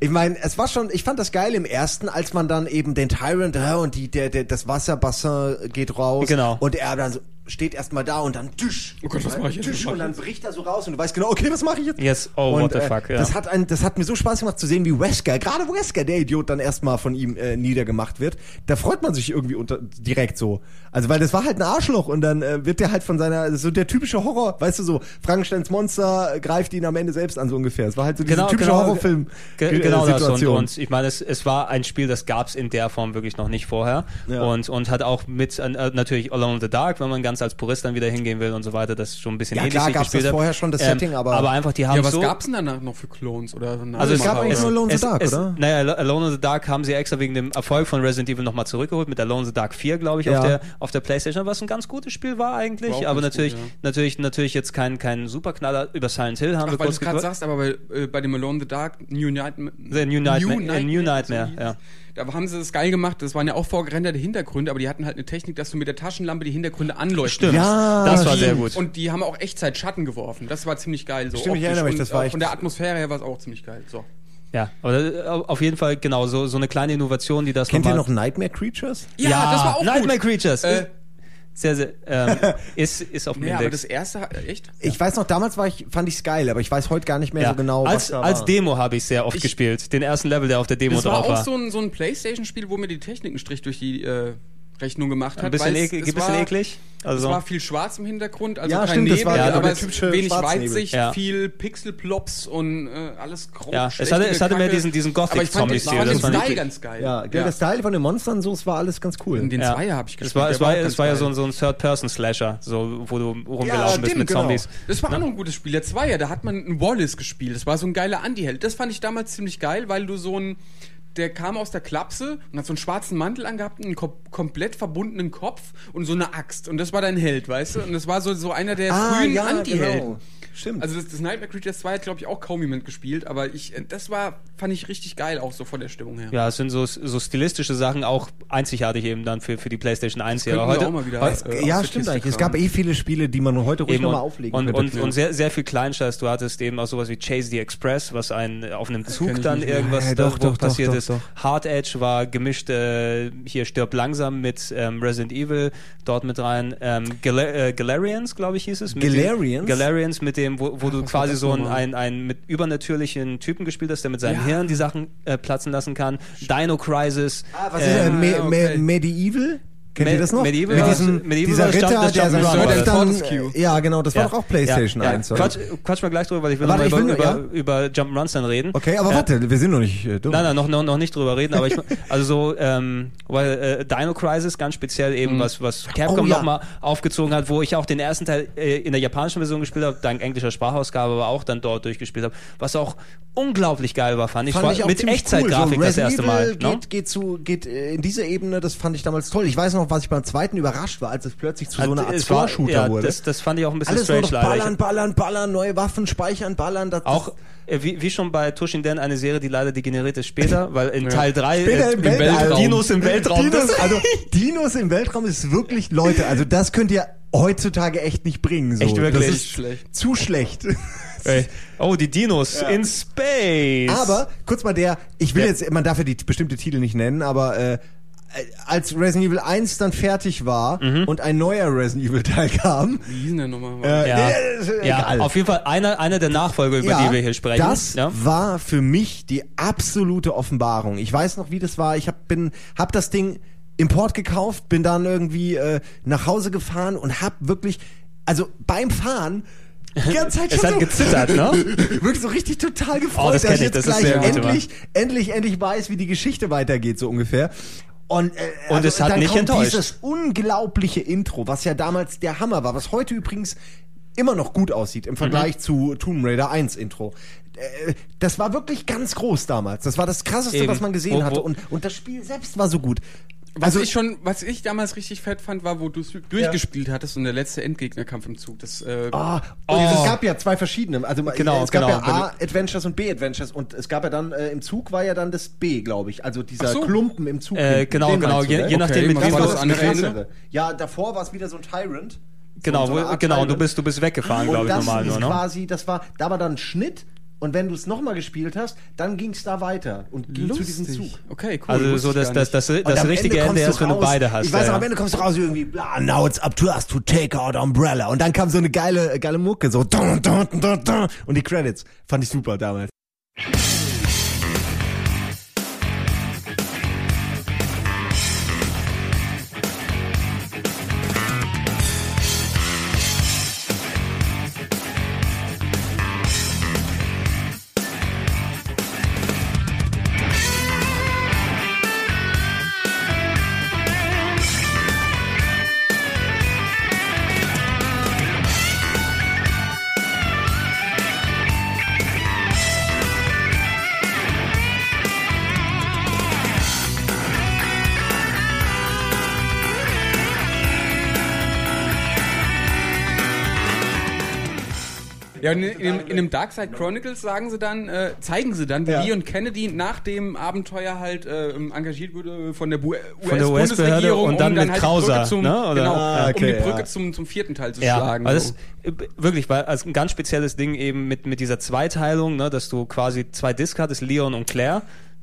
Ich meine, es war schon, ich fand das geil im ersten, als man dann eben den Tyrant äh, und die, der, der, das Wasserbassin geht raus.
Genau.
Und er dann so, steht erstmal da und dann tüsch.
Oh Gott, was mach ich jetzt? Was
Tüsch
mach
und
ich
dann
jetzt?
bricht er so raus und du weißt genau, okay, was mache ich jetzt?
Yes, oh,
und, äh,
what the fuck, ja.
das, hat ein, das hat mir so Spaß gemacht zu sehen, wie Wesker, gerade Wesker, der Idiot, dann erstmal von ihm äh, niedergemacht wird. Da freut man sich irgendwie unter, direkt so. Also, weil das war halt ein Arschloch und dann äh, wird der halt von seiner, so der typische Horror, weißt du so, Frankensteins Monster äh, greift ihn am Ende selbst an, so ungefähr. Es war halt so diese typische Horrorfilm.
Genau,
äh,
Ge genau das. Und,
Situation.
und ich meine, es, es war ein Spiel, das gab es in der Form wirklich noch nicht vorher.
Ja.
Und, und hat auch mit äh, natürlich Alone in the Dark, wenn man ganz als Purist dann wieder hingehen will und so weiter, das schon ein bisschen
Ja,
ähnlich
klar
sich
gab's
gespielt
das
hat. Ähm,
vorher schon, das Setting, aber-
Aber einfach, die haben
Ja, was
so...
gab's denn danach noch für Clones oder
Also es
gab
es,
eigentlich nur Alone in the
es,
Dark,
es,
oder?
Naja, Alone in the Dark haben sie extra wegen dem Erfolg von Resident Evil nochmal zurückgeholt, mit Alone in the Dark 4, glaube ich,
Ja.
auf, der, auf der Playstation, was ein ganz gutes Spiel war eigentlich,
War auch
aber
ganz
natürlich,
gut, ja.
natürlich, natürlich jetzt kein, kein Superknaller. Über Silent Hill haben
Ach,
wir
weil du
Also kurz
es gerade
gequatscht.
sagst, aber bei, äh, bei dem Alone in the Dark, New Nightmare.
The New Nightmare, äh, New Nightmare,
so hieß
ja.
es. Da haben sie das geil gemacht. Das waren ja auch vorgerenderte Hintergründe, aber die hatten halt eine Technik, dass du mit der Taschenlampe die Hintergründe anleuchtest.
Stimmt,
Ja,
das war
Die-
sehr gut.
Und die haben auch Echtzeit Schatten geworfen. Das war ziemlich geil. So
Stimmt, ich
optisch.
erinnere mich,
Und
das war
auch
echt-
Von der Atmosphäre her war es auch ziemlich geil. So.
Ja, aber äh, auf jeden Fall, genau, so, so eine kleine Innovation, die das
Kennt ihr
nochmal-
noch Nightmare Creatures?
Ja, das war auch
Nightmare
gut.
Creatures.
Äh,
sehr, sehr,
[laughs]
ähm, ist, ist auf dem
Ja, aber das
Index.
erste, hat- echt?
Ich weiß noch, damals war ich, fand ich's geil, aber ich weiß heute gar nicht mehr
Ja.
so genau, was
als,
da
als
war.
Demo habe ich sehr oft gespielt. Den ersten Level, der auf der Demo
Das war
drauf
auch
war.
so ein, so ein Playstation-Spiel, wo mir die Technik einen Strich durch die äh, Rechnung gemacht hat.
ein bisschen,
weil es-
ekel,
es
bisschen
war-
eklig.
Es
Also,
war viel schwarz im Hintergrund, also
Ja,
kein
stimmt, das
Nebel,
war
ja,
aber
der
es
typische
wenig
Schwarznebel.
Weitsicht,
Ja.
viel Pixelplops und äh, alles grob.
Ja, es
schlechtige
hatte- es hatte mehr
Kacke.
diesen- diesen Gothic-Zombie-Stil,
Aber ich fand den- ich fand
das
den
war
Style
niedlich.
ganz geil.
ja, gell, das Teil von den Monstern und so, es war alles ganz cool.
Den
ja.
Zweier habe ich gespielt.
Es war,
der
es war,
auch
es
ganz
war ja
geil.
so ein, so ein Third-Person-Slasher, so, wo du rumgelaufen bist
stimmt,
mit
genau.
Zombies.
Das war auch noch ein gutes Spiel. Der Zweier, da hat man einen Wallace gespielt. Das war so ein geiler Anti-Held. Das fand ich damals ziemlich geil, weil du so ein der kam aus der Klapse und hat so einen schwarzen Mantel angehabt, einen kom komplett verbundenen Kopf und so eine Axt. Und das war dein Held, weißt du? Und das war so, so einer der
Ah,
frühen
genau.
Anti-Helden.
Stimmt.
Also das, das Nightmare Creatures 2 hat, glaube ich, auch kaum jemand gespielt, aber ich, äh, das war, fand ich richtig geil, auch so von der Stimmung her.
Ja, es sind so, so stilistische Sachen auch einzigartig eben dann für, für die PlayStation 1
Könnten
Serie.
wir
Heute,
auch mal wieder,
heute
äh, aus
ja,
der
stimmt
Kiste
eigentlich. Es
kramen.
gab eh viele Spiele, die man heute ruhig
eben
nochmal
und,
auflegen
und,
könnte.
und, und sehr, sehr viel Kleinscheiß. Du hattest eben auch sowas wie Chase the Express, was ein auf einem
kenn
Zug
ich
dann
nicht mehr.
irgendwas
Ja,
da-
doch,
wo
doch,
passiert
doch,
ist.
doch,
Hard Edge war gemischt äh, hier stirb langsam mit ähm, Resident Evil dort mit rein. Ähm, Gala äh, Galarians, glaube ich, hieß es. mit dem-
Galarians?
Galarians mit dem, wo, wo du
was war
quasi
das
so einen,
nochmal?
einen, einen mit übernatürlichen Typen gespielt hast, der mit seinem
Ja.
Hirn die Sachen äh, platzen lassen kann. Dino Crisis.
Ah, was
ähm,
ist denn? Me
ja, okay.
Me Medieval? Kennt
Me-
ihr das noch?
Medieval
Mit
war-
diesem,
Medieval war
dieser
das Jump-
Ritter,
das
der sein
Jump'n'Run,
Schwert
oder?
Fortis Cue.
dann... Ja, genau, das war
Ja.
doch auch Playstation
Ja,
1,
ja.
oder?
Quatsch, quatsch mal gleich drüber, weil ich will
Warte,
noch
ich
mal
will
über,
nur-
über, über Jump'n'Runs dann reden.
Okay, aber warte, wir sind noch nicht äh, durch.
Nein, nein, noch, noch, noch nicht drüber reden, aber ich, also so, ähm, weil äh, Dino Crisis ganz speziell eben, was, was Capcom
Oh, ja.
nochmal aufgezogen hat, wo ich auch den ersten Teil äh, in der japanischen Version gespielt habe, dank englischer Sprachausgabe, aber auch dann dort durchgespielt habe, was auch unglaublich geil war, fand ich.
Fand
Vor-
ich auch
mit
ziemlich
Echtzeitgrafik
cool.
das
So Resident
erste Mal.
Evil
ne?
Geht, geht, zu, geht äh, in diese Ebene, das fand ich damals toll. Ich weiß noch, was ich beim zweiten überrascht war, als es plötzlich zu so einer Art
Es war-
Shooter
ja,
wurde.
Das, das fand ich auch ein bisschen
Alles nur
strange
noch
leider. Ich-
ballern, ballern, ballern, neue Waffen speichern, ballern. Das,
Auch äh, wie, wie schon bei Toshinden eine Serie, die leider degeneriert ist später, weil in Teil 3
Später im Weltraum.
Dinos im
das
Weltraum.
Dinos,
Das-
also Dinos im Weltraum ist wirklich, Leute, also das könnt ihr heutzutage echt nicht bringen. So.
Echt wirklich?
Das ist schlecht. zu schlecht. [laughs]
Ey. Oh, die Dinos in Space.
Aber kurz mal der, ich will
Ja.
jetzt, man darf ja die bestimmte Titel nicht nennen, aber äh, als Resident Evil 1 dann fertig war
Mhm.
und ein neuer Resident Evil Teil kam,
Wie hieß denn der nochmal?
äh,
Ja.
nee, ist
ja,
egal.
auf jeden Fall einer, einer der Nachfolger, über
Ja,
die wir hier sprechen.
Das
ja.
war für mich die absolute Offenbarung. Ich weiß noch, wie das war. Ich hab, bin, hab das Ding Import gekauft, bin dann irgendwie äh, nach Hause gefahren und hab wirklich, also beim Fahren die ganze
[laughs]
Zeit
Es
schon
hat
so
gezittert, ne?
[laughs] wirklich so richtig total gefreut,
Oh, das
dass
kenn
ich
ich,
jetzt
das ist
gleich
sehr gut immer.
endlich, endlich, endlich weiß, wie die Geschichte weitergeht, so ungefähr. Und, äh,
Und es hat
dann
nicht
kommt
enttäuscht.
Dieses unglaubliche Intro, was ja damals der Hammer war, was heute übrigens immer noch gut aussieht im
Mhm.
Vergleich zu Tomb Raider 1 Intro. Äh, Das war wirklich ganz groß damals. Das war das krasseste,
Eben.
was man gesehen
Wo- wo-
hatte. Und, und das Spiel selbst war so gut.
Also
Was ich schon, was ich damals richtig fett fand, war, wo du es durchgespielt hattest und der letzte Endgegnerkampf im Zug. Das, äh,
Ah,
Oh.
Und es gab ja zwei verschiedene. Also
Genau,
es gab
genau.
ja A Adventures und B Adventures und es gab ja dann äh, im Zug war ja dann das B, glaube ich. Also dieser
Ach so.
Klumpen im Zug.
Äh,
hinten.
genau,
Den
genau.
meinst du,
Je,
ne?
je
Okay,
nachdem, mit
was
wem
war
du
das andere
redest.
Ende?
Ja, davor war es wieder so ein Tyrant.
Genau,
so eine
wo,
Art
genau, und du
Tyrant.
bist, du bist weggefahren,
Und
glaube ich,
das
normal
ist
nur, ne?
quasi, das war, da war dann ein Schnitt und wenn du es nochmal gespielt hast, dann ging es da weiter und ging zu diesem Zug.
Okay, cool.
Also
wusste
so
ich
das,
gar
das,
nicht.
das, das,
Und am
richtige
kommst
Ende erst, wenn du
raus.
beide hast.
Ich weiß
ja,
noch, am
ja.
Ende kommst du raus irgendwie, bla, now it's up to us to take out Umbrella. Und dann kam so eine geile, geile Mucke, so dun, dun, dun, dun, und die Credits. Fand ich super damals.
Ja, in, in, in dem Dark Side Chronicles sagen sie dann, äh, zeigen sie dann, wie
Ja.
Leon Kennedy nach dem Abenteuer halt äh, engagiert wurde von der Bu-
Von der US-Behörde
US-Bundesregierung,
und dann mit
um halt die
Krauser,
Brücke zum,
ne? Oder?
Genau,
Ah,
um die
okay,
Brücke
ja.
zum, zum vierten Teil zu
Ja,
schlagen.
also
so.
das ist, äh, wirklich, weil also ein ganz spezielles Ding eben mit, mit dieser Zweiteilung, ne, dass du quasi zwei Disc hattest, Leon und Claire,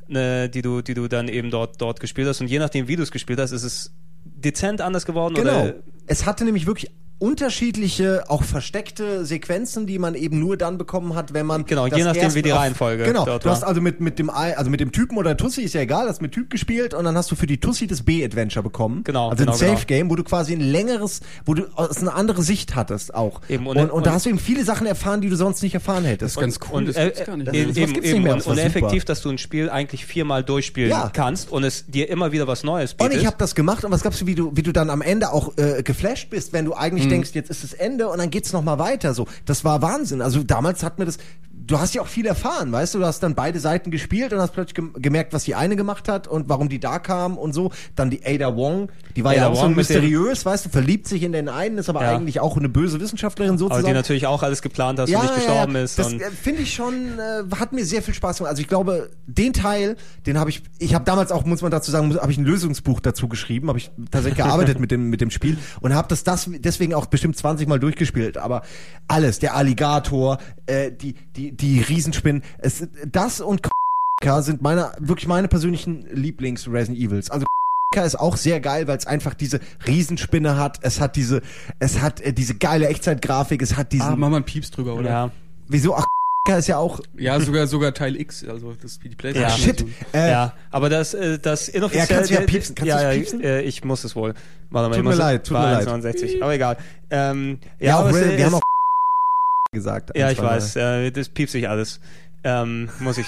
ne, die du, die du dann eben dort, dort gespielt hast. Und je nachdem, wie du es gespielt hast, ist es dezent anders geworden
Genau.
oder
Es hatte nämlich wirklich unterschiedliche, auch versteckte Sequenzen, die man eben nur dann bekommen hat, wenn man
Genau, je
das
nachdem,
erst
wie die
auf-
Reihenfolge
Genau,
dort
du hast
war.
also mit, mit dem Ei- also mit dem Typen oder Tussi ist ja egal, hast mit Typ gespielt und dann hast du für die Tussi das B-Adventure bekommen.
Genau,
also
genau,
ein
genau.
Safe Game, wo du quasi ein längeres, wo du aus einer anderen Sicht hattest auch.
Eben, und-
und, und,
und-
da hast du eben viele Sachen erfahren, die du sonst nicht erfahren hättest.
Das ist ganz cool,
Und
das
äh,
gibt's gar nicht
äh,
mehr.
eben,
Das
eben,
gibt's nicht
eben
mehr,
und,
das war
und
super.
effektiv, dass du ein Spiel eigentlich viermal durchspielen
Ja.
kannst und es dir immer wieder was Neues bietet.
Und ich habe das gemacht und was glaubst du, wie du, wie du dann am Ende auch äh, geflasht bist,
Hm.
wenn du eigentlich denkst, jetzt ist das Ende und dann geht's noch mal weiter. So, das war Wahnsinn. Also damals hat mir das du hast ja auch viel erfahren, weißt du? Du hast dann beide Seiten gespielt und hast plötzlich gem gemerkt, was die eine gemacht hat und warum die da kam und so. Dann die Ada Wong, die war
Ada
ja auch
Wong
so
mit dem-
mysteriös, weißt du, verliebt sich in den einen, ist aber
Ja.
eigentlich auch eine böse Wissenschaftlerin
Aber
sozusagen.
die natürlich auch alles geplant hast und nicht gestorben ist.
Das
und
äh, finde ich schon, äh, hat mir sehr viel Spaß gemacht. Also ich glaube, den Teil, den habe ich, ich habe damals auch, muss man dazu sagen, habe ich ein Lösungsbuch dazu geschrieben, habe ich
[laughs]
tatsächlich gearbeitet mit dem mit dem Spiel und habe das, das deswegen auch bestimmt 20 Mal durchgespielt. Aber alles, der Alligator, äh, die die die Riesenspinnen, es, das und sind meine wirklich meine persönlichen Lieblings Resident Evils. Also K ist auch sehr geil, weil es einfach diese Riesenspinne hat. Es hat diese, es hat äh, diese geile Echtzeitgrafik. Es hat
Ah,
diesen
mach mal einen Pieps drüber, oder?
ja.
Wieso? Ach, ist ja auch.
Ja, sogar, sogar Teil X, also das die Playstation.
Ja.
Shit. Äh,
ja, aber das, äh, das inoffiziell.
Ja, kannst du ja
der-
piepsen, kannst
ja,
du das
ja,
piepsen?
äh, ich muss es wohl. Warte mal,
Tut
ich
mir
muss
leid, tut
war
mir leid.
1,69, aber egal. Ähm, ja,
Ja, auch
aber es
Ray,
ist-
wir haben auch [laughs] gesagt.
ja,
ein,
ich
zwei Mal.
weiß, äh, das piepst sich alles. Ähm, muss ich.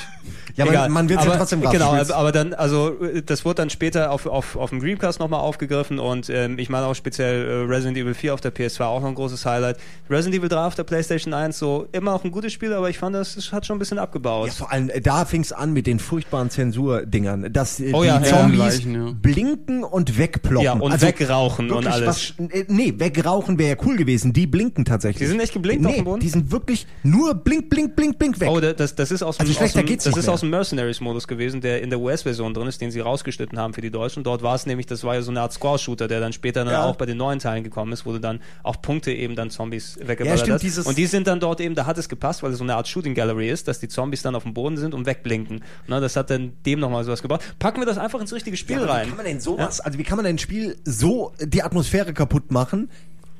Ja, aber
Egal.
man wird ja
Aber-
trotzdem raus.
Genau,
Du
aber,
willst-
aber dann, also äh, das wurde dann später auf, auf, auf dem Dreamcast nochmal aufgegriffen und ähm, ich meine auch speziell äh, Resident Evil 4 auf der PS2 auch noch ein großes Highlight. Resident Evil 3 auf der PlayStation 1 so immer auch ein gutes Spiel, aber ich fand, das ist- hat schon ein bisschen abgebaut.
Ja, vor allem, äh, da fing es an mit den furchtbaren Zensurdingern, dass äh,
Oh
die
ja, ja,
Zombies
gleichen, ja.
blinken und wegploppen. Also
Ja, und wegrauchen und
wirklich
alles.
Was, äh, nee, wegrauchen wäre ja cool gewesen. Die blinken tatsächlich.
Die sind echt geblinkt
nee,
auf dem Boden?
die sind wirklich nur blink, blink, blink, blink weg.
Oh, da- das, das ist aus dem,
Also
aus
schlechter
dem,
geht's
das
nicht
ist
mehr.
aus dem Mercenaries-Modus gewesen, der in der US-Version drin ist, den sie rausgeschnitten haben für die Deutschen. Dort war es nämlich, das war ja so eine Art Score-Shooter, der dann später dann
Ja.
auch bei den neuen Teilen gekommen ist, wo du dann auf Punkte eben dann Zombies
Ja,
weggeballert
stimmt,
hast.
dieses-
und die sind dann dort eben, da hat es gepasst, weil es so eine Art Shooting-Gallery ist, dass die Zombies dann auf dem Boden sind und wegblinken. Ne, das hat dann dem nochmal sowas gebracht. Packen wir das einfach ins richtige Spiel
Aber Wie
rein.
kann man denn sowas, also wie kann man denn ein Spiel so die Atmosphäre kaputt machen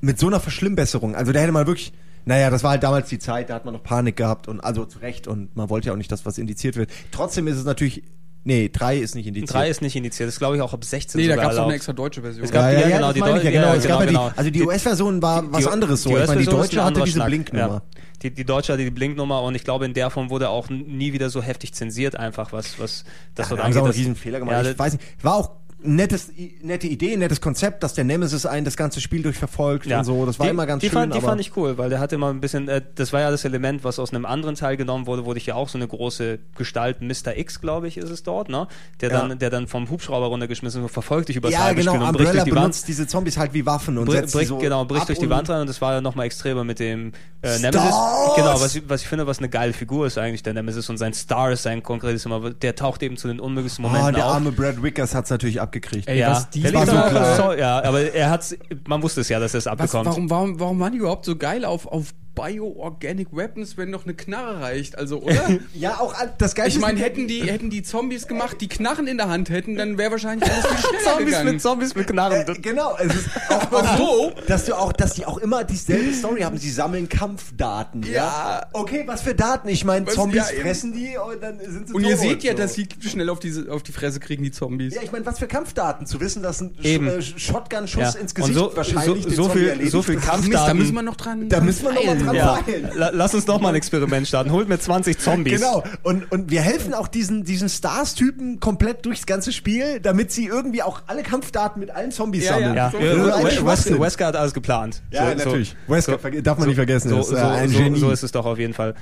mit so einer Verschlimmbesserung? Also da hätte man wirklich, naja, das war halt damals die Zeit, da hat man noch Panik gehabt und also zu Recht und man wollte ja auch nicht, dass was indiziert wird. Trotzdem ist es natürlich, nee, drei ist nicht indiziert.
Drei ist nicht indiziert, das ist, glaube ich auch ab 16
Nee, da
sogar
gab es auch eine
erlaubt.
extra deutsche Version.
Es gab- ja, genau,
das
die
meine ich
Deu-
ja, genau.
ja,
Es
genau,
gab ja die,
genau.
also die
Die-
US-Version war was anderes so. ich meine, die
US-Version ist ein
Deutsche hatte
anderer
diese
Schnack.
Blinknummer.
Ja. Die, die Deutsche hatte die Blinknummer und ich glaube, in der Form wurde auch n- nie wieder so heftig zensiert, einfach was, was das
Ja,
dort
da haben sie auch einen
dass-
riesen Fehler gemacht.
Ja,
ich weiß nicht, war auch nettes, i- nette Idee, nettes Konzept, dass der Nemesis einen das ganze Spiel durchverfolgt und so. Das war
die,
immer ganz
die
schön.
Fand, die
aber
fand ich cool, weil der hatte immer ein bisschen, äh, das war ja das Element, was aus einem anderen Teil genommen wurde, wurde ich ja auch so eine große Gestalt, Mr. X, glaube ich, ist es dort, ne? Der,
Ja.
dann, der dann vom Hubschrauber runtergeschmissen wird, verfolgt dich über das
ja,
halbe
genau,
Spiel und bricht
Umbrella
durch die Wand.
benutzt diese Zombies halt wie Waffen und
Br
setzt die
bricht,
so
genau, bricht
ab
durch die
und-
Wand rein und das war ja nochmal extremer mit dem äh,
Stars!
Nemesis. Genau, was, ich- was ich finde, was eine geile Figur ist eigentlich, der Nemesis und sein Star ist sein konkretes immer, der taucht eben zu den unmöglichsten
Ah,
Momenten
der
auf.
arme Brad Wickers hat's natürlich abgekriegt.
Ey,
ja,
was die
der
war
liegt
so
aber-
klar.
so, ja, aber er hat's, man wusste es ja, dass er es
Was,
abbekommt.
warum, warum, warum waren die überhaupt so geil auf, auf Bioorganic Weapons, wenn noch eine Knarre reicht? Also, oder?
Ja, auch an- das Geilste
ich meine,
[laughs]
hätten die, hätten die Zombies gemacht, die Knarren in der Hand hätten, dann wäre wahrscheinlich alles viel schneller
Zombies
gegangen.
mit Zombies mit Knarren.
Äh, Genau, es [laughs] ist auch mal so, dass du auch, dass die auch immer dieselbe Story haben. Sie sammeln Kampfdaten. Ja.
Ja.
Okay, was für Daten? Ich meine,
Was-
Zombies
ja, eben.
fressen die und dann sind sie
Und ihr
tot,
seht ja,
so.
dass sie schnell auf, diese, auf die Fresse kriegen, die Zombies.
Ja, ich meine, was für Kampfdaten? Zu wissen, dass ein Sch-
Eben.
äh, Shotgun-Schuss ins Gesicht
und so,
wahrscheinlich
so,
den
so
Zombie
viel,
erledigt.
so viel
Ach,
Kampfdaten.
Mist, da müssen wir noch dran.
Da müssen wir noch mal dran
ja.
feilen.
La- Lass uns nochmal ein Experiment starten. Holt mir
[laughs]
20 Zombies.
Genau. Und, und wir helfen auch diesen, diesen Stars-Typen komplett durchs ganze Spiel, damit sie irgendwie auch alle Kampfdaten mit allen Zombies
Ja, ja.
sammeln.
Ja,
Das
ja,
ist ein
We-
Schwachsinn.
Wes- Wesker hat alles geplant.
Ja, natürlich. Wesker verge- darf man nicht vergessen,
So,
das ist,
so,
äh, ein
so,
Genie.
so ist es doch auf jeden Fall.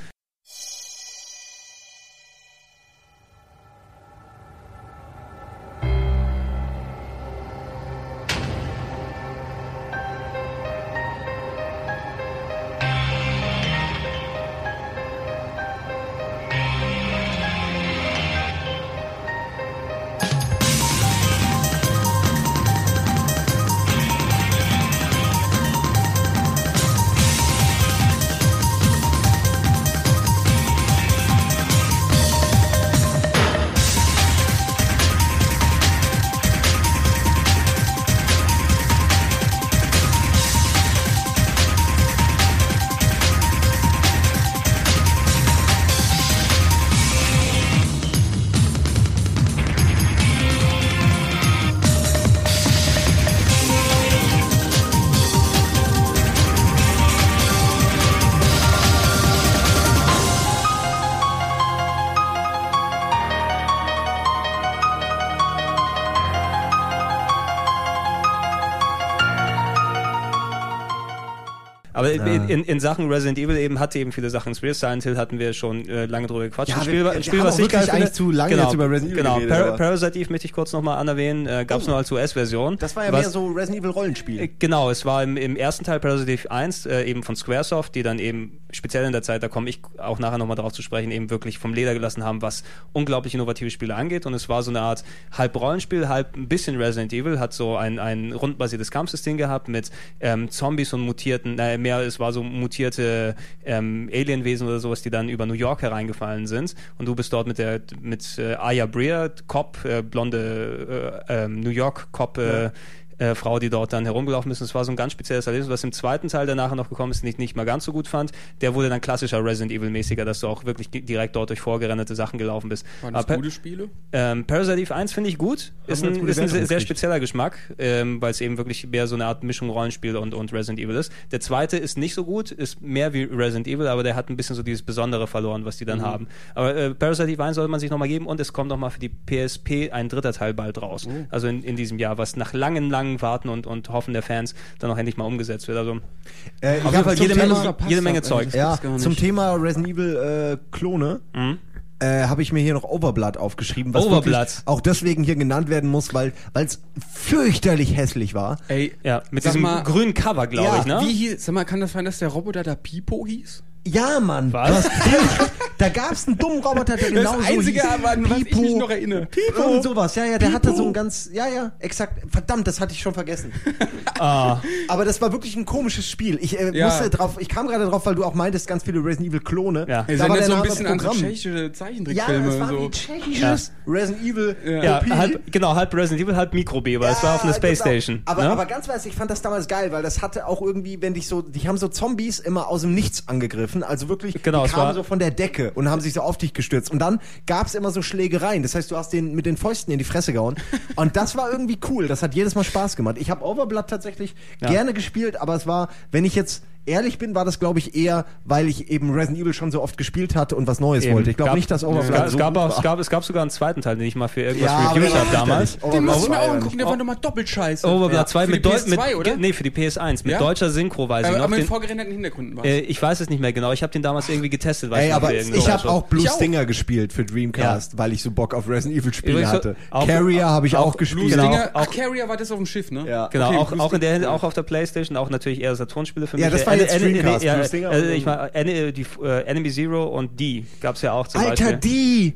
Aber in, in Sachen Resident Evil eben hatte eben viele Sachen inspiriert. Silent Hill hatten wir schon äh, lange drüber gequatscht.
Ja,
Ein
wir-
Spiel,
wir
ein Spiel
haben
was
auch
ich geil
wirklich
finde.
eigentlich zu lange
genau,
jetzt über Resident Evil
Genau.
geredet,
Par
aber- Oh.
Parasite Eve möchte ich kurz nochmal anerwähnen. Äh, Gab es nur als US-Version.
Das war ja
Was-
mehr so Resident Evil
äh,
Rollenspiel.
Genau, es war im, im ersten Teil Parasite Eve 1 äh, eben von Squaresoft, die dann eben speziell in der Zeit, da komme ich auch nachher nochmal drauf zu sprechen, eben wirklich vom Leder gelassen haben, was unglaublich innovative Spiele angeht. Und es war so eine Art halb Rollenspiel, halb ein bisschen Resident Evil, hat so ein, ein rundbasiertes Kampfsystem gehabt mit ähm, Zombies und mutierten, naja, mehr, es war so mutierte ähm, Alienwesen oder sowas, die dann über New York hereingefallen sind. Und du bist dort mit der mit äh, Aya Breer, Cop, äh, blonde äh, ähm, New York Cop. Äh, äh, Frau, die dort dann herumgelaufen ist. Und es war so ein ganz spezielles Erlebnis, was im zweiten Teil danach noch gekommen ist, den ich nicht mal ganz so gut fand. Der wurde dann klassischer Resident Evil-mäßiger, dass du auch wirklich di- direkt dort durch vorgerendete Sachen gelaufen bist.
Waren das
Aber-
gute Spiele?
ähm, Parasite Eve 1 finde ich gut. Ist
ganz
ein,
gute
ist ein sehr,
Wertung
sehr
gekriegt.
spezieller Geschmack, ähm, weil es eben wirklich mehr so eine Art Mischung Rollenspiel und, und Resident Evil ist. Der zweite ist nicht so gut, ist mehr wie Resident Evil, aber der hat ein bisschen so dieses Besondere verloren, was die
Mhm.
dann haben. Aber äh, Parasite Eve 1 sollte man sich nochmal geben und es kommt nochmal für die PSP ein dritter Teil bald raus.
Oh.
Also in, in diesem Jahr, was nach langen, langen Warten und, und Hoffen der Fans dann auch endlich mal umgesetzt wird. Also
Äh, ich
auf jeden
hab
Fall
zum
jede
Thema-
Menge, jede Menge
verpasst hab,
Zeug.
ey.
Ja,
gibt's gar nicht.
zum Thema Resident Evil äh, Klone
Mhm.
äh, habe ich mir hier noch Overblood aufgeschrieben, was
Overblood.
wirklich auch deswegen hier genannt werden muss, weil es fürchterlich hässlich war.
Ey,
Ja, mit
Sag
diesem
mal-
grünen Cover, glaube
Ja,
ich, ne?
wie hieß, sag mal, kann das sein, dass der Roboter da Pipo hieß?
Ja, Mann.
Was?
Du hast- [laughs] da gab's einen dummen Roboter, der genau so
Einzige,
hieß.
aber an was ich mich noch erinnere.
Pipo. Irgend sowas. Ja, ja, der hatte so ein ganz... Ja, ja, exakt. Verdammt, das hatte ich
[laughs]
schon vergessen.
Ah.
Aber das war wirklich ein komisches Spiel. Ich äh,
Ja.
musste drauf... Ich kam gerade drauf, weil du auch meintest, ganz viele Resident Evil Klone.
Ja.
Ey,
Da
das erinnert so ein
Name
bisschen an so tschechische
Ja,
Zeichentrickfilme.
das war
so.
wie tschechisches Resident Evil.
Ja,
Kopie.
halb, genau, halb Resident Evil, halb Mikrobe, weil es war auf einer
Ja,
Space
genau.
Station.
Aber,
ne?
aber ganz weiß, ich fand das damals geil, weil das hatte auch irgendwie, wenn dich so, die haben so Zombies immer aus dem Nichts angegriffen, also wirklich,
Genau,
die
es
kamen
war-
so von der Decke und haben sich so auf dich gestürzt. Und dann gab's immer so Schlägereien, das heißt, du hast den mit den Fäusten in die
[laughs]
Fresse gehauen. Und das war irgendwie cool, das hat jedes Mal Spaß gemacht. Ich habe Overblood tatsächlich gerne gespielt, aber es war, wenn ich jetzt ehrlich bin, war das glaube ich eher, weil ich eben Resident Evil schon so oft gespielt hatte und was Neues
Eben.
wollte. Ich glaube
Gab-
nicht, dass
es
Overblood
gab, es,
so
gab
gut
auch, es,
war.
gab, es gab sogar einen zweiten Teil, den ich mal für irgendwas
aber
reviewt
der
habe
war
damals.
fürchterlich.
Den muss ich mir
Overblood
auch
war ja
angucken,
Oh.
der war nochmal doppelt scheiße.
Overblood 2
Für die
mit, Deu-
PS2,
mit
oder?
Nee, für die PS1 mit
Ja?
deutscher Synchro weiß ich
aber,
noch.
aber mit
Den,
vorgerenderten Hintergründen war
äh, ich weiß es nicht mehr genau. Ich habe den damals irgendwie getestet, weil
Ey,
ich
aber
hatte irgendwie
ich
so-
habe auch Blue
Ich auch.
Stinger gespielt für Dreamcast, weil ich so Bock auf Resident Evil Spiele
Übrigens so-
hatte.
auch-
Carrier habe ich auch gespielt. Genau.
Stinger-
Dinger,
genau. auch-
ach, Carrier war das auf dem Schiff, ne?
Ja.
Genau,
Okay,
auch,
Blue
auch, in der,
Stinger.
auch auf der Playstation, auch natürlich eher Saturn-Spiele für mich.
Ja, das war
Äh,
jetzt
äh, äh,
Dreamcast,
ja,
Blue Stinger
äh,
und-
ich meine, äh, die, äh, Enemy Zero und die gab es ja auch zum
Alter,
Beispiel.
die!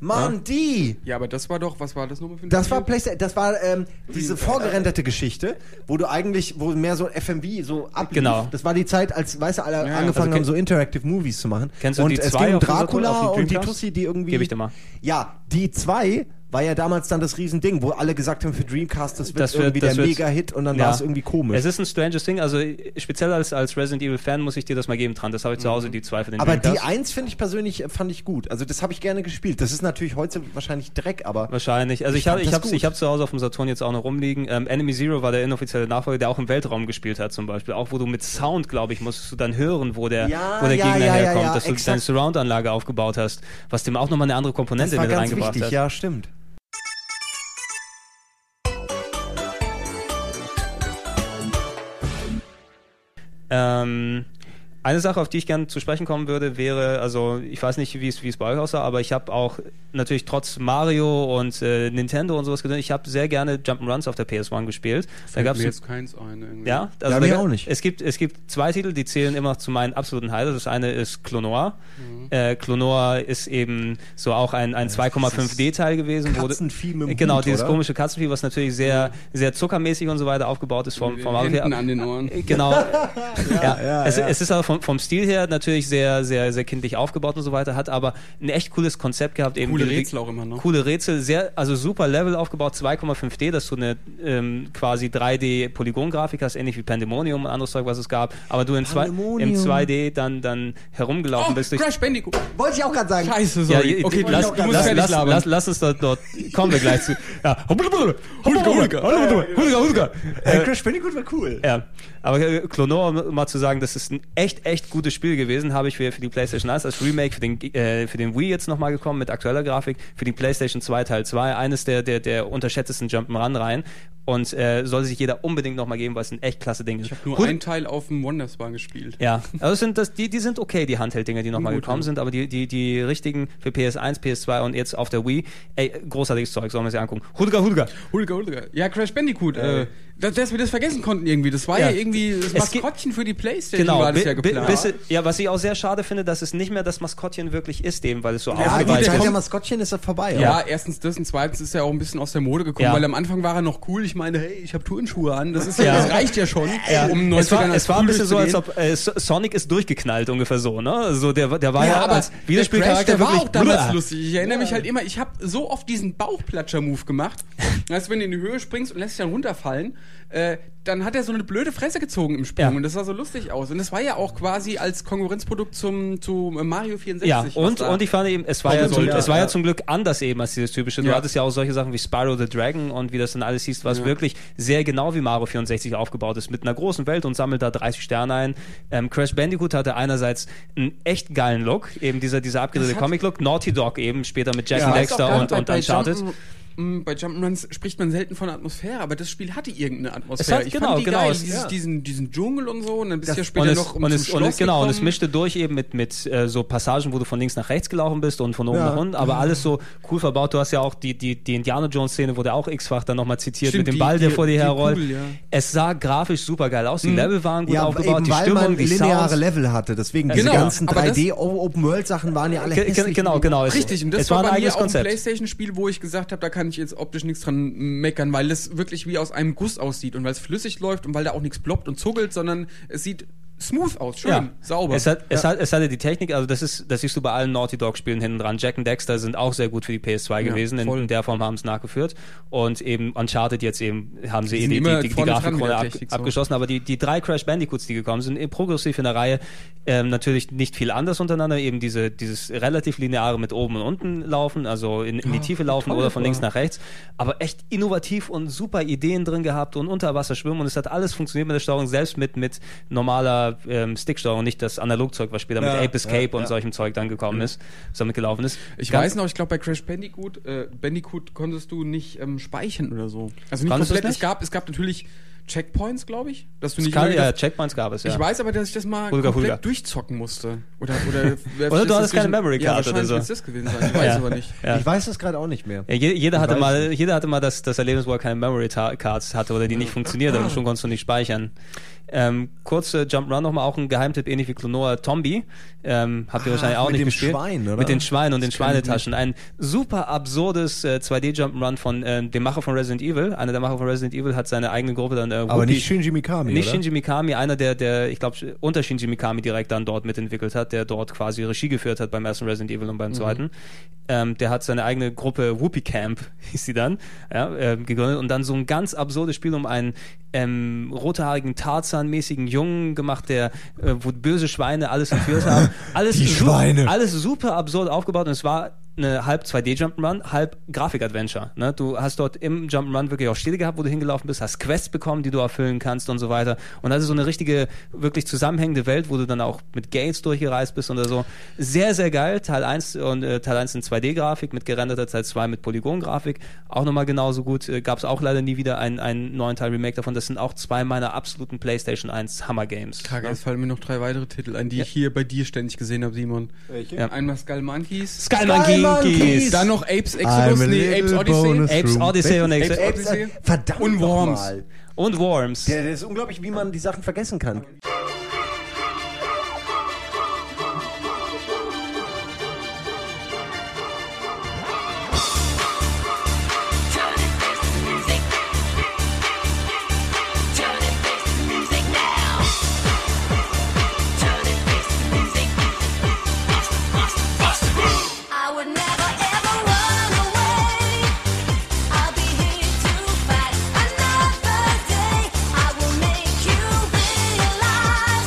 Mann, die!
Ja, aber das war doch, was war das nochmal für ein
Das
Spiel?
Äh,
war Playsta das war ähm, diese vorgerenderte Geschichte, wo du eigentlich, wo mehr so FMV so ablief.
Genau.
Das war die Zeit, als, weißt du, alle angefangen
Also,
haben, so Interactive Movies zu machen.
Kennst du
und
die
es
zwei
ging um
auf dem Saturn-
Dracula
auf dem
und die
Dreamcast?
Tussi, die irgendwie...
Geb ich dir mal.
Ja, die zwei war ja damals dann das Riesending, wo alle gesagt haben, für Dreamcast, das wird
Das wird-
irgendwie
das
der
wird-
Mega-Hit und dann
Ja.
war es irgendwie komisch.
Es ist ein stranges Ding, also äh, speziell als, als Resident Evil-Fan muss ich dir das mal geben, Tran. Das habe ich zu Hause, die zwei für den
Mhm. Aber die
Dreamcast.
eins finde ich persönlich äh, fand ich gut. Also das habe ich gerne gespielt. Das ist natürlich heute wahrscheinlich Dreck, aber
Wahrscheinlich. Also ich,
Ich
habe
fand
ich
das
hab's,
gut.
ich hab's zu Hause auf dem Saturn jetzt auch noch rumliegen. Ähm, Enemy Zero war der inoffizielle Nachfolger, der auch im Weltraum gespielt hat zum Beispiel. Auch wo du mit Sound, glaube ich, musstest du dann hören, wo der,
Ja,
wo der
ja,
Gegner
ja, ja,
herkommt,
ja,
dass du
exakt.
deine Surround-Anlage aufgebaut hast, was dem auch nochmal eine andere Komponente mit reingebracht hat.
Ja, stimmt.
Ähm, eine Sache, auf die ich gerne zu sprechen kommen würde, wäre, also ich weiß nicht, wie es wie es bei euch aussah, aber ich habe auch natürlich trotz Mario und äh, Nintendo und sowas gesehen, ich habe sehr gerne Jump'n'Runs auf der PS1 gespielt. Da gab's
mir jetzt keins ein. Irgendwie.
Ja, also
Ja,
da
mir
ga-
auch nicht.
Es gibt, es gibt zwei Titel, die zählen immer zu meinen absoluten Highlights. Das eine ist Clonoa.
Mhm.
Äh, Clonoa ist eben so auch ein, ein 2,5D-Teil gewesen. wo du-
Katzenvieh mit dem
Genau,
Hut,
dieses
oder?
komische Katzenvieh, was natürlich sehr, sehr zuckermäßig und so weiter aufgebaut ist vom,
Mit
vom
den
Ablauf her.
Händen Äh, an den Ohren.
Äh,
[laughs]
Genau. ja, es, es ist aber vom, vom Stil her natürlich sehr, sehr, sehr kindlich aufgebaut und so weiter, hat aber ein echt cooles Konzept gehabt. Eben
Coole
diese-
Rätsel auch immer, ne?
Coole Rätsel, sehr, also super Level aufgebaut, 2,5D, dass du eine ähm, quasi 3D-Polygongrafik hast, ähnlich wie Pandemonium und anderes Zeug, was es gab, aber du in zwei, im
Pandemonium.
2D dann, dann herumgelaufen
Oh,
bist. durch-
Crash Bandicoot.
Wollte ich auch gerade sagen.
Scheiße, sorry.
je-
okay,
lass,
du musst
lass,
fertig
lass,
labern.
lass, lass uns dort, dort, kommen wir gleich zu. Ja. Hulga, Hulga, Hulga, Hulga.
Äh, Crash Bandicoot war cool.
Ja, aber äh, Clonor, um mal zu sagen, das ist ein echt echt, echt gutes Spiel gewesen. Habe ich für, für die PlayStation 1 als Remake für den, äh, für den Wii jetzt nochmal gekommen mit aktueller Grafik. Für die PlayStation 2 Teil 2. Eines der, der, der unterschätztesten Jump'n'Run-Reihen. Und äh, sollte sich jeder unbedingt nochmal geben, weil es ein echt klasse Ding ist.
Ich habe nur
Hut-
einen Teil auf dem Wonderswan gespielt.
ja, also es sind das, die, die sind okay, die Handheld-Dinger, die nochmal
Gut,
gekommen
ja.
sind, aber die, die, die richtigen für PS1, PS2 und jetzt auf der Wii, ey, großartiges Zeug, sollen wir sie angucken. Hudga, Hudga.
Hulga, Hulga. Ja, Crash Bandicoot. Äh, dass, dass wir das vergessen konnten irgendwie. Das war
Ja.
ja, irgendwie das
Es geht-
Maskottchen für die Playstation
Genau,
war das
bi-
ja
bi-
geplant.
bis- ja, was ich auch sehr schade finde, dass es nicht mehr das Maskottchen wirklich ist, eben, weil es so
Ja, gut,
ausgeweitet
der
Ah, der
ist.
kommt-
Maskottchen ist ja vorbei.
ja, erstens das und zweitens ist er auch ein bisschen aus der Mode gekommen,
Ja.
weil am Anfang war er noch cool. Ich meine, hey, ich habe Turnschuhe an. Das, ist ja,
Ja.
das reicht ja schon,
Ja.
um neu
es
zu
war, es war ein bisschen so, als ob äh, So- Sonic ist durchgeknallt, ungefähr so, ne? So, der, der war ja,
Ja, aber
als
der Crash,
Videospielcharakter
der war
wirklich
auch damals
blöd.
lustig. Ich erinnere mich halt immer, ich habe so oft diesen Bauchplatscher-Move gemacht, dass wenn du in die Höhe springst und lässt dich dann runterfallen, äh, dann hat er so eine blöde Fresse gezogen im Sprung
Ja.
und das sah so lustig aus. Und das war ja auch quasi als Konkurrenzprodukt zum, zu Mario 64.
Ja,
was
und,
da-
und ich fand eben, es war, ja
Kommt
zum,
so, ja,
es war ja.
ja.
zum Glück anders eben als dieses typische. Du
Ja.
hattest ja auch solche Sachen wie Spyro the Dragon und wie das dann alles hieß, was wirklich sehr genau wie Mario 64 aufgebaut ist, mit einer großen Welt und sammelt da 30 Sterne ein. Ähm, Crash Bandicoot hatte einerseits einen echt geilen Look, eben dieser, dieser abgedrehte
Das hat-
Comic-Look, Naughty Dog eben, später mit Jack
Ich
and
weiß auch
Dexter
gar
und,
nicht,
und Uncharted.
Jump- m, bei Jump'n'Runs spricht man selten von Atmosphäre, aber das Spiel hatte irgendeine Atmosphäre.
hat- genau, genau, es-
Dieses,
ja.
diesen, diesen Dschungel und so und dann bist du ja
und
später
es,
noch um
und
zum
es, und
Schloss
es, genau, und es
gekommen.
mischte durch eben mit, mit äh, so Passagen, wo du von links nach rechts gelaufen bist und von oben
Ja.
nach unten, aber alles so cool verbaut. Du hast ja auch die, die, die Indiana Jones Szene, wurde auch x-fach dann nochmal zitiert
Stimmt,
mit dem
die-
Ball, der
die-
vor dir
die
herrollt.
Kugel, ja. Hm.
Es sah grafisch super geil aus, die Level waren gut
Ja,
aufgebaut,
eben
die
weil man
Stimmung, die
lineare
Sounds.
Level hatte. Deswegen
Genau,
diese ganzen
aber das-
3D-Open-World-Sachen waren ja alle
Ge- ge-
hässlich.
Genau, genau. Es,
ne? Richtig, und das
es
war,
war ein
bei mir
eigenes
auch ein
Konzept.
Playstation-Spiel, wo ich gesagt habe, da kann ich jetzt optisch nichts dran meckern, weil das wirklich wie aus einem Guss aussieht und weil es flüssig läuft und weil da auch nichts ploppt und zuckelt, sondern es sieht smooth aus, schön, sauber.
Es, hat, es, hat, es hatte die Technik, also das ist, das siehst du bei allen Naughty Dog-Spielen hinten dran. Jack and Dexter sind auch sehr gut für die PS2 gewesen, in,
voll.
in der Form haben es nachgeführt. Und eben Uncharted jetzt eben haben sie eh
sind
die,
immer
die, die, die
vorne dran mit
Grafikrolle
der
ab,
Technik, so.
abgeschossen. Aber die, die drei Crash Bandicoots, die gekommen sind, eh progressiv in der Reihe, ähm, natürlich nicht viel anders untereinander. Eben diese, dieses relativ lineare mit oben und unten laufen, also in, in die Tiefe laufen
Ah, toll
oder
das
von
war.
links nach rechts. Aber echt innovativ und super Ideen drin gehabt und unter Wasser schwimmen. Und es hat alles funktioniert mit der Steuerung, selbst mit, mit normaler ähm, Sticksteuerung, nicht das Analogzeug, was später
Ja,
mit Ape Escape
ja,
und
ja.
solchem Zeug dann gekommen ist, was damit gelaufen ist.
Mhm. ich
Ganz-
weiß noch, ich glaube bei Crash Bandicoot, äh, Bandicoot konntest du nicht ähm, speichern oder so. Also nicht
Konntest du's
komplett,
nicht?
es gab es gab natürlich Checkpoints, glaube ich, dass du
Es
nicht
kann,
immer-
ja, Checkpoints gab es, ja.
Ich weiß aber, dass ich das mal
Hulga,
komplett
Hulga.
durchzocken musste. Oder, oder,
Oder du hattest keine Memory-Card
ja,
oder
wahrscheinlich
so.
wird's das gewesen sein, ich weiß
Ja.
aber nicht.
Ja.
Ich weiß das gerade auch nicht mehr.
Ja, je, jeder, hatte
weiß
mal, jeder hatte mal das, das Erlebnis, wo er keine Memory Ta- Cards hatte oder die nicht funktioniert und schon konntest du nicht speichern. Ähm, kurze Jump-Run nochmal, auch ein Geheimtipp, ähnlich wie Klonoa Tombi. Ähm, habt ihr wahrscheinlich auch
Ah, mit
nicht
dem
gespielt.
Schwein, oder?
Mit den Schweinen und den Schweinetaschen. Ein super absurdes äh, 2D-Jump-Run von ähm, dem Macher von Resident Evil. Einer der Macher von Resident Evil hat seine eigene Gruppe dann äh,
Aber
Whoopi-
nicht Shinji Mikami,
nicht
oder?
Shinji Mikami, einer der, der ich glaube, unter Shinji Mikami direkt dann dort mitentwickelt hat, der dort quasi Regie geführt hat beim ersten Resident Evil und
Mhm.
beim zweiten. Ähm, der hat seine eigene Gruppe Whoopi Camp, [laughs] hieß sie dann, ja, ähm, gegründet und dann so ein ganz absurdes Spiel um einen ähm, rothaarigen, Tarzan-mäßigen Jungen gemacht, der, äh, wo böse Schweine alles entführt haben. Alles
[laughs] Die
su-
Schweine.
Alles super absurd aufgebaut und es war eine halb 2D-Jump'n'Run, halb Grafik-Adventure. Ne? Du hast dort im Jump'n'Run wirklich auch Städte gehabt, wo du hingelaufen bist, hast Quests bekommen, die du erfüllen kannst und so weiter. Und das ist so eine richtige, wirklich zusammenhängende Welt, wo du dann auch mit Gates durchgereist bist oder so. Sehr, sehr geil. Teil 1 und äh, Teil 1 in 2D-Grafik mit gerenderter, Teil 2 mit Polygon-Grafik. Auch nochmal genauso gut. Äh, Gab es auch leider nie wieder einen, einen neuen Teil Remake davon. Das sind auch zwei meiner absoluten PlayStation 1 Hammer-Games. ne?
Kacke, es fallen mir noch drei weitere Titel ein, die ich hier bei dir ständig gesehen habe, Simon. Welche?
Ja.
Einmal Skull Monkeys.
Sky Monkeys!
Dann noch Apes Exodus,
I'm a
nee, Apes
little
Odyssey.
bonus.
Apes
Room.
Odyssey und
Apes
Exo-
Odyssey.
Verdammt
Und
noch
Worms.
mal.
Und Worms.
Ja, das ist unglaublich, wie man die Sachen vergessen kann.
I would never ever run away. I'll be here to fight another day. I will make you realize.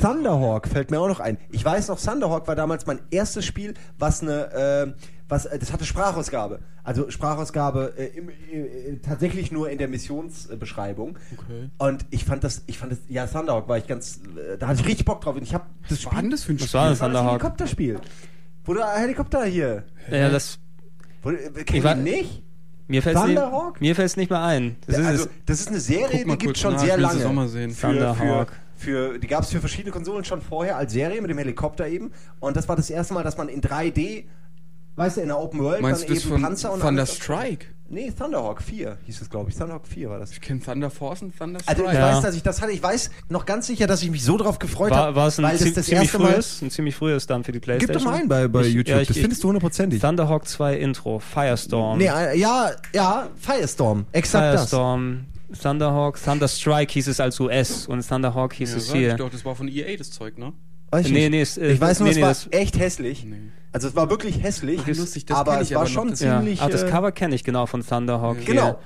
Thunderhawk fällt mir auch noch ein. Ich weiß noch, Thunderhawk war damals mein erstes Spiel, was eine, äh, was, äh, das hatte Sprachausgabe. Also Sprachausgabe äh, im, äh, tatsächlich nur in der Missionsbeschreibung. Okay. Und ich fand das, ich fand das, ja, Thunderhawk war ich ganz, äh, da hatte ich richtig Bock drauf. Und ich habe das
war denn das für ein
Was
Spiel?
war das?
das war das
Thunderhawk.
Helikopterspiel. Wo der Helikopter hier.
Ja, das,
Wo, äh, kennt
Ich war-
ihr nicht?
mir fällt es
Thunderhawk?
nicht, mir fällt's nicht mehr ein. Das ist
also,
es.
das ist eine Serie,
Guck mal
die gibt
kurz
schon
nach,
sehr
ich will sie
lange.
Sommer sehen.
Für, für,
Thunderhawk.
für, die gab es für verschiedene Konsolen schon vorher als Serie mit dem Helikopter eben. Und das war das erste Mal, dass man in 3D, weißt du, in der Open World
Meinst
dann
du das
eben
von
Panzer und
Thunder
alles-
Strike?
Nee, Thunderhawk 4 hieß es, glaube ich. Thunderhawk 4 war das.
Ich kenne Thunder Force und Thunder Strike.
Also ich weiß, dass ich das hatte. Ich weiß noch ganz sicher, dass ich mich so drauf gefreut
War,
habe,
war es ein,
weil das
zie
das
ziemlich
erste Mal...
frühes, ein ziemlich frühes dann für die
Gib
Playstation.
doch mal ein bei, bei
Ich-
YouTube,
ja, ich-
das findest du hundertprozentig.
Thunderhawk 2 Intro, Firestorm.
Nee, äh, ja, ja, Firestorm, exakt
Firestorm, Thunderhawk, Thunderstrike hieß es als US und Thunderhawk hieß
ja,
es
sag ich
hier.
doch, das war von EA das Zeug, ne?
das. Weiß ich
Nee,
nicht.
nee, es- äh,
ich weiß nur,
nee,
es
nee,
war
das-
echt hässlich. Also es war wirklich hässlich,
Ah, lustig, das
aber
kenn
es
ich
war
aber noch,
schon
das-
Ja.
ziemlich...
Ach, das
äh,
Cover kenne ich genau von Thunderhawk. hier.
Genau.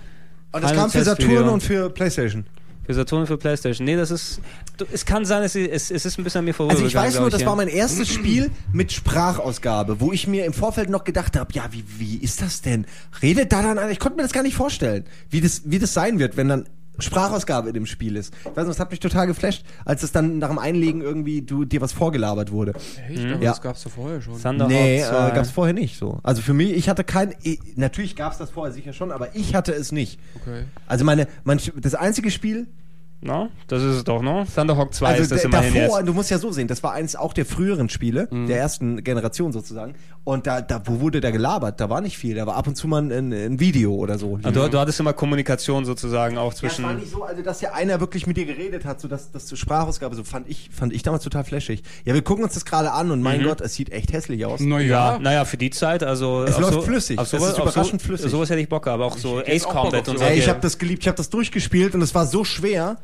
Und das
Final
kam für
Test
Saturn
Video. Oh,
und für PlayStation.
Für Saturn und für Playstation. Nee, das ist. Du, es kann sein, es, es, es ist ein bisschen an mir
Also
vorübergegangen.
ich weiß
glaub
nur, das
ja.
war mein erstes Spiel mit Sprachausgabe, wo ich mir im Vorfeld noch gedacht habe, ja, wie, wie ist das denn? Redet da dann einer? Ich konnte mir das gar nicht vorstellen, wie das, wie das sein wird, wenn dann Sprachausgabe in dem Spiel ist. Ich weiß nicht, das hat mich total geflasht, als es dann nach dem Einlegen irgendwie du, dir was vorgelabert wurde.
Echt? Aber
Mhm. Ja.
das gab's ja vorher schon.
Thunderhawk
Nee, äh,
2.
gab's vorher nicht so. Also für mich, ich hatte kein. eh, Natürlich gab's das vorher sicher schon, aber ich hatte es nicht.
Okay.
Also meine, mein, das einzige Spiel,
No? Das ist es doch, ne? Thunderhawk 2 ist das
d-
immerhin
Also davor,
jetzt. Mhm.
du musst ja so sehen, das war eins auch der früheren Spiele, der ersten Generation sozusagen. Und da, da wo wurde da gelabert? Da war nicht viel. Da war ab und zu mal ein, ein Video oder so.
Also, du, du hattest immer Kommunikation sozusagen auch
das war
zwischen.
nicht so, also dass ja einer wirklich mit dir geredet hat, so dass das zur Sprachausgabe so fand ich fand ich damals total flashig. Ja, wir gucken uns das gerade an und
Mhm.
mein Gott, es sieht echt hässlich aus.
Ja,
Naja.
naja, für die Zeit, also.
Es
auf
läuft flüssig.
Auf
Es
sowas,
ist
auf
überraschend
so,
flüssig.
Sowas hätte ich Bock, aber auch so
hätte
Ace
jetzt auch Bock
Combat
auf
und so.
sowas.
Ey, ich
hier.
habe das geliebt, ich habe das durchgespielt und es war so schwer.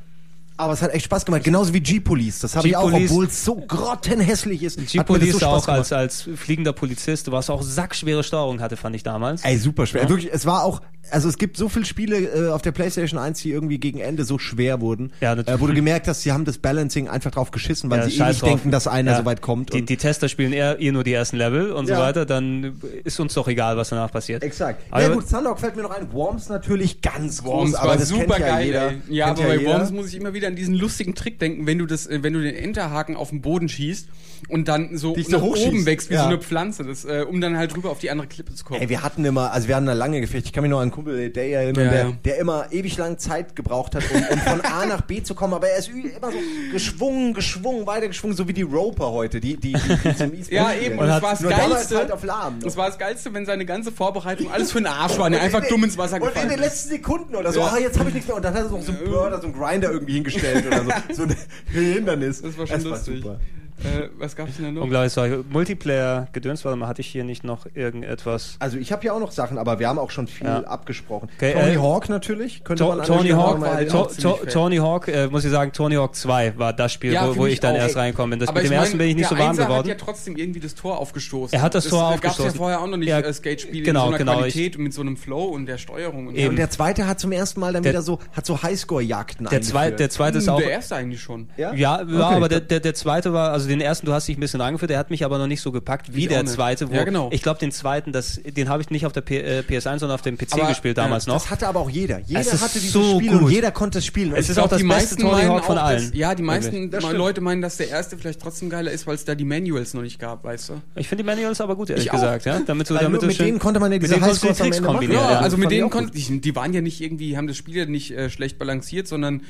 Aber es hat echt Spaß gemacht, genauso wie G-Police. Das habe ich auch,
G-Police-
obwohl es so grottenhässlich ist. hat mir das
G-Police
so Spaß
auch
gemacht.
als, als fliegender Polizist, was auch sackschwere Steuerung hatte, fand ich damals.
Ey, super schwer. Wirklich, es war auch, also es gibt so viele Spiele äh, auf der PlayStation 1, die irgendwie gegen Ende so schwer wurden.
Ja,
äh,
natürlich.
wo du gemerkt hast, sie haben das Balancing einfach drauf geschissen, weil
Ja,
sie eh
scheiß
nicht
drauf.
denken, dass einer
Ja.
so weit kommt.
Die,
und-
die Tester spielen eher, eher nur die ersten Level und so
Ja.
weiter, dann ist uns doch egal, was danach passiert.
Exakt.
Aber
ja gut, Sandok fällt mir noch ein. Worms natürlich ganz
Worms
groß, aber
war
das kennt ja
supergeil,
jeder.
ey. Ja,
Kennt
aber bei
jeder.
Worms muss ich immer wieder an diesen lustigen Trick denken, wenn du das, äh, wenn du den Enterhaken auf den Boden schießt und dann so
Dich so
nach
hochschießt.
oben wächst wie
Ja.
so eine Pflanze, das, äh, um dann halt rüber auf die andere Klippe zu kommen.
Ey, wir hatten immer, also wir hatten da lange gefecht. Ich kann mich noch an einen Kumpel, der erinnern,
Ja,
der,
ja.
der immer ewig lang Zeit gebraucht hat, um, um von A nach B zu kommen. Aber er ist ü- immer so geschwungen, geschwungen, weitergeschwungen, so wie die Roper heute, die, die, die, die zum E-Sport
ja,
spielen.
eben, und das war das
Nur damals
Geilste.
halt auf Lahm.
Das war das Geilste, wenn seine ganze Vorbereitung alles für einen Arsch war, der einfach
in-
dumm ins Wasser
Und in
gefallen
den
ist.
letzten Sekunden oder so,
Ja.
ah, jetzt habe ich nichts mehr. Und dann hat er so so einen Burner, so einen Grinder irgendwie hingestellt oder so. So ein Hindernis.
Das war schon
Es
lustig.
super.
Äh, was gab's denn da noch?
Unglaublich, solche Multiplayer-Gedöns, warte mal, hatte ich hier nicht noch irgendetwas?
Also ich habe ja auch noch Sachen, aber wir haben auch schon viel
Ja.
abgesprochen.
Okay,
Tony
äh,
Hawk natürlich. Könnte
To
man an der
Tony
Stelle
Hawk,
auch mal
war halt
To
erwähnen.
auch
to
ziemlich fett.
Tony Hawk äh, muss ich sagen, Tony Hawk 2 war das Spiel,
Ja,
wo,
für
wo
mich
ich dann
auch.
erst reinkommen bin. Das, mit dem
meine,
ersten bin ich nicht
der
so warm
Einser
geworden.
hat ja trotzdem irgendwie das Tor aufgestoßen.
Er hat das Tor
Gab's
aufgestoßen.
ja vorher auch noch nicht
Ja,
äh, Skatespiele
genau,
mit so einer
genau,
Qualität und mit so einem Flow und der Steuerung. Und
Eben.
Und der zweite hat zum ersten Mal dann
Der-
wieder so, hat so Highscore-Jagden
der, zwei, der zweite ist
Hm,
auch.
der erste eigentlich schon.
ja,
Ja,
Okay,
ja aber
ich
der,
glaub-
der, der zweite war, also den ersten, du hast dich ein bisschen rangeführt, der hat mich aber noch nicht so gepackt wie
Ich auch
der
nicht.
zweite. Wo
Ja, genau.
Ich glaube, den zweiten, das, den habe ich nicht auf der P äh, PS1, sondern auf dem PC
Aber, äh,
gespielt damals noch.
das hatte aber auch jeder. Jeder
Es ist
hatte dieses
so
Spiel
gut.
und jeder konnte es spielen. Und
Es
ich
ist
glaub,
auch das
die
beste
meisten
Tony
meinen
Hawk von
auch,
allen.
Dass, ja, die meisten
Das stimmt.
Leute meinen, dass der erste vielleicht trotzdem geiler ist, weil es da die Manuals noch nicht gab, weißt du?
Ich finde die Manuals aber gut, ehrlich
Ich auch.
gesagt. Ja? Damit du,
Weil
damit
nur
du
mit
schön,
denen konnte man ja diese
mit denen konntest du die
Highscores am
Tricks
Ende machen.
kombinieren.
Ja,
Ja,
also
fand
mit
ich
denen
auch gut.
konnten die, die waren ja nicht irgendwie, haben das Spiel ja nicht äh, schlecht balanciert, sondern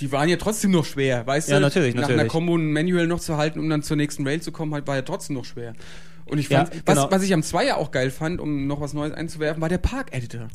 die waren ja trotzdem noch schwer, weißt
Ja,
du?
natürlich,
Nach einer
natürlich.
Combo ein Manual noch zu halten, um dann zur nächsten Rail zu kommen, halt, war ja trotzdem noch schwer. Und ich
Ja,
fand,
genau.
was, was ich am Zweier auch geil fand, um noch was Neues einzuwerfen, war der Park-Editor.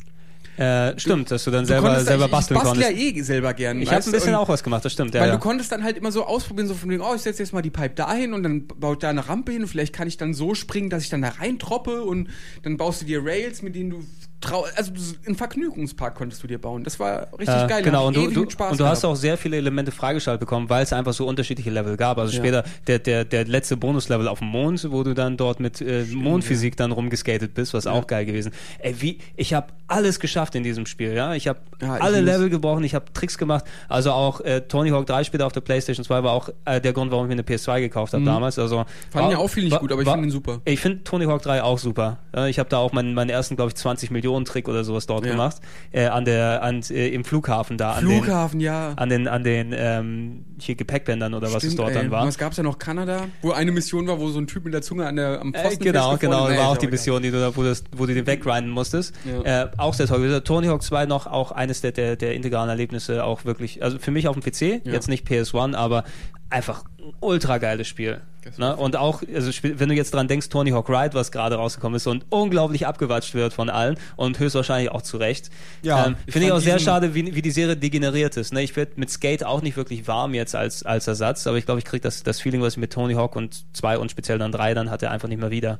Du
Äh, stimmt, dass du dann selber,
also konntest da-
selber
ich-
basteln
ich bastel
konntest.
ja eh selber gern.
Ich habe
weißt
ein
du?
bisschen
Und-
auch was gemacht, das stimmt. Ja,
Weil
ja.
du konntest dann halt immer so ausprobieren, so von wegen, oh, ich setze jetzt mal die Pipe dahin und dann baut da eine Rampe hin und vielleicht kann ich dann so springen, dass ich dann da reintroppe und dann baust du dir Rails, mit denen du trau also einen Vergnügungspark konntest du dir bauen. Das war richtig
Äh,
geil. Da
Genau,
hab
und
ich
du,
ewig
du,
mit Spaß
und du hast
gehabt.
auch sehr viele Elemente freigeschaltet bekommen, weil es einfach so unterschiedliche Level gab. Also
Ja.
später der, der, der letzte Bonuslevel auf dem Mond, wo du dann dort mit äh, Mondphysik dann rumgeskatet bist, was auch geil gewesen. Ey, wie, ich habe alles geschafft in diesem Spiel, ja. Ich habe
Ja, ich
alle
lieb's.
Level gebrochen, ich habe Tricks gemacht. Also auch äh, Tony Hawk 3 später auf der Playstation 2 war auch äh, der Grund, warum ich mir eine PS2 gekauft habe damals. Also,
Fanden
war-
ja auch viele nicht
war-
gut, aber Mhm. ich
war-
finde ihn super.
ich finde Tony Hawk 3 auch super. Ja, Ich habe da auch meinen, meinen ersten, glaube ich, 20 Millionen Trick oder sowas dort
Ja.
gemacht. Äh, an der, an, äh, im Flughafen da. An
Flughafen, ja.
Den, an den, an den ähm, hier Gepäckbändern oder was es
Stimmt,
dort
ey.
dann war.
Was gab's ja noch Kanada, wo eine Mission war, wo so ein Typ mit der Zunge an der am
Äh,
Pfosten
genau,
festgefroren
genau,
ist.
war
Ey,
auch
ist
die
aber
Mission, die du da, wo, das, wo du den wegrinden musstest.
Ja.
Äh, auch sehr toll. gewesen. Tony Hawk 2 noch auch eines der, der, der integralen Erlebnisse, auch wirklich, also für mich auf dem PC,
Ja.
jetzt nicht PS1, aber einfach ein ultra geiles Spiel. Ne? Und auch, also sp- wenn du jetzt dran denkst, Tony Hawk Ride, was gerade rausgekommen ist und unglaublich abgewatscht wird von allen und höchstwahrscheinlich auch zu Recht.
Ja,
ähm,
ich
Finde ich
fand
auch sehr
diesen-
schade, wie, wie die Serie degeneriert ist. Ne? Ich werde mit Skate auch nicht wirklich warm jetzt als, als Ersatz, aber ich glaube, ich kriege das, das Feeling, was ich mit Tony Hawk und 2 und speziell dann 3 dann hatte, einfach nicht mehr wieder.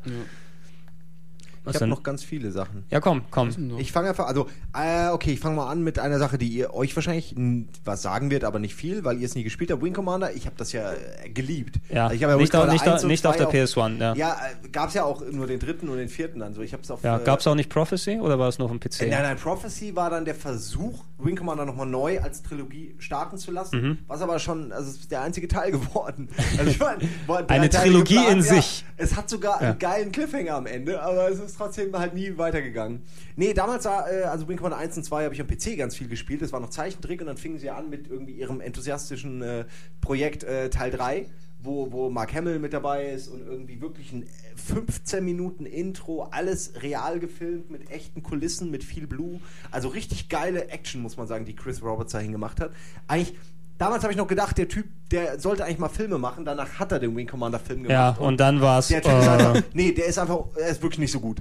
Was
Ich habe
dann-
noch ganz viele Sachen.
ja, komm, komm.
Ich fange einfach, also, äh, okay, ich fange mal an mit einer Sache, die ihr euch wahrscheinlich n- was sagen wird, aber nicht viel, weil ihr es nie gespielt habt. Wing Commander, ich habe das ja äh, geliebt.
Ja,
ich hab
nicht,
Wing
auf-
Commander
nicht, auf-
1 und
nicht auf
2
der PS1, ja. Ja,
Ja, äh, gab's ja auch nur den dritten und den vierten dann so. Ich hab's auf. äh,
gab es auch nicht Prophecy oder war es nur auf dem PC?
Äh, Nein, nein, Prophecy war dann der Versuch, Wing Commander nochmal neu als Trilogie starten zu lassen,
Mhm.
was aber schon, also es ist der einzige [laughs] Teil geworden. Also ich meine, waren drei
Eine
Teile
Trilogie in
ja.
sich.
Es hat sogar
Ja.
einen geilen Cliffhanger am Ende, aber es ist trotzdem halt nie weitergegangen. Nee, damals war, äh, also Wing Commander 1 und 2 habe ich am PC ganz viel gespielt, das war noch Zeichentrick und dann fingen sie an mit irgendwie ihrem enthusiastischen äh, Projekt äh, Teil 3. Wo, wo Mark Hamill mit dabei ist und irgendwie wirklich ein äh, 15 Minuten Intro, alles real gefilmt mit echten Kulissen, mit viel Blue. Also richtig geile Action, muss man sagen, die Chris Roberts dahin gemacht hat. Eigentlich, damals habe ich noch gedacht, der Typ, der sollte eigentlich mal Filme machen. Danach hat er den Wing Commander Film
ja,
gemacht.
und dann war es.
Der Typ ist
Äh,
einfach, nee, der ist einfach, er ist wirklich nicht so gut.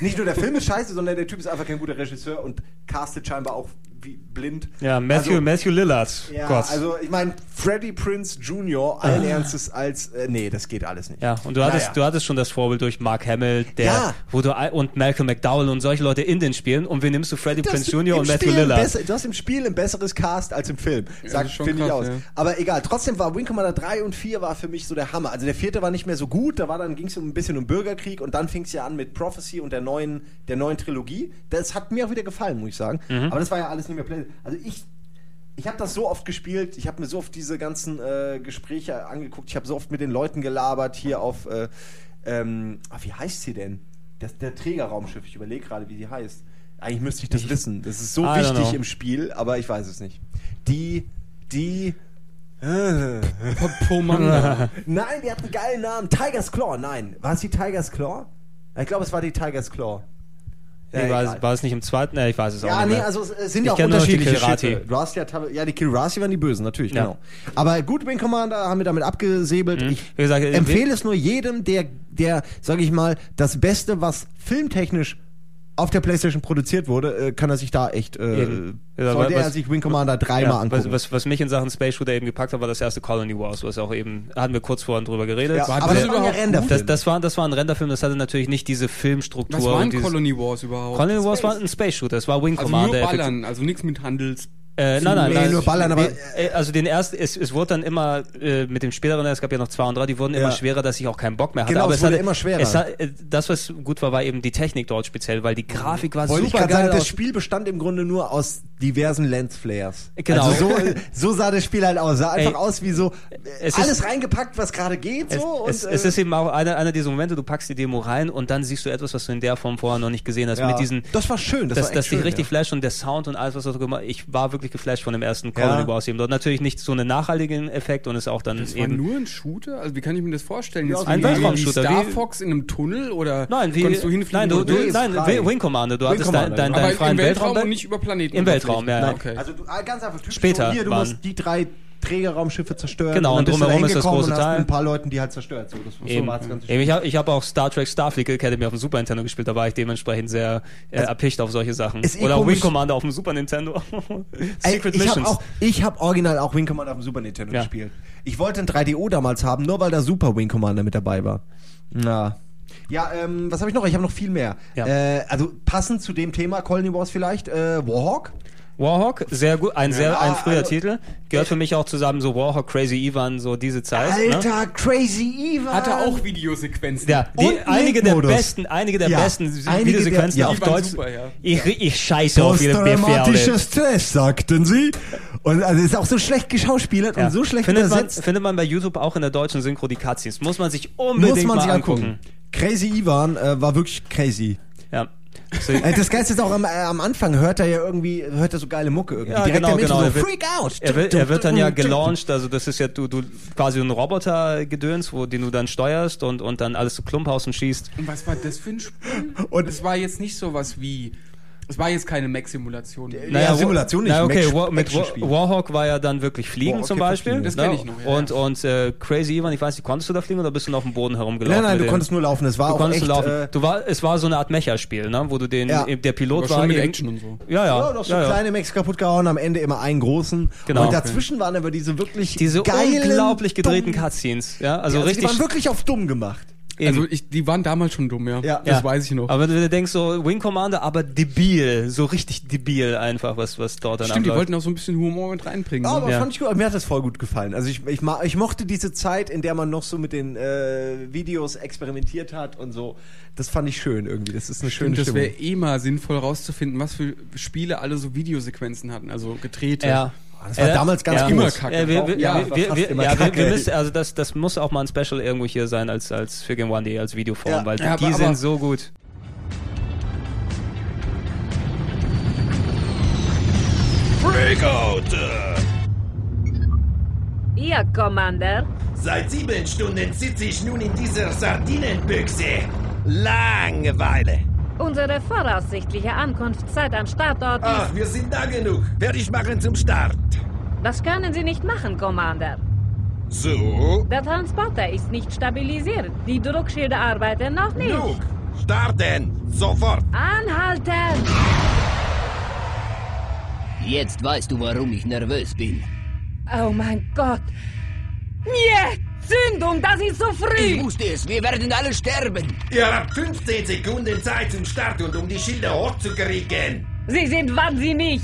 nicht nur der Film ist scheiße, sondern der Typ ist einfach kein guter Regisseur und castet scheinbar auch wie blind.
ja, Matthew,
also,
Matthew Lillard.
Ja,
Gott.
also ich meine, Freddie Prince Jr. allen
Ah.
Ernstes als, äh, nee, das geht alles nicht.
ja, und du hattest,
Naja.
du hattest schon das Vorbild durch Mark Hamill, der,
Ja.
wo du all- und Malcolm McDowell und solche Leute in den Spielen. Und wen nimmst du Freddie
Du hast
Prinze Jr.
im
und Matthew
Spiel ein
Lillard?
besser- du hast im Spiel ein besseres Cast als im Film. Sag,
ist schon
finde ich
krass,
aus.
ja.
Aber egal, trotzdem war Wing Commander 3 und 4 war für mich so der Hammer. Also der vierte war nicht mehr so gut, da war dann ging es um ein bisschen um Bürgerkrieg und dann fing es ja an mit Prophecy und der neuen, der neuen Trilogie. Das hat mir auch wieder gefallen, muss ich sagen.
Mhm.
Aber das war ja alles nicht mehr Play. Also ich ich habe das so oft gespielt, ich habe mir so oft diese ganzen äh, Gespräche angeguckt, ich habe so oft mit den Leuten gelabert hier auf, äh, ähm, ah, wie heißt sie denn? Das, der Trägerraumschiff, ich überlege gerade, wie sie heißt. Eigentlich müsste ich das wissen, das ist so
I don't
wichtig
know.
im Spiel, aber ich weiß es nicht. Die, die,
geil. Pomanda.
[laughs] nein, die hat einen geilen Namen, Tiger's Claw, nein. War es die Tiger's Claw? Ich glaube, es war die Tiger's Claw. Ja,
nee, war,
egal.
es- war es nicht im zweiten? Nee, ich weiß es auch
Ja,
nicht.
nee,
mehr.
also es- es sind
Ich
ja auch
kenn nur noch die
unterschiedliche
Kirati.
Schiffe. Du hast ja, teilweise- ja, die Kirati waren die Bösen, natürlich,
Ja.
genau. Aber gut, Wing Commander haben wir damit abgesäbelt. Ich
Wie gesagt, äh,
empfehle es nur jedem, der, der, sag ich mal, das Beste, was filmtechnisch auf der Playstation produziert wurde, äh, kann er sich da echt, äh,
Eben. Ja,
sollte
was-
er sich Wing Commander
Ja,
dreimal
was,
angucken.
was, was mich in Sachen Space Shooter eben gepackt hat, war das erste Colony Wars, was auch eben, hatten wir kurz vorhin drüber geredet.
ja,
war
aber
das
das waren ja
überhaupt
Renderfilme.
Das, das, war, das war ein Renderfilm, das hatte natürlich nicht diese Filmstruktur.
Was war
und
ein
dieses-
Colony Wars überhaupt?
Colony Wars war ein Space Shooter, es war Wing
also
Commander.
nur
effektiv.
ballern, also nichts mit Handels.
Äh, nein, nein,
Nee,
nein.
nur ballern, aber-
Äh, Also den ersten, es, es wurde dann immer äh, mit dem späteren, es gab ja noch zwei und drei, die wurden
Ja.
immer schwerer, dass ich auch keinen Bock mehr hatte.
Genau,
aber
es wurde immer schwerer.
Es hat, äh, das, was gut war, war eben die Technik dort speziell, weil die Grafik war
Wollte ich
super
gerade sagen,
geil.
das
Aus.
Spiel bestand im Grunde nur aus diversen Lensflares.
Genau.
Also so, so sah das Spiel halt aus. Sah einfach
Ey,
aus wie so
es ist-
alles reingepackt, was gerade geht.
Es,
so,
es,
und,
es
äh,
ist eben auch einer, einer dieser Momente, du packst die Demo rein und dann siehst du etwas, was du in der Form vorher noch nicht gesehen hast,
Ja.
mit diesen
Das war schön, das
das,
war echt
das
schön,
dich richtig
ja.
flasht und der Sound und alles, was du gemacht hast. Ich war wirklich geflasht von dem ersten
Ja.
Colony Wars eben dort. Natürlich nicht so einen nachhaltigen Effekt und ist auch dann
Das war
eben.
nur ein Shooter? Also wie kann ich mir das vorstellen? Jetzt
ein
wie-
Weltraumshooter,
wie Star
wie-
Fox in einem Tunnel oder
Nein, wie,
konntest du hinfliegen?
nein, du,
wo
du,
willst?
nein,
Frei.
Wing Commander, du hattest dein,
Commander,
dein,
ja.
dein
aber
freien
im Weltraum
Weltraum.
und nicht über Planeten.
Im Weltraum, ja, ja.
Nein,
Nein.
okay.
Also du, äh, ganz einfach typisch.
Später
so, hier, du
waren-
musst die drei Trägerraumschiffe zerstören.
Genau, und
bist du
drumherum
da
ist das
hingekommen
große
und hast
Teil.
mit ein paar Leuten, die halt zerstört. So, das so
Eben.
war das ganze
Eben, ich habe ich hab auch Star Trek Starfleet Academy auf dem Super Nintendo gespielt, da war ich dementsprechend sehr äh, erpicht auf solche Sachen.
Ist eh
Oder
komisch.
Wing Commander auf dem Super Nintendo. [laughs] Secret
Ey, ich hab
Missions.
auch, ich habe original auch Wing Commander auf dem Super Nintendo
Ja.
gespielt. Ich wollte ein 3DO damals haben, nur weil da Super Wing Commander mit dabei war. Na, Ja, ähm, was habe ich noch? Ich habe noch viel mehr.
Ja.
Äh, also passend zu dem Thema Colony Wars vielleicht, äh, Warhawk.
Warhawk, sehr gut, ein sehr ein
ah,
früher
also-
Titel, gehört für mich auch zusammen so Warhawk, Crazy Ivan, so diese Zeit. Ne?
Alter, Crazy Eva.
Hatte auch Videosequenzen.
Ja, die,
Und
einige der
Link-Modus.
besten, einige der
Ja,
besten
einige
Videosequenzen
der- ja.
auf
Die waren
Deutsch.
super, ja.
ich, ich scheiße auf jede
Posttraumatischer
BFR.
Stress, sagten sie. Und also ist auch so schlecht geschauspielert und so schlecht
findet man,
übersetzt.
findet man bei YouTube auch in der deutschen Synchro die Cutscenes. Muss man sich unbedingt
Muss man
mal
sich angucken.
angucken.
Crazy Ivan äh, war wirklich crazy.
Ja. So,
Äh, Das Geilste ist auch am, äh, am Anfang hört er ja irgendwie, hört er so geile Mucke irgendwie.
Ja,
Direkt
genau,
am Intro
genau. Er
so,
wird-
Freak out!
er, wird, er wird dann
[laughs]
ja gelauncht, also das ist ja du, du quasi ein Roboter-Gedöns, wo den du dann steuerst und, und dann alles zu Klumphausen schießt.
Und was war das für ein Spiel?
Und-
Und es war jetzt nicht sowas wie. Es war jetzt keine Mac-Simulation.
Ja, Simulation nicht,
Naja, okay,
Match-
War, mit War,
Actionspiel.
Warhawk war ja dann wirklich Fliegen
Warhawk
zum
geht auf
Beispiel.
Fliegen.
Das
ne?
kenn ich noch, ja,
Und,
ja.
und äh, Crazy Ivan, ich weiß nicht, konntest du da fliegen oder bist du noch auf dem Boden herumgelaufen?
Nein, nein,
mit
du
dem?
konntest nur laufen. Es war
Du
auch
konntest
echt...
nur laufen.
Äh,
du war, es war so eine Art Mecha-Spiel, ne? wo du den,
Ja.
der Pilot
Aber
war.
schon mit
irgend-
Action und so.
Ja, ja.
ja, doch so
ja, ja.
kleine Mechs kaputt gehauen, am Ende immer einen großen.
Genau.
Und dazwischen waren aber diese wirklich
Diese
geilen,
unglaublich gedrehten
dummen-
Cutscenes. Ja, also
Ja, also Die
richtig.
waren wirklich auf dumm gemacht.
Also ich, die waren damals schon dumm, ja.
Ja.
das
ja.
weiß ich noch.
Aber wenn du denkst, so Wing Commander, aber debil. So richtig debil einfach, was, was dort dann
Stimmt, die
abläuft.
wollten auch so ein bisschen Humor mit reinbringen.
Ja,
ne?
aber
Mhm, Ja.
fand ich gut. Mir hat das voll gut gefallen. Also ich, ich, ma- ich mochte diese Zeit, in der man noch so mit den äh, Videos experimentiert hat und so. Das fand ich schön irgendwie. Das ist eine schöne
Und das wäre
Stimmung.
eh mal sinnvoll rauszufinden, was für Spiele alle so Videosequenzen hatten, also gedrehte.
Ja.
Oh, das war damals ganz
ja.
groß.
Immer kacke.
Ja, wir, wir,
Ja,
wir,
war
wir,
fast
wir,
immer
ja, wir,
kacke.
wir müssen, also das, das muss auch mal ein Special irgendwo hier sein als, als für Game One Day, als Videoform,
Ja.
weil
Ja,
die
aber- aber-
sind so gut.
Freak out!
Ihr, Commander.
Seit sieben Stunden sitze ich nun in dieser Sardinenbüchse. Langeweile.
Unsere voraussichtliche Ankunftszeit am Startort
Ach,
ist.
wir sind da genug. Werde ich machen zum Start.
Das können Sie nicht machen, Commander.
So.
Der Transporter ist nicht stabilisiert. Die Druckschilde arbeiten noch nicht.
Genug. Starten. Sofort.
Anhalten!
Jetzt weißt du, warum ich nervös bin.
Oh mein Gott! Nee! Zündung, das ist so
Ich
früh!
wusste es, wir werden alle sterben.
Ihr habt 15 Sekunden Zeit zum Start und um die Schilder hochzukriegen.
Sie sind wahnsinnig!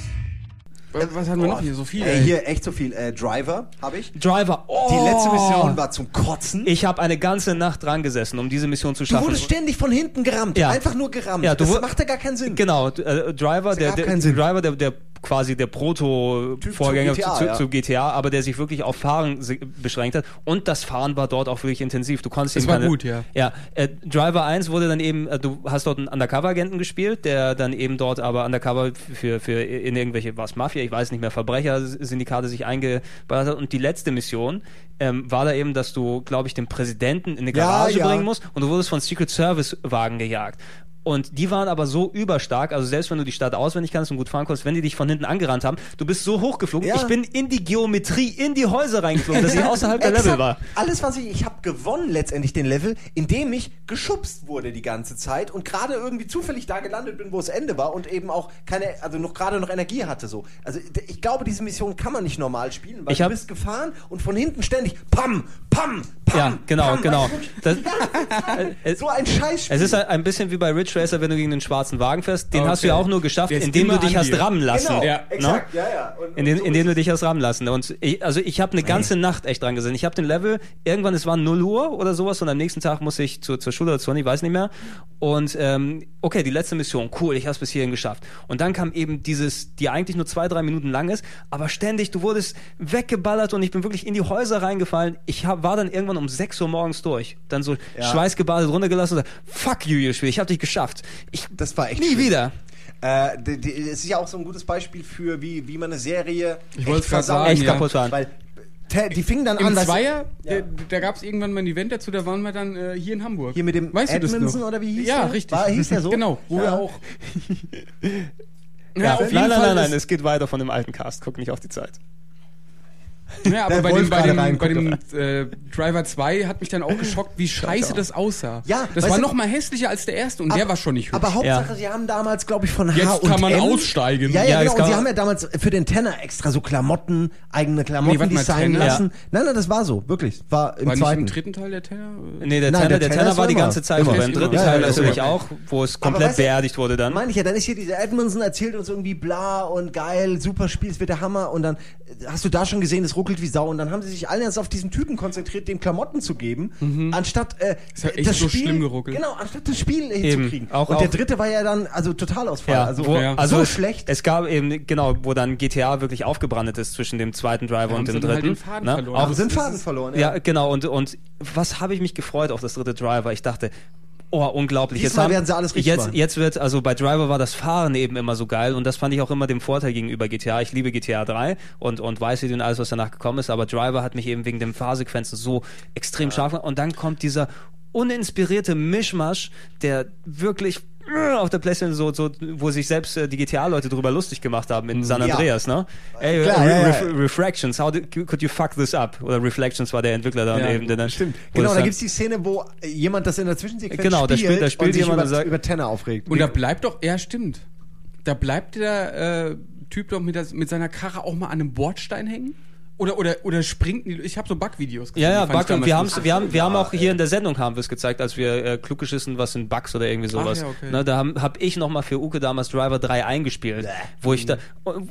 Was was hatten wir noch hier? So viel.
Äh,
ey.
hier echt so viel. Äh, Driver habe ich.
Driver, oh!
Die letzte Mission war zum Kotzen.
Ich habe eine ganze Nacht dran gesessen, um diese Mission zu
du
schaffen.
wurdest ständig von hinten gerammt.
Ja.
Einfach nur gerammt.
Ja, du
das
wu-
macht ja gar keinen Sinn.
Genau, äh, Driver, der,
gab
der
keinen Sinn.
Driver, der, der quasi der
Typ
Proto-Vorgänger
zu
zu,
GTA,
zu,
ja.
zu GTA, aber der sich wirklich auf Fahren si- beschränkt hat. Und das Fahren war dort auch wirklich intensiv. Du konntest
Das
ihm
war
keine-
gut, ja.
Ja, äh, Driver 1 wurde dann eben, äh, du hast dort einen Undercover-Agenten gespielt, der dann eben dort aber Undercover für, für in irgendwelche, was Mafia, ich weiß nicht mehr, Verbrechersyndikate sich eingeballert hat. Und die letzte Mission ähm, war da eben, dass du, glaube ich, den Präsidenten in eine
Ja,
Garage
ja.
bringen musst und du wurdest von Secret Service Wagen gejagt. Und die waren aber so überstark, also selbst wenn du die Stadt auswendig kannst und gut fahren konntest, wenn die dich von hinten angerannt haben, du bist so hochgeflogen,
Ja.
ich bin in die Geometrie, in die Häuser reingeflogen, dass
[laughs]
ich außerhalb der Level
Exakt.
war.
Alles, was ich, ich habe gewonnen letztendlich den Level, indem ich geschubst wurde die ganze Zeit und gerade irgendwie zufällig da gelandet bin, wo es Ende war und eben auch keine, also noch gerade noch Energie hatte so. Also d- ich glaube, diese Mission kann man nicht normal spielen, weil
Ich
du
hab-
bist gefahren und von hinten ständig pam, pam, pam.
Ja, genau,
pam,
genau.
Weißt du,
Das-
die ganze Zeit. so ein Scheißspiel.
Es ist ein- ein bisschen wie bei Ridge Racer, wenn du gegen den schwarzen Wagen fährst, den
Ah, Okay.
hast du ja auch nur geschafft,
Der ist
indem du
immer
dich
an
hast
dir.
rammen lassen.
genau,
Ja.
exakt,
Ne?
ja, ja. Und,
In
und
den,
so
in denen
ist
du dich hast rammen lassen. Und ich, also ich habe eine ganze Nacht echt dran gesehen. Ich habe den Level, irgendwann, es war 0 Uhr oder sowas und am nächsten Tag muss ich zur, zur Schule oder zur Uni, weiß nicht mehr. Und ähm, okay, die letzte Mission, cool, ich habe es bis hierhin geschafft. Und dann kam eben dieses, die eigentlich nur zwei, drei Minuten lang ist, aber ständig, du wurdest weggeballert und ich bin wirklich in die Häuser reingefallen. Ich hab, war dann irgendwann um 6 Uhr morgens durch. Dann so schweißgebadet runtergelassen und so, fuck you, ihr Spiel, ich habe dich geschafft. Ich,
Das war echt
Nie
schlimm.
wieder.
Äh, d- d- es ist ja auch so ein gutes Beispiel für, wie, wie man eine Serie ich
wollte's grad sagen,
Echt ja. kaputt waren.
Weil te- die fingen dann
Im
an, weißt du,
Zweier, da, da gab es irgendwann mal ein Event dazu, da waren wir dann äh, hier in Hamburg.
Hier mit dem
weißt du das
Edmondson
noch?
oder wie hieß
ja,
der?
richtig.
War- hieß der so?
Genau, wo
Ja.
wir auch.
Ja,
auf
nein, nein,
jeden Fall
nein, nein,
ist-
es geht weiter von dem alten Cast. Guck nicht auf die Zeit.
Ja, aber
Der
bei dem,
Wolf
bei dem,
gerade
bei dem äh, Driver 2 hat mich dann auch geschockt, wie scheiße das aussah.
Ja, weißt
das war
du- Ah,
noch mal hässlicher als der erste und der war schon nicht hübsch.
Aber Hauptsache,
Ja.
sie haben damals, glaube ich, von H
Jetzt
und
kann man
M,
aussteigen.
Ja, ja,
Ja,
genau.
jetzt kann
Und sie
man-
haben ja damals für den Tenner extra so Klamotten, eigene Klamotten
Nee, warte mal,
designen
Tenner?
lassen. Nein, nein, das war so, wirklich. War im
war nicht
zweiten.
im dritten Teil der Tenner?
Nee, der
Nein,
Tanner,
der
der,
Tanner
Tanner
war
war die
immer.
ganze Zeit
Immer.
über. Im dritten
Ja,
Teil
ja,
natürlich
ja.
auch, wo es komplett
weißt du-
beerdigt wurde dann.
meine ich ja, dann ist hier dieser Edmondson erzählt uns irgendwie bla und geil, super Spiel, es wird der Hammer und dann äh, hast du da schon gesehen, es ruckelt wie Sau und dann haben sie sich alle erst auf diesen Typen konzentriert, dem Klamotten zu geben,
Mhm.
anstatt äh,
Ist ja echt so schlimm geruckelt.
genau, anstatt das Spiel hinzukriegen.
Auch-
und der
auch-
dritte war ja dann also total Ausfall,
Ja,
also,
wo,
ja.
also
so
es-
schlecht.
Es gab eben, genau, wo dann GTA wirklich aufgebrannt ist zwischen dem zweiten Driver und
haben
dem
sie dann
dritten.
halt den Faden
ne?
verloren.
Auch
Haben sie den Faden verloren.
Ja, genau. Und, und was habe ich mich gefreut auf das dritte Driver? Ich dachte, oh, unglaublich.
Diesmal
haben-
werden sie alles richtig
jetzt,
machen.
jetzt wird, also bei Driver war das Fahren eben immer so geil und das fand ich auch immer dem Vorteil gegenüber GTA. Ich liebe GTA 3 und, und weiß wie und alles, was danach gekommen ist, aber Driver hat mich eben wegen den Fahrsequenzen so extrem scharf gemacht. Und dann kommt dieser uninspirierte Mischmasch, der wirklich äh, auf der Playstation so, so wo sich selbst äh, die GTA-Leute drüber lustig gemacht haben in San
Ja.
Andreas, ne? Ey,
Klar,
Re-
ja, ja.
Ref- Refractions, how did, could you fuck this up? Oder Reflections war der Entwickler da
Ja,
und eben der dann.
Stimmt.
wo
Genau,
das
da
dann-
gibt's die Szene, wo äh, jemand das in der Zwischensequenz
Genau, da
spielt,
spielt- da spielt
und sich
jemand
über,
und sagt-
über Tenner aufregt.
Und da bleibt doch, ja stimmt, da bleibt der äh, Typ doch mit, das, mit seiner Karre auch mal an einem Bordstein hängen? Oder, oder, oder springt, die- ich habe so Bug-Videos gesehen.
Ja, ja,
die fand ich
Bug und wir,
damals
haben's, wir haben wir haben auch hier in der Sendung haben wir es gezeigt, als wir äh, klug geschissen, was sind Bugs oder irgendwie sowas.
ja, okay.
ne, da habe hab ich nochmal für Uke damals Driver 3 eingespielt, wo ich da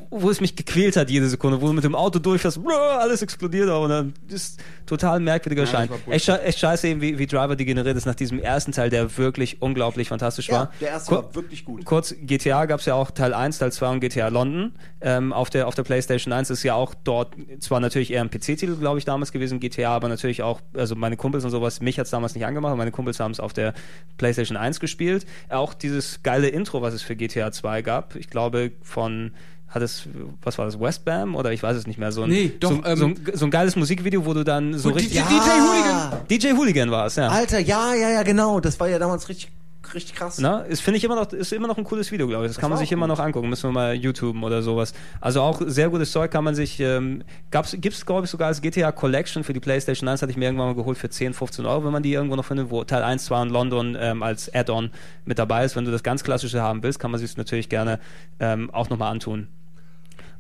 wo es mich gequält hat jede Sekunde, wo du mit dem Auto durchfährst, brrr, alles explodiert auch und dann ist total merkwürdiger
das
Schein.
war Bullshit.
Echt, sche- echt scheiße eben, wie, wie Driver degeneriert ist nach diesem ersten Teil, der wirklich unglaublich fantastisch
Ja,
war.
der erste
Ku-
war wirklich gut.
Kurz, GTA gab es ja auch Teil 1, Teil 2 und GTA London. Ähm, auf, der, auf der PlayStation 1 ist ja auch dort zwar natürlich eher ein PC-Titel, glaube ich, damals gewesen, GTA, aber natürlich auch, also meine Kumpels und sowas, mich hat es damals nicht angemacht, aber meine Kumpels haben es auf der PlayStation 1 gespielt. Auch dieses geile Intro, was es für GTA 2 gab, ich glaube von. Hat es, was war das, Westbam? Oder ich weiß es nicht mehr. So ein,
Nee, doch,
so, ein- so, ein,
ähm,
so ein geiles Musikvideo, wo du dann so
Wo die-
richtig.
die- DJ Hooligan.
DJ Hooligan war es, ja.
Alter, ja, ja, ja, genau, das war ja damals richtig richtig krass.
Na, Ne? ist finde ich immer noch ist immer noch ein cooles Video, glaube ich. Das, kann man
war
sich
auch
immer noch angucken. Müssen wir mal YouTuben oder sowas. Also auch sehr gutes Zeug kann man sich ähm, gab's gibt's glaube ich sogar als GTA Collection für die PlayStation 1 hatte ich mir irgendwann mal geholt für 10, 15 Euro, wenn man die irgendwo noch findet, wo Teil 1 zwar in London ähm, als Add-on mit dabei ist. Wenn du das ganz klassische haben willst, kann man sich natürlich gerne ähm, auch nochmal antun.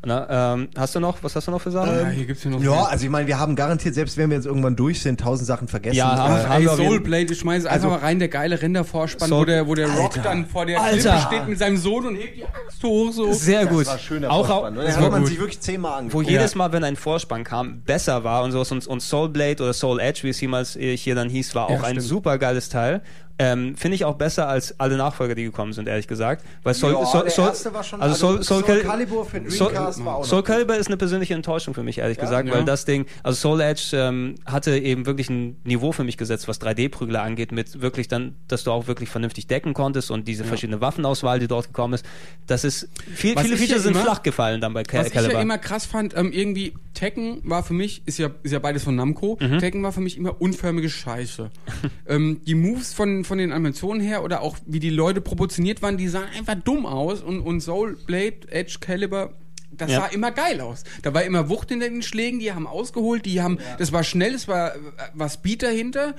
Na, ähm, hast du noch, was hast du noch für Sachen?
Ja, hier gibt's ja noch.
Ja, also ich meine, wir haben garantiert, selbst wenn wir jetzt irgendwann durch sind, tausend Sachen vergessen.
Ja,
Aber-
haben
Ey,
wir auf jeden-
Soulblade, ich schmeiße einfach mal rein, der geile Rendervorspann,
Soul-
wo der, wo der Rock
Alter.
dann vor der
Alter.
Klippe steht mit seinem Sohn und hebt die Axt hoch so.
sehr gut.
war schöner
auch, auch,
Vorspann, oder? Da
war
hat ne? man
gut.
sich wirklich zehnmal
wo
angeguckt.
jedes Mal, wenn ein Vorspann kam, besser war und sowas und, und Soul Blade oder Soul Edge, wie es jemals äh, hier dann hieß, war auch ein
stimmt.
super geiles Teil. Ähm, Finde ich auch besser als alle Nachfolger, die gekommen sind, ehrlich gesagt. Weil Soul,
Ja,
Soul,
der
Soul,
erste war schon-
also Soul,
also
Soul,
Soul
Cal-
Calibur für Dreamcast
Soul,
war auch noch
Soul Calibur ist eine persönliche Enttäuschung für mich, ehrlich gesagt,
Ja.
weil das Ding, also Soul Edge ähm, hatte eben wirklich ein Niveau für mich gesetzt, was 3D-Prügler angeht, mit wirklich dann, dass du auch wirklich vernünftig decken konntest und diese verschiedene Waffenauswahl, die dort gekommen ist. Das ist, viel,
Was
viele
ich ja
Features sind
immer-
flach gefallen dann bei Cal
Was ich
Calibur.
ja immer krass fand, ähm, irgendwie Tekken war für mich, ist ja, ist ja beides von Namco,
Mhm.
Tekken war für mich immer unförmige Scheiße.
[laughs]
ähm, die Moves von, von den Animationen her oder auch wie die Leute proportioniert waren, die sahen einfach dumm aus und, und Soul Blade, Edge Caliber, das
Ja.
sah immer geil aus. Da war immer Wucht in den Schlägen, die haben ausgeholt, die haben, das war schnell, es war, äh, war Speed dahinter.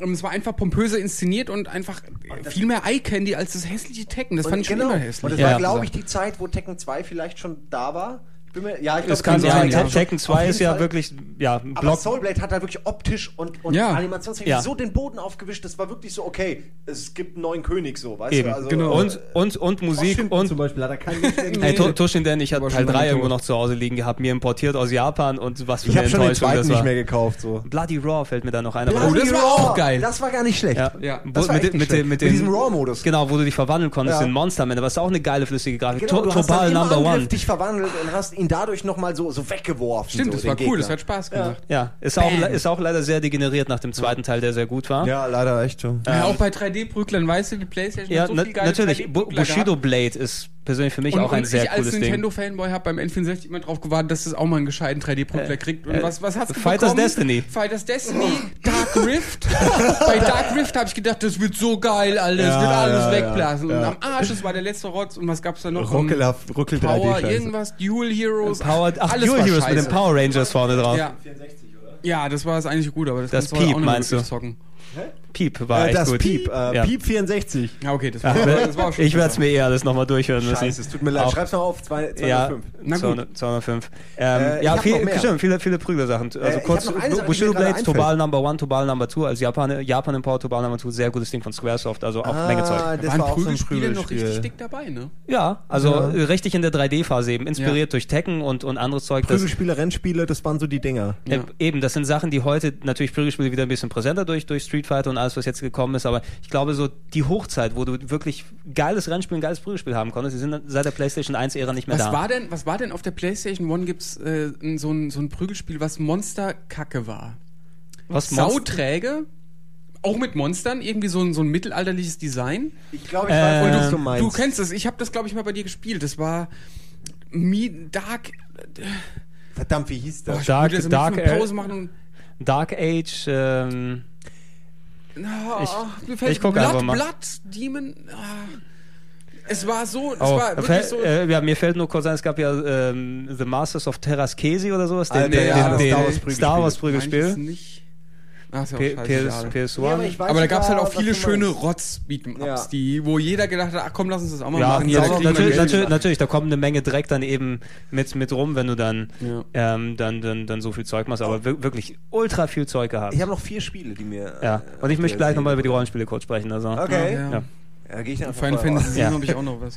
Ähm, Es war einfach pompöser inszeniert und einfach viel mehr Eye-Candy als das hässliche Tekken. Das fand ich schon
genau.
immer hässlich.
Und das
Ja.
war, glaube ich, die Zeit, wo Tekken 2 vielleicht schon da war. Ich bin mir, ja, ich glaube,
Das kann
sein,
sein.
ja.
Te- Tekken 2 ist ja
wirklich
wirklich ja, ein
Aber
Block.
Soulblade hat halt wirklich optisch und, und
Ja.
animationstechnisch
Ja.
so den Boden aufgewischt, das war wirklich so, okay, es gibt einen neuen König, so, weißt
Eben.
du? Also,
genau.
äh,
und, und, und Musik
Washington
und.
zum Beispiel hat er
[laughs]
keinen Mensch
Hey,
gesehen.
Tu- Tushin denn, ich hatte
Aber
Teil
schon
3
lange
irgendwo
tot.
noch zu Hause liegen gehabt, mir importiert aus Japan und was für
Ich
eine
habe schon
Enttäuschung
den zweiten
das war.
nicht mehr gekauft, so.
Bloody Raw fällt mir da noch ein. aber
Bloody-
das-
das war auch geil.
Das war gar nicht schlecht.
Ja,
Ja,
Wo-
das war
mit,
echt
dem- mit,
nicht
dem-
schlecht.
mit
Mit
dem
diesem Raw-Modus.
Genau, wo du dich verwandeln konntest
Ja.
in Monsterman. Das war auch eine geile flüssige Grafik.
Genau,
to
du hast dann
Topal
immer
Number One.
dich verwandelt und hast ihn dadurch nochmal so, so weggeworfen.
Stimmt,
so,
das
den
war cool,
Gegner.
das hat Spaß gemacht.
Ja, ist auch, le- ist auch leider sehr degeneriert nach dem zweiten Teil, der sehr gut war.
Ja, leider echt schon.
Ja, auch bei 3D-Prüglern, weißt du, die Playstation
Ja,
hat so
na,
viel geile
natürlich. Bu-
3D-Prügler
Bushido
gehabt.
Blade ist persönlich für mich
und,
auch ein
und
sehr
ich als
cooles Ding.
Nintendo-Fanboy habe beim N64 immer drauf gewartet, dass es auch mal einen gescheiten 3D-Prügler kriegt. Und
äh,
was, was hat's
Fighters
bekommen?
Destiny.
Fighters Destiny. da Dark Rift. [laughs] bei Dark Rift habe ich gedacht, das wird so geil, Alter. Das
Ja,
wird alles
ja, ja,
wegblasen. Und
ja.
am Arsch, das war der letzte Rotz. Und was gab's da noch?
Ruckelhaft, ruckel
Power,
3D-Scheiße.
irgendwas, Dual Heroes.
Äh, Power, ach,
alles
Dual
war
Heroes mit
scheiße.
den Power Rangers vorne drauf.
Ja. ja, das war es eigentlich gut, aber das,
Das
kannst du heute
Piep,
auch nicht mehr
meinst du?
wirklich zocken.
Piep war
Äh,
echt
das
gut.
Piep, äh,
Ja.
Piep 64.
Ja, okay, das war, das war auch schon
Ich werde es
besser.
mir eher alles nochmal durchhören müssen.
Scheiße, es tut mir leid.
Auch-
Schreib's noch auf, 205.
Ja,
Na gut.
200 205. Ähm,
Äh, ich
ja,
hab noch
viel,
mehr. Äh,
stimmt, viele, viele Prügelsachen. Also
ich
kurz,
hab noch eine Sache, die mir
Bushido
gerade
Blades,
einfällt.
Tobal Number One, Tobal Number Two, als Japan, Japan Empower, Tobal Number Two, sehr gutes Ding von Squaresoft, also auch
Ah.
Menge Zeug.
das
Waren
war auch so ein
Prügelspiele noch
Prügelspiel.
richtig dick dabei, ne?
Ja, also
Ja.
äh, richtig in der 3D-Phase eben, inspiriert durch Tekken und, und anderes Zeug. Das,
Prügelspiele, Rennspiele, das waren so die Dinger.
Äh, Eben, das sind Sachen, die heute natürlich Prügelspiele wieder ein bisschen präsenter durch, durch Street Fighter und alles, was jetzt gekommen ist, aber ich glaube, so die Hochzeit, wo du wirklich geiles Rennspiel, ein geiles Prügelspiel haben konntest, die sind seit der PlayStation 1 Ära nicht mehr
Was
da.
war denn, was war denn auf der PlayStation One gibt's äh, n- so ein so ein Prügelspiel, was Monsterkacke war?
was Monst-
Sauträge, auch mit Monstern, irgendwie so ein so ein mittelalterliches Design.
Ich glaube, ich weiß,
Ähm,
was du meinst.
Du kennst es, ich habe das glaube ich mal bei dir gespielt. Das war Me Dark
Verdammt, wie hieß das?
Boah, ich
Dark-
will jetzt am
Dark
liebsten eine
Al-
Pause machen und
Dark Age, ähm,
Ah,
Ich-
mir fällt
ich guck
Blood,
einfach mal.
Blood Demon. Ah. Es war so, es
Oh,
war
fäll-
wirklich so
äh, ja, mir fällt nur kurz ein, es gab ja ähm, The Masters of Terraskesi oder sowas, den,
Alter,
den,
Ah, ja, das
den,
Star Wars
den
Prügelspiel.
Star Wars
Nein, das
Prügelspiel.
nicht. Ach, ist ja auch
P-
scheiße,
PS,
schade.
PS1.
weiß
Aber da gab es halt
sogar,
auch viele
was du
schöne
meinst.
Rotz-Beat'em-Ups,
Ja.
die, wo jeder gedacht hat, ach komm, lass uns das auch mal
Ja,
machen. Hier, da
natürlich,
kriegen wir
natürlich,
Geld.
natürlich, natürlich, da kommt eine Menge Dreck dann eben mit, mit rum, wenn du dann,
Ja.
ähm, dann, dann, dann so viel Zeug machst, aber wir- wirklich ultra viel Zeug gehabt.
Ich habe noch vier Spiele, die mir.
Ja,
äh,
und ich möchte
auf
gleich
der
nochmal über die
Seele-
Rollenspiele kurz sprechen. Also.
Okay.
Ja.
Ja.
Ja.
gehe ich einfach
Final
vor.
Fantasy VII
Ja.
habe ich auch noch was.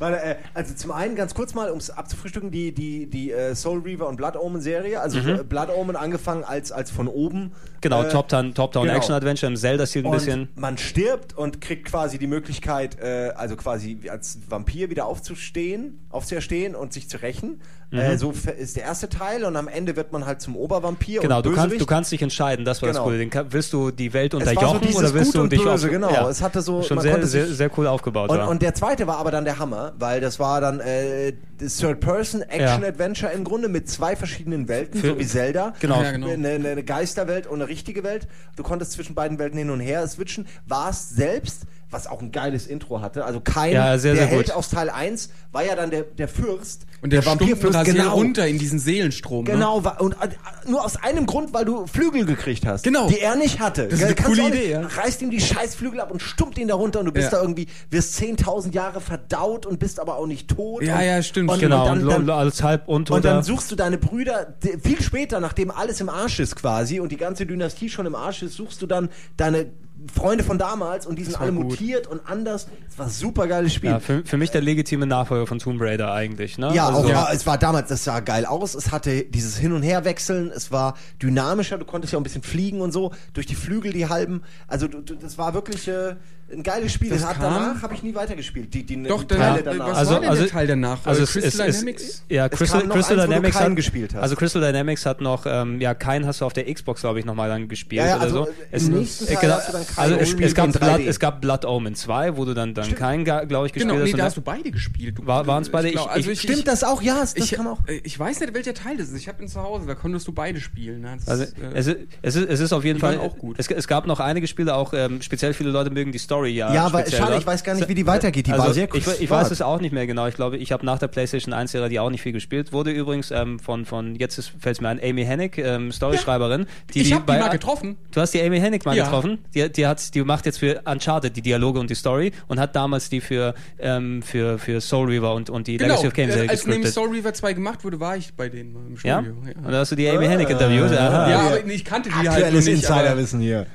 Warte, äh, also zum einen ganz kurz mal, um es abzufrühstücken, die, die, die äh, Soul Reaver und Blood Omen Serie. Also äh, Blood Omen angefangen als, als von oben.
Mhm. Genau,
Äh,
Top-Down Top
genau.
Action Adventure im Zelda-Stil ein bisschen.
Und man stirbt und kriegt quasi die Möglichkeit, äh, also quasi wie als Vampir wieder aufzustehen, aufzuerstehen und sich zu rächen.
Mhm.
Äh, so fe- ist der erste Teil und am Ende wird man halt zum Obervampir.
Genau,
und
du kannst, du
Bösewicht.
kannst dich entscheiden, das war das
Genau.
Coole. Den, ka- willst du die Welt
war so
unterjochen
dieses
oder willst
Gut
du
und
dich
Böse,
auf-
genau. Es hatte so-
schon
man
sehr,
konnte sich-
sehr, sehr cool aufgebaut.
Und,
ja.
und der zweite war aber dann der Hammer, weil das war dann äh, das
Ja.
Third-Person-Action-Adventure im Grunde mit zwei verschiedenen Welten,
Für-
so wie Zelda.
Genau.
Ja, genau.
Eine, eine eine Geisterwelt und eine richtige Welt. Du konntest zwischen beiden Welten hin und her switchen. Warst selbst, was auch ein geiles Intro hatte, also kein
Ja, sehr,
der
sehr
Held
gut.
aus Teil 1 war ja dann der, der Fürst.
Und der, Stumpf rasell
genau.
runter in diesen Seelenstrom. Ne?
Genau, wa- und äh, nur aus einem Grund, weil du Flügel gekriegt hast.
Genau.
Die er nicht hatte.
Das ist eine
Kannst
coole
du auch nicht-
Idee, ja.
Reißt ihm die Scheißflügel ab und stummt ihn da runter und du bist
Ja.
da irgendwie, wirst 10.000 Jahre verdaut und bist aber auch nicht tot.
Ja,
und,
ja, stimmt.
Und,
genau,
und,
und,
dann, dann,
als halb unter.
und dann suchst du deine Brüder d- viel später, nachdem alles im Arsch ist quasi und die ganze Dynastie schon im Arsch ist, suchst du dann deine Freunde von damals und die sind
war
alle
gut.
mutiert und anders. Es war ein super geiles Spiel.
ja, für, für mich der legitime Nachfolger von Tomb Raider eigentlich. Ne?
Ja,
Also-
auch, war- es war damals, das sah geil aus. Es hatte dieses Hin- und Herwechseln, es war dynamischer, du konntest ja auch ein bisschen fliegen und so, durch die Flügel, die halben. Also du, du, das war wirklich äh, ein geiles Spiel.
Das
Das hat,
kam-
danach habe ich nie weitergespielt. Die, die,
Doch,
die
danach-
Teile danach.
was-
Also,
war denn der Teil danach?
Also
Äh,
es,
Crystal
Crystal es, Dynamics?
Dynamics?
ja,
Es
Crystal,
kam noch
Crystal
eins, wo du
Dynamics
keinen
hat,
gespielt hast.
Also Crystal Dynamics hat noch, ähm, ja, keinen hast du auf der Xbox, glaube ich, nochmal dann gespielt
Ja, ja,
oder
also,
so.
äh, im nächsten Teil hast du dann keinen
also es,
gespielt
es, gab
in
Blood,
3D.
es gab Blood Omen 2, wo du dann, dann keinen, glaube ich, gespielt
Genau,
hast.
nee,
und
da
dann-
hast du beide gespielt. Du-
War- waren's
ich
beide? Ich-
glaub, also
ich-
ich,
Stimmt das auch? Ja, das
Ich,
kam auch.
äh, ich weiß nicht, welcher Teil das ist. Ich habe ihn zu Hause, da konntest du beide spielen. ne? Das
Also
ist, äh,
es, ist- es, ist, es ist auf jeden
die
Fall
waren auch gut.
Es, es gab noch einige Spiele, auch ähm, speziell viele Leute mögen die Story ja.
Ja, aber
speziell
schade,
läuft.
ich weiß gar nicht, wie die weitergeht. Die
also,
war sehr
ich,
kurz
ich
fort.
weiß es auch nicht mehr genau. Ich glaube, ich habe nach der PlayStation 1-Serie die auch nicht viel gespielt. Wurde übrigens ähm, von, von jetzt ist- fällt es mir ein, Amy Hennig, ähm, Storyschreiberin. Die,
Ich hab die
bei-
mal getroffen.
Du hast die Amy Hennig mal
Ja.
getroffen. Die, die, hat, die macht jetzt für Uncharted die Dialoge und die Story und hat damals die für, ähm, für, für Soul Reaver und, und die Legacy of Kane
äh,
Serie
als nämlich
gescriptet.
Soul Reaver 2 gemacht wurde, war ich bei denen mal im
Ja?
Studio.
Und
Ja, Ah.
da hast du die Amy Hennig interviewt. Aha.
Ja, aber ich kannte die halt noch
Aktuelles
nicht. aber-
Insiderwissen hier.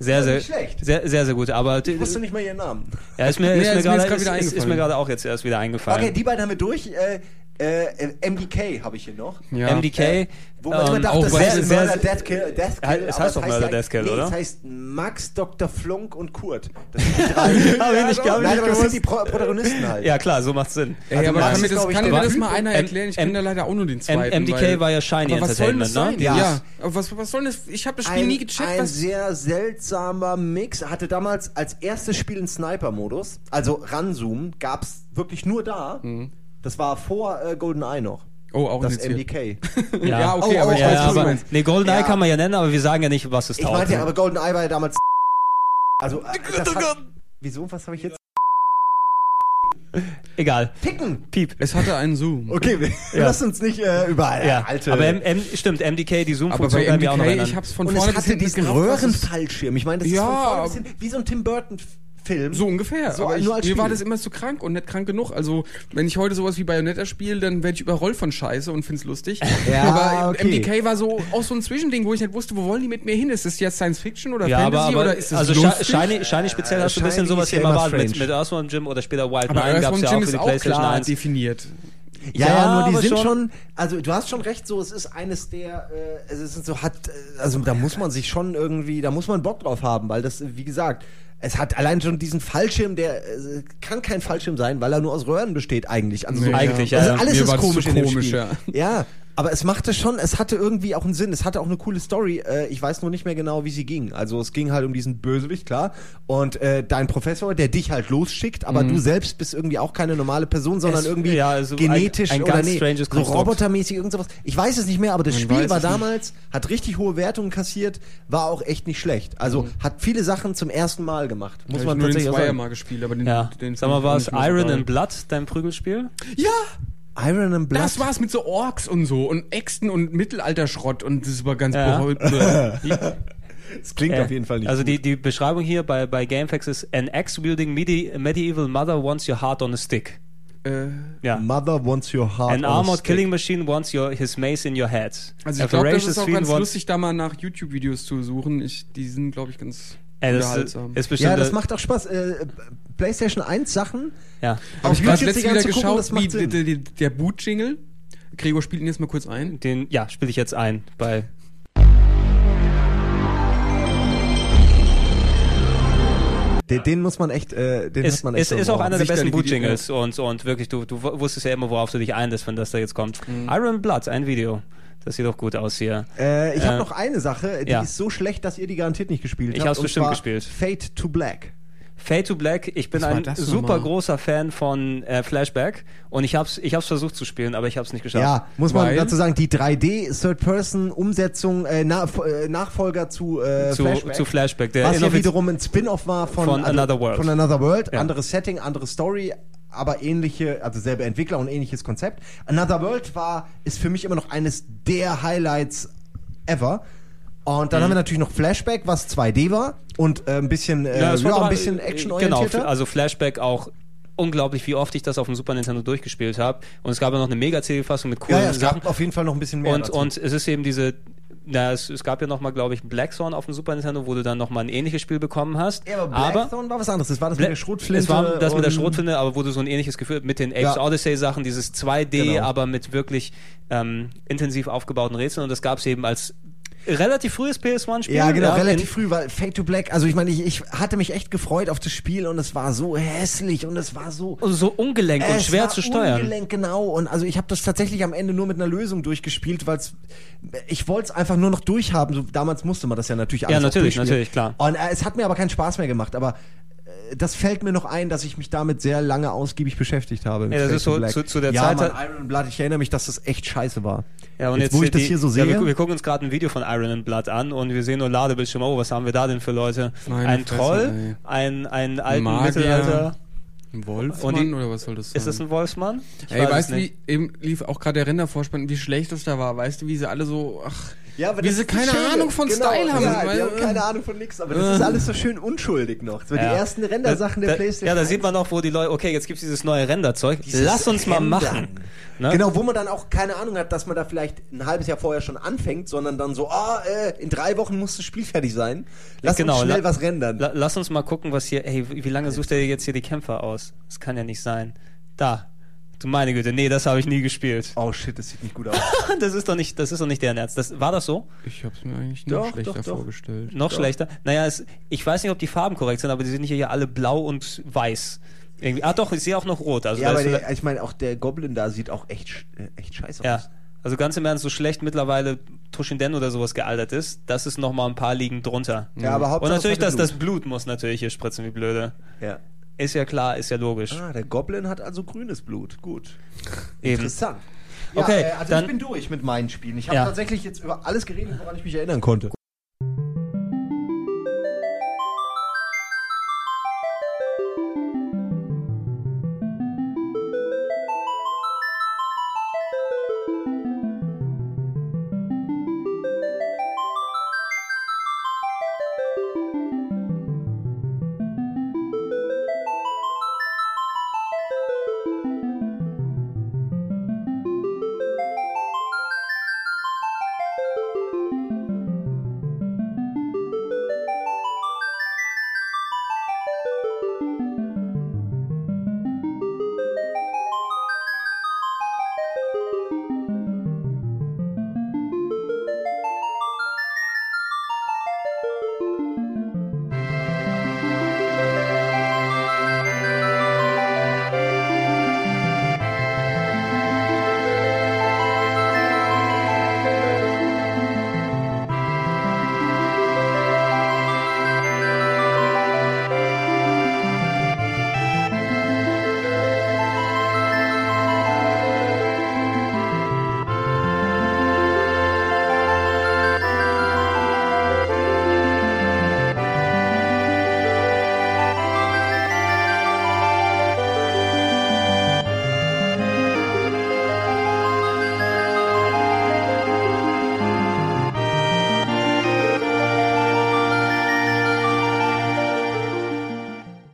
Sehr, sehr,
nicht schlecht.
sehr, sehr, sehr gut. Aber
Ich wusste nicht mal ihren Namen.
ja, ist mir, ist
Nee, ist mir
mir
jetzt
gerade
gerade
ist,
wieder
ist, ist mir
eingefallen.
gerade auch jetzt erst wieder eingefallen.
Okay, die beiden haben wir durch. Äh, äh, MDK habe ich hier noch.
Ja.
MDK.
Wo man immer
ähm,
dachte,
auch
das
sehr,
ist
sehr-
Murder Death Kill. Death Kill
Ja, es
aber
heißt doch Murder
ja-
Death Kill,
nee,
oder?
Es heißt Max, Dr. Flunk und Kurt.
[laughs]
Das
Hab ich nicht, hab ich
Nein,
nicht
aber das sind
gewusst.
die Pro Protagonisten halt.
Ja, klar, so macht's Sinn.
Ey, aber
Max
kann mir
ist,
das,
glaub ich,
kann mir
der
das
Typ.
mal einer
M-
erklären? Ich
M-
kenne da leider auch nur den zweiten.
MDK war ja Shiny
aber was soll denn das
Entertainment,
sein?
ne?
Ja.
Ja.
aber was, was soll das? Ich habe das Spiel
ein,
nie gecheckt.
ein
Was,
sehr seltsamer Mix. Er Hatte damals als erstes Spiel einen Sniper-Modus. Also ranzoomen gab's wirklich nur da.
Mhm.
Das war vor äh, GoldenEye noch.
oh, auch
Das
indiziert.
[laughs]
MDK.
Ja,
Ja.
okay,
Oh,
aber
oh,
ich
oh,
Ja,
weiß, was du
aber,
meinst.
nee, GoldenEye
Ja.
kann man ja nennen, aber wir sagen ja nicht, was es
Ich
taugt.
meinte ja, aber GoldenEye war ja damals. [laughs] Also, äh, das hat, wieso? Was habe ich jetzt?
Egal.
Picken!
Piep.
Es hatte einen Zoom.
Okay, wir lass uns nicht äh, über äh,
Ja,
alte.
aber M M stimmt, MDK, die
Aber
Zoom-Funktion
bei
kann ich auch noch
MDK, ich
erinnern.
hab's von
und
vorne
es
bis
hatte
hinten
diesen
gerafft, was es-
Röhrenfallschirm. Ich meine, das
Ja.
ist von vorne bis hinten wie so ein Tim Burton-Film.
So ungefähr.
So,
aber ich,
nur als
mir war
Spiel.
das immer zu krank und nicht krank genug. Also, wenn ich heute sowas wie Bayonetta spiele, dann werde ich überrollt von Scheiße und find's lustig.
Ja,
[laughs] aber
okay.
MDK war so auch so ein Zwischending, wo ich nicht wusste, wo wollen die mit mir hin? Ist das jetzt Science Fiction oder
Ja, aber,
Fantasy
aber
oder ist das
also Shi-
lustig?
Shiny, Shiny speziell hast du ein bisschen
Shiny
sowas
ist ja
hier mal
immer
war mit,
strange.
mit Earthworm Jim oder später Wild
aber
Nine gab's
Earthworm
ja auch
Jim
für
ist
die
auch
PlayStation
klar
1.
definiert.
Ja,
Ja, ja, nur
aber
die sind
schon-
schon, also du hast schon recht, so es ist eines der, äh, es ist so hat, äh, also da muss man sich schon irgendwie, da muss man Bock drauf haben, weil das, äh, wie gesagt, es hat allein schon diesen Fallschirm, der äh, kann kein Fallschirm sein, weil er nur aus Röhren besteht eigentlich. Also so,
Eigentlich,
also
ja.
alles
Mir
ist
war's zu
komisch in dem
komisch,
Spiel.
ja.
Ja. aber es machte schon, es hatte irgendwie auch einen Sinn, es hatte auch eine coole Story. Äh, ich weiß nur nicht mehr genau, wie sie ging. Also es ging halt um diesen Bösewicht, klar, und äh, dein Professor, der dich halt losschickt, aber du selbst bist irgendwie auch keine normale Person, sondern
Es-
irgendwie
ja, also ein-
genetisch
ein
oder
ganz
nee,
stranges
so
Konstrukt.
robotermäßig irgend sowas. Ich weiß es nicht mehr, aber das
weiß
Spiel war
es nicht.
damals hat richtig hohe Wertungen kassiert, war auch echt nicht schlecht. Also
Mhm.
hat viele Sachen zum ersten Mal gemacht. Muss man
Hab ich nur den
tatsächlich auch
Zweier
sagen.
mal gespielt, aber den,
Ja.
den
Sag mal, war es
fand ich nicht so
Iron
geil.
and Blood, dein Prügelspiel?
Ja,
Iron and Blood.
das war's mit so Orks und so und Äxten und Mittelalterschrott und das war ganz
Ja.
berühmt.
[laughs]
Das klingt
Äh, Also die, die Beschreibung hier bei, bei GameFAQs ist, an axe-wielding medi medieval mother wants your heart on a stick.
äh,
Ja.
Mother wants your heart.
An
on a
armored
stick.
killing machine wants your, his mace in your head.
Also
A
ich glaube, das
voracious
ist auch
fiend
ganz
wants-
lustig, da mal nach YouTube-Videos zu suchen. Ich, die sind, glaube ich, ganz
Ey, Äh, das ist,
unterhaltsam.
ist bestimmt
Ja, das macht auch Spaß. Äh, PlayStation 1 Sachen.
ja.
Aber
auf
ich habe
YouTube
letztens
sich
wieder
anzugucken,
geschaut,
das
wie
macht
der,
Sinn.
der, der Boot-Jingle. Gregor spielt ihn jetzt mal kurz ein.
Den, ja, spiele ich jetzt ein bei
Den, den muss man echt, äh, den
ist,
muss man echt
ist, ist auch
umhauen.
einer der
Sicher
besten
die Video-
Boot-Jingles und, und wirklich, du, du wusstest ja immer, worauf du dich einlässt, wenn das da jetzt kommt.
Mhm.
Iron Blood, ein Video. Das sieht doch gut aus hier.
Äh, ich habe
Äh,
noch eine Sache, die
ja.
ist so schlecht, dass ihr die garantiert nicht gespielt
Ich
habt.
hab's
und
bestimmt
zwar
gespielt.
Fade to Black.
Fade to Black, ich bin
Was war
ein
das
super
nochmal?
großer Fan von äh, Flashback und ich hab's, ich hab's versucht zu spielen, aber ich hab's nicht geschafft.
Ja, muss man
Weil-
dazu sagen, die 3D-Third-Person-Umsetzung, äh, na, äh, Nachfolger zu, äh,
zu
Flashback,
Flashback, zu Flashback der
was ja
inoffiz-
wiederum ein Spin-off war von,
Von Another World.
Von Another World.
Ja.
Anderes Setting, andere Story, aber ähnliche, also selbe Entwickler und ähnliches Konzept. Another World war, ist für mich immer noch eines der Highlights ever. Und
Mhm.
dann haben wir natürlich noch Flashback, was 2D war und äh, ein bisschen, äh,
Ja,
ja,
es war
ein
aber,
bisschen
äh,
actionorientierter.
Genau, also Flashback auch unglaublich, wie oft ich das auf dem Super Nintendo durchgespielt habe. Und es gab ja noch eine Mega-CD-Fassung mit coolen
ja, ja, es
Sachen.
gab auf jeden Fall noch ein bisschen mehr
Und,
dazu.
und es ist eben diese, na, es, es gab ja nochmal, glaube ich, Blackthorn auf dem Super Nintendo, wo du dann nochmal ein ähnliches Spiel bekommen hast.
ja, aber Blackthorn war was anderes. Das war das mit der Schrotflinte.
Es war das mit der
und-
Schrotflinte, aber wo du so ein ähnliches Gefühl mit den Apes
Ja.
Odyssey Sachen, dieses 2D,
Genau.
aber mit wirklich ähm, intensiv aufgebauten Rätseln. Und das gab es eben als relativ frühes PS1-Spiel.
Ja, genau,
in-
relativ früh, weil Fade to Black, also ich meine, ich, ich hatte mich echt gefreut auf das Spiel und es war so hässlich und es war so.
Also so ungelenk und
es
schwer
war
zu steuern.
Ungelenk, genau. Und also ich habe das tatsächlich am Ende nur mit einer Lösung durchgespielt, weil ich wollte es einfach nur noch durchhaben. So, damals musste man das ja natürlich alles auch
natürlich,
durchspielen.
natürlich, klar.
Und äh, es hat mir aber keinen Spaß mehr gemacht. Aber das fällt mir noch ein, dass ich mich damit sehr lange ausgiebig beschäftigt habe. mit
Ja, das
Fade
ist so
to Black.
zu- zu der
ja,
Zeit
Mann,
hat-
Iron Blood, ich erinnere mich, dass das echt scheiße war.
Ja, und
Jetzt,
jetzt,
wo ich das hier so sehe-
Ja, wir, wir gucken uns gerade ein Video von Iron and Blood an und wir sehen nur Ladebildschirm. Oh, was haben wir da denn für Leute?
Meine
ein
Fresse,
Troll,
ey.
ein, ein alten
Magier.
Mittelalter.
Ein Wolf
Und die-
oder was soll das sein?
Ist das ein Wolfsmann? Ich
Ey,
weiß
weißt
es
du,
nicht.
wie eben lief auch gerade der Rindervorspann, wie schlecht das da war, weißt du, wie sie alle so, ach,
Ja, aber
wie
das
sie
ist das
keine
Schöne.
Ahnung von
Genau,
Style haben.
Ja, die
weil- äh,
haben keine Ahnung von nix, aber das ist alles so schön unschuldig noch. Das war
Ja.
die ersten Rendersachen der
da,
Playstation.
Ja, da
1.
sieht man auch, wo die Leute, okay, jetzt gibt's dieses neue Renderzeug.
Dieses
Lass uns mal
Rendern.
machen. Ne?
Genau, wo man dann auch keine Ahnung hat, dass man da vielleicht ein halbes Jahr vorher schon anfängt, sondern dann so, ah, äh, in drei Wochen muss das Spiel fertig sein. Lass uns schnell
Genau, la-
was rendern.
La, lass uns mal gucken, was hier, ey, wie wie lange sucht er jetzt hier die Kämpfer aus? Das kann ja nicht sein. Da. Du meine Güte, nee, das habe ich nie
[laughs]
gespielt.
oh shit, das sieht nicht gut aus.
Das ist doch nicht, das ist doch nicht deren Ernst. Das, war das so?
Ich hab's mir eigentlich noch
Doch,
schlechter
doch, doch.
vorgestellt.
Noch schlechter. Naja, es, ich weiß nicht, ob die Farben korrekt sind, aber die sind hier alle blau und weiß. Irgendwie, ah doch, ich sehe auch noch rot. Also,
ja,
da
aber
ist vielleicht-
der, ich meine, auch der Goblin da sieht auch echt, sch- äh, echt scheiße
ja.
aus.
also ganz im Ernst, so schlecht mittlerweile Toshinden oder sowas gealtert ist, das ist nochmal ein paar Ligen drunter.
Ja, aber
und
Hauptsache es
natürlich,
hatte
dass das Blut muss natürlich hier spritzen, wie blöde.
Ja.
Ist ja klar, ist ja logisch.
Ah, der Goblin hat also grünes Blut. Gut.
Eben.
Interessant.
Okay,
äh, also
dann-
ich bin durch mit meinen Spielen. Ich habe
Ja.
tatsächlich jetzt über alles geredet, woran ich mich erinnern konnte.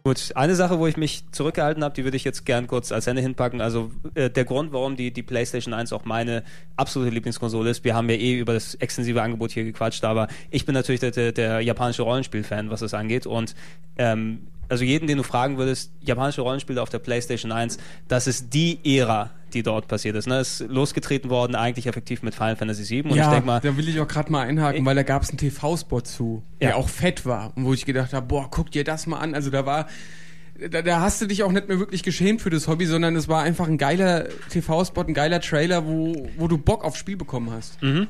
Gut, eine Sache, wo ich mich zurückgehalten habe, die würde ich jetzt gern kurz als Ende hinpacken. Also äh, der Grund, warum die, die PlayStation 1 auch meine absolute Lieblingskonsole ist, wir haben ja eh über das extensive Angebot hier gequatscht, aber ich bin natürlich der, der, der japanische Rollenspiel-Fan, was das angeht. Und ähm, also jeden, den du fragen würdest, japanische Rollenspiele auf der PlayStation 1, das ist die Ära, die dort passiert ist. Ne? Ist losgetreten worden, eigentlich effektiv mit Final Fantasy VII. Und ich
Ja,
denke mal,
da will ich auch gerade mal einhaken, weil da gab es einen TV-Spot zu,
Ja.
der auch fett war und wo ich gedacht habe, boah, guck dir das mal an. Also da war, da, da hast du dich auch nicht mehr wirklich geschämt für das Hobby, sondern es war einfach ein geiler TV-Spot, ein geiler Trailer, wo, wo du Bock aufs Spiel bekommen hast.
Mhm.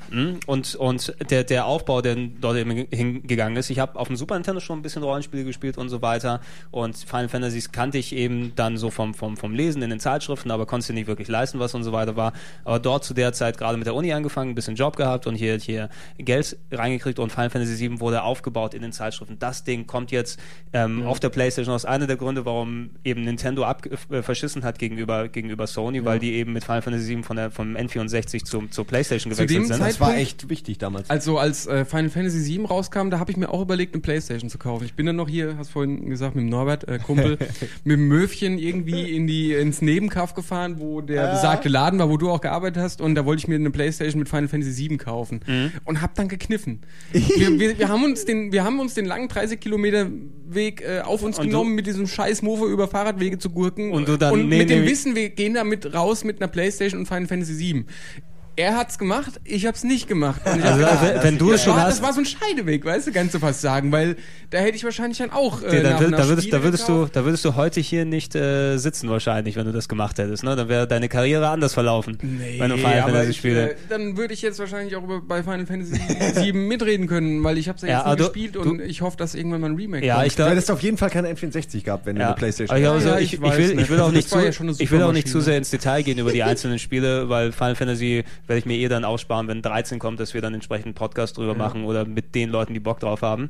Und, und der, der Aufbau, der dort eben hingegangen ist. Ich habe auf dem Super Nintendo schon ein bisschen Rollenspiele gespielt und so weiter. Und Final Fantasies kannte ich eben dann so vom, vom, vom Lesen in den Zeitschriften, aber konnte es nicht wirklich leisten, was und so weiter war. Aber dort zu der Zeit gerade mit der Uni angefangen, ein bisschen Job gehabt und hier, hier Geld reingekriegt und Final Fantasy 7 wurde aufgebaut in den Zeitschriften. Das Ding kommt jetzt ähm, auf der PlayStation aus. Einer der Gründe, warum eben Nintendo ab, äh, verschissen hat gegenüber, gegenüber Sony, weil die eben mit Final Fantasy 7 von der, vom N64 zum, zur PlayStation gewechselt
dem
sind.
Zeit-
Das war echt wichtig damals.
Also als äh, Final Fantasy VII rauskam, da habe ich mir auch überlegt, eine Playstation zu kaufen. Ich bin dann noch hier, hast vorhin gesagt, mit dem Norbert, äh,
[laughs]
Kumpel, mit dem Möwchen irgendwie in die, ins Nebenkauf gefahren, wo der besagte Laden war, wo du auch gearbeitet hast. Und da wollte ich mir eine Playstation mit Final Fantasy VII kaufen.
Mhm.
Und hab dann
[laughs]
gekniffen. wir, wir, wir, haben uns den, wir haben uns den langen 30 Kilometer Weg äh, auf uns
Und du-
genommen, mit diesem scheiß Mofa über Fahrradwege zu gurken.
Und du dann,
und
nee,
mit dem
nee.
Wissen, wir gehen damit raus mit einer Playstation und Final Fantasy VII. er hat's gemacht, ich hab's nicht gemacht. Und ich
Also,
hab gedacht,
wenn- wenn du
das
es schon
war,
hast-
Das war so ein Scheideweg, weißt du, kannst du fast sagen, weil da hätte ich wahrscheinlich dann auch. Äh,
Ja, da,
nach
wür-
einer
da, würdest, da,
Spiele
würdest du,
gekauft.
da würdest du heute hier nicht äh, sitzen wahrscheinlich, wenn du das gemacht hättest. Ne? Dann wäre deine Karriere anders verlaufen,
Nee,
wenn du Final
aber
Fantasy
ich, äh,
Spiele.
dann würde ich jetzt wahrscheinlich auch über, bei Final Fantasy
[laughs]
7 mitreden können, weil ich hab's ja
Ja,
jetzt
aber
nie
du-
gespielt und ich hoffe, dass irgendwann mal ein Remake
ja,
kommt.
ich
Du
glaube,
hättest auf jeden Fall kein N64 gehabt, wenn du
Ja.
eine Playstation
Aber ich,
hast.
glaube, so,
Ja,
ich,
ich
ich,
weiß
will, ich,
nicht. Also
will auch nicht
Das war
zu,
ja schon eine
ich will auch nicht zu
Supermaschine.
sehr ins Detail gehen über die einzelnen Spiele, weil Final Fantasy werde ich mir eh dann aufsparen, wenn 13 kommt, dass wir dann entsprechend einen Podcast drüber machen oder mit den Leuten, die Bock drauf haben.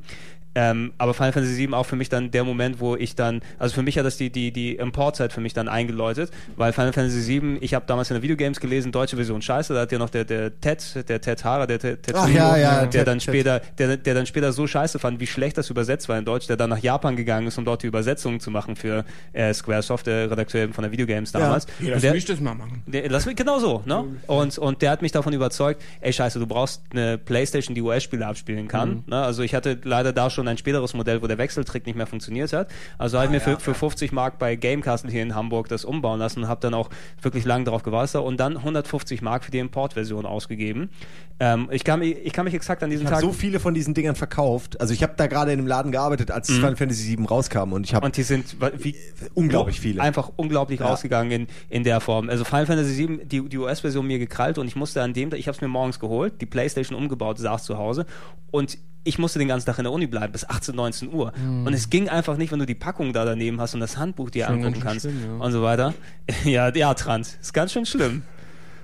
Ähm, aber Final Fantasy 7 auch für mich dann der Moment, wo ich dann, also für mich hat das die, die, die Importzeit für mich dann eingeläutet, weil Final Fantasy 7, ich habe damals in der Videogames gelesen, deutsche Version scheiße, da hat ja noch der, der Ted, der Ted Hara, der Ted, Ted
Ach ja, ja,
der
Ted-
dann
Ted-
später, der, der dann später so scheiße fand, wie schlecht das übersetzt war in Deutsch, der dann nach Japan gegangen ist, um dort die Übersetzungen zu machen für äh, Squaresoft, der Redakteur eben von der Videogames damals.
Ja,
Und
lass
der,
mich das mal machen.
der, lass mich genau so, ne?
Mhm.
Und, und der hat mich davon überzeugt, ey Scheiße, du brauchst eine Playstation, die US-Spiele abspielen kann.
Mhm.
Ne? Also ich hatte leider da schon ein späteres Modell, wo der Wechseltrick nicht mehr funktioniert hat. Also
Ah,
habe ich mir für, für 50 Mark bei Gamecastle hier in Hamburg das umbauen lassen und habe dann auch wirklich lange darauf gewartet und dann 150 Mark für die Importversion ausgegeben. Ähm, ich, kann, mich- ich kann mich exakt an diesen
Ich
Tag
habe so viele von diesen Dingern verkauft. Also ich habe da gerade in einem Laden gearbeitet, als Final Fantasy 7 rauskam und ich habe
Mhm. Und die sind wa- wie,
Unglaublich viele.
Einfach unglaublich
Ja.
rausgegangen in, in der Form. Also Final Fantasy VII, die, die US-Version mir gekrallt und ich musste an dem, Tag- ich habe es mir morgens geholt, die Playstation umgebaut, saß zu Hause und ich musste den ganzen Tag in der Uni bleiben, bis 18, 19 Uhr.
Hm.
Und es ging einfach nicht, wenn du die Packung da daneben hast und das Handbuch dir angucken
ganz
kannst
schön schlimm, ja.
und so weiter. [laughs] Ja, ja, Trans. Ist ganz schön schlimm.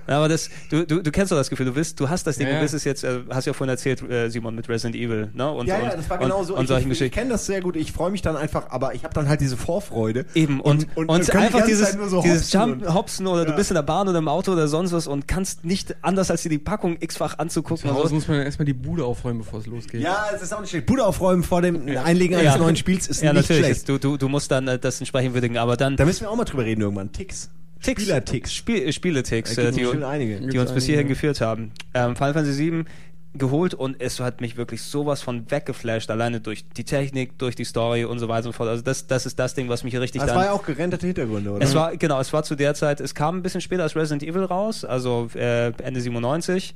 Ja, Aber das, du, du, du kennst doch das Gefühl, du bist, du hast das Ding,
Ja,
du
ja.
bist es jetzt, äh, hast ja vorhin erzählt, äh, Simon, mit Resident Evil, ne? Und,
Ja,
und,
ja, das war genau
und,
so.
Und
Ich-
solchen
ich ich
Geschichten.
kenne das sehr gut. Ich freue mich dann einfach, aber ich habe dann halt diese Vorfreude.
Eben, und, und,
können die
einfach
ganze
dieses,
Zeit nur so
dieses
hopsen
Jump,
und-
Hopsen oder du bist in der Bahn oder im Auto oder sonst was und kannst nicht anders als dir die Packung x-fach anzugucken. Also,
Zu
und
Hause
so.
muss man erstmal die Bude aufräuen, bevor es losgeht.
Ja, es ist auch nicht schlecht. Bude aufräumen vor dem Einlegen eines
Ja.
neuen Spiels ist
Ja,
nicht
natürlich.
schlecht.
Du, du, du musst dann äh, das entsprechend würdigen, aber dann
Da müssen wir auch mal drüber reden irgendwann. Ticks.
Ticks,
Spielerticks.
Spiel, äh, Spieleticks,
Da
äh,
gibt's
die,
bestimmt einige.
die uns bis hierhin geführt haben. Ähm, Final Fantasy 7 geholt und es hat mich wirklich sowas von weggeflasht, alleine durch die Technik, durch die Story und so weiter und so fort. Also das, das ist das Ding, was mich richtig
Das
dann
war ja auch gerenderte Hintergründe, oder?
Es war, genau, es war zu der Zeit, es kam ein bisschen später als Resident Evil raus, also äh, Ende 97.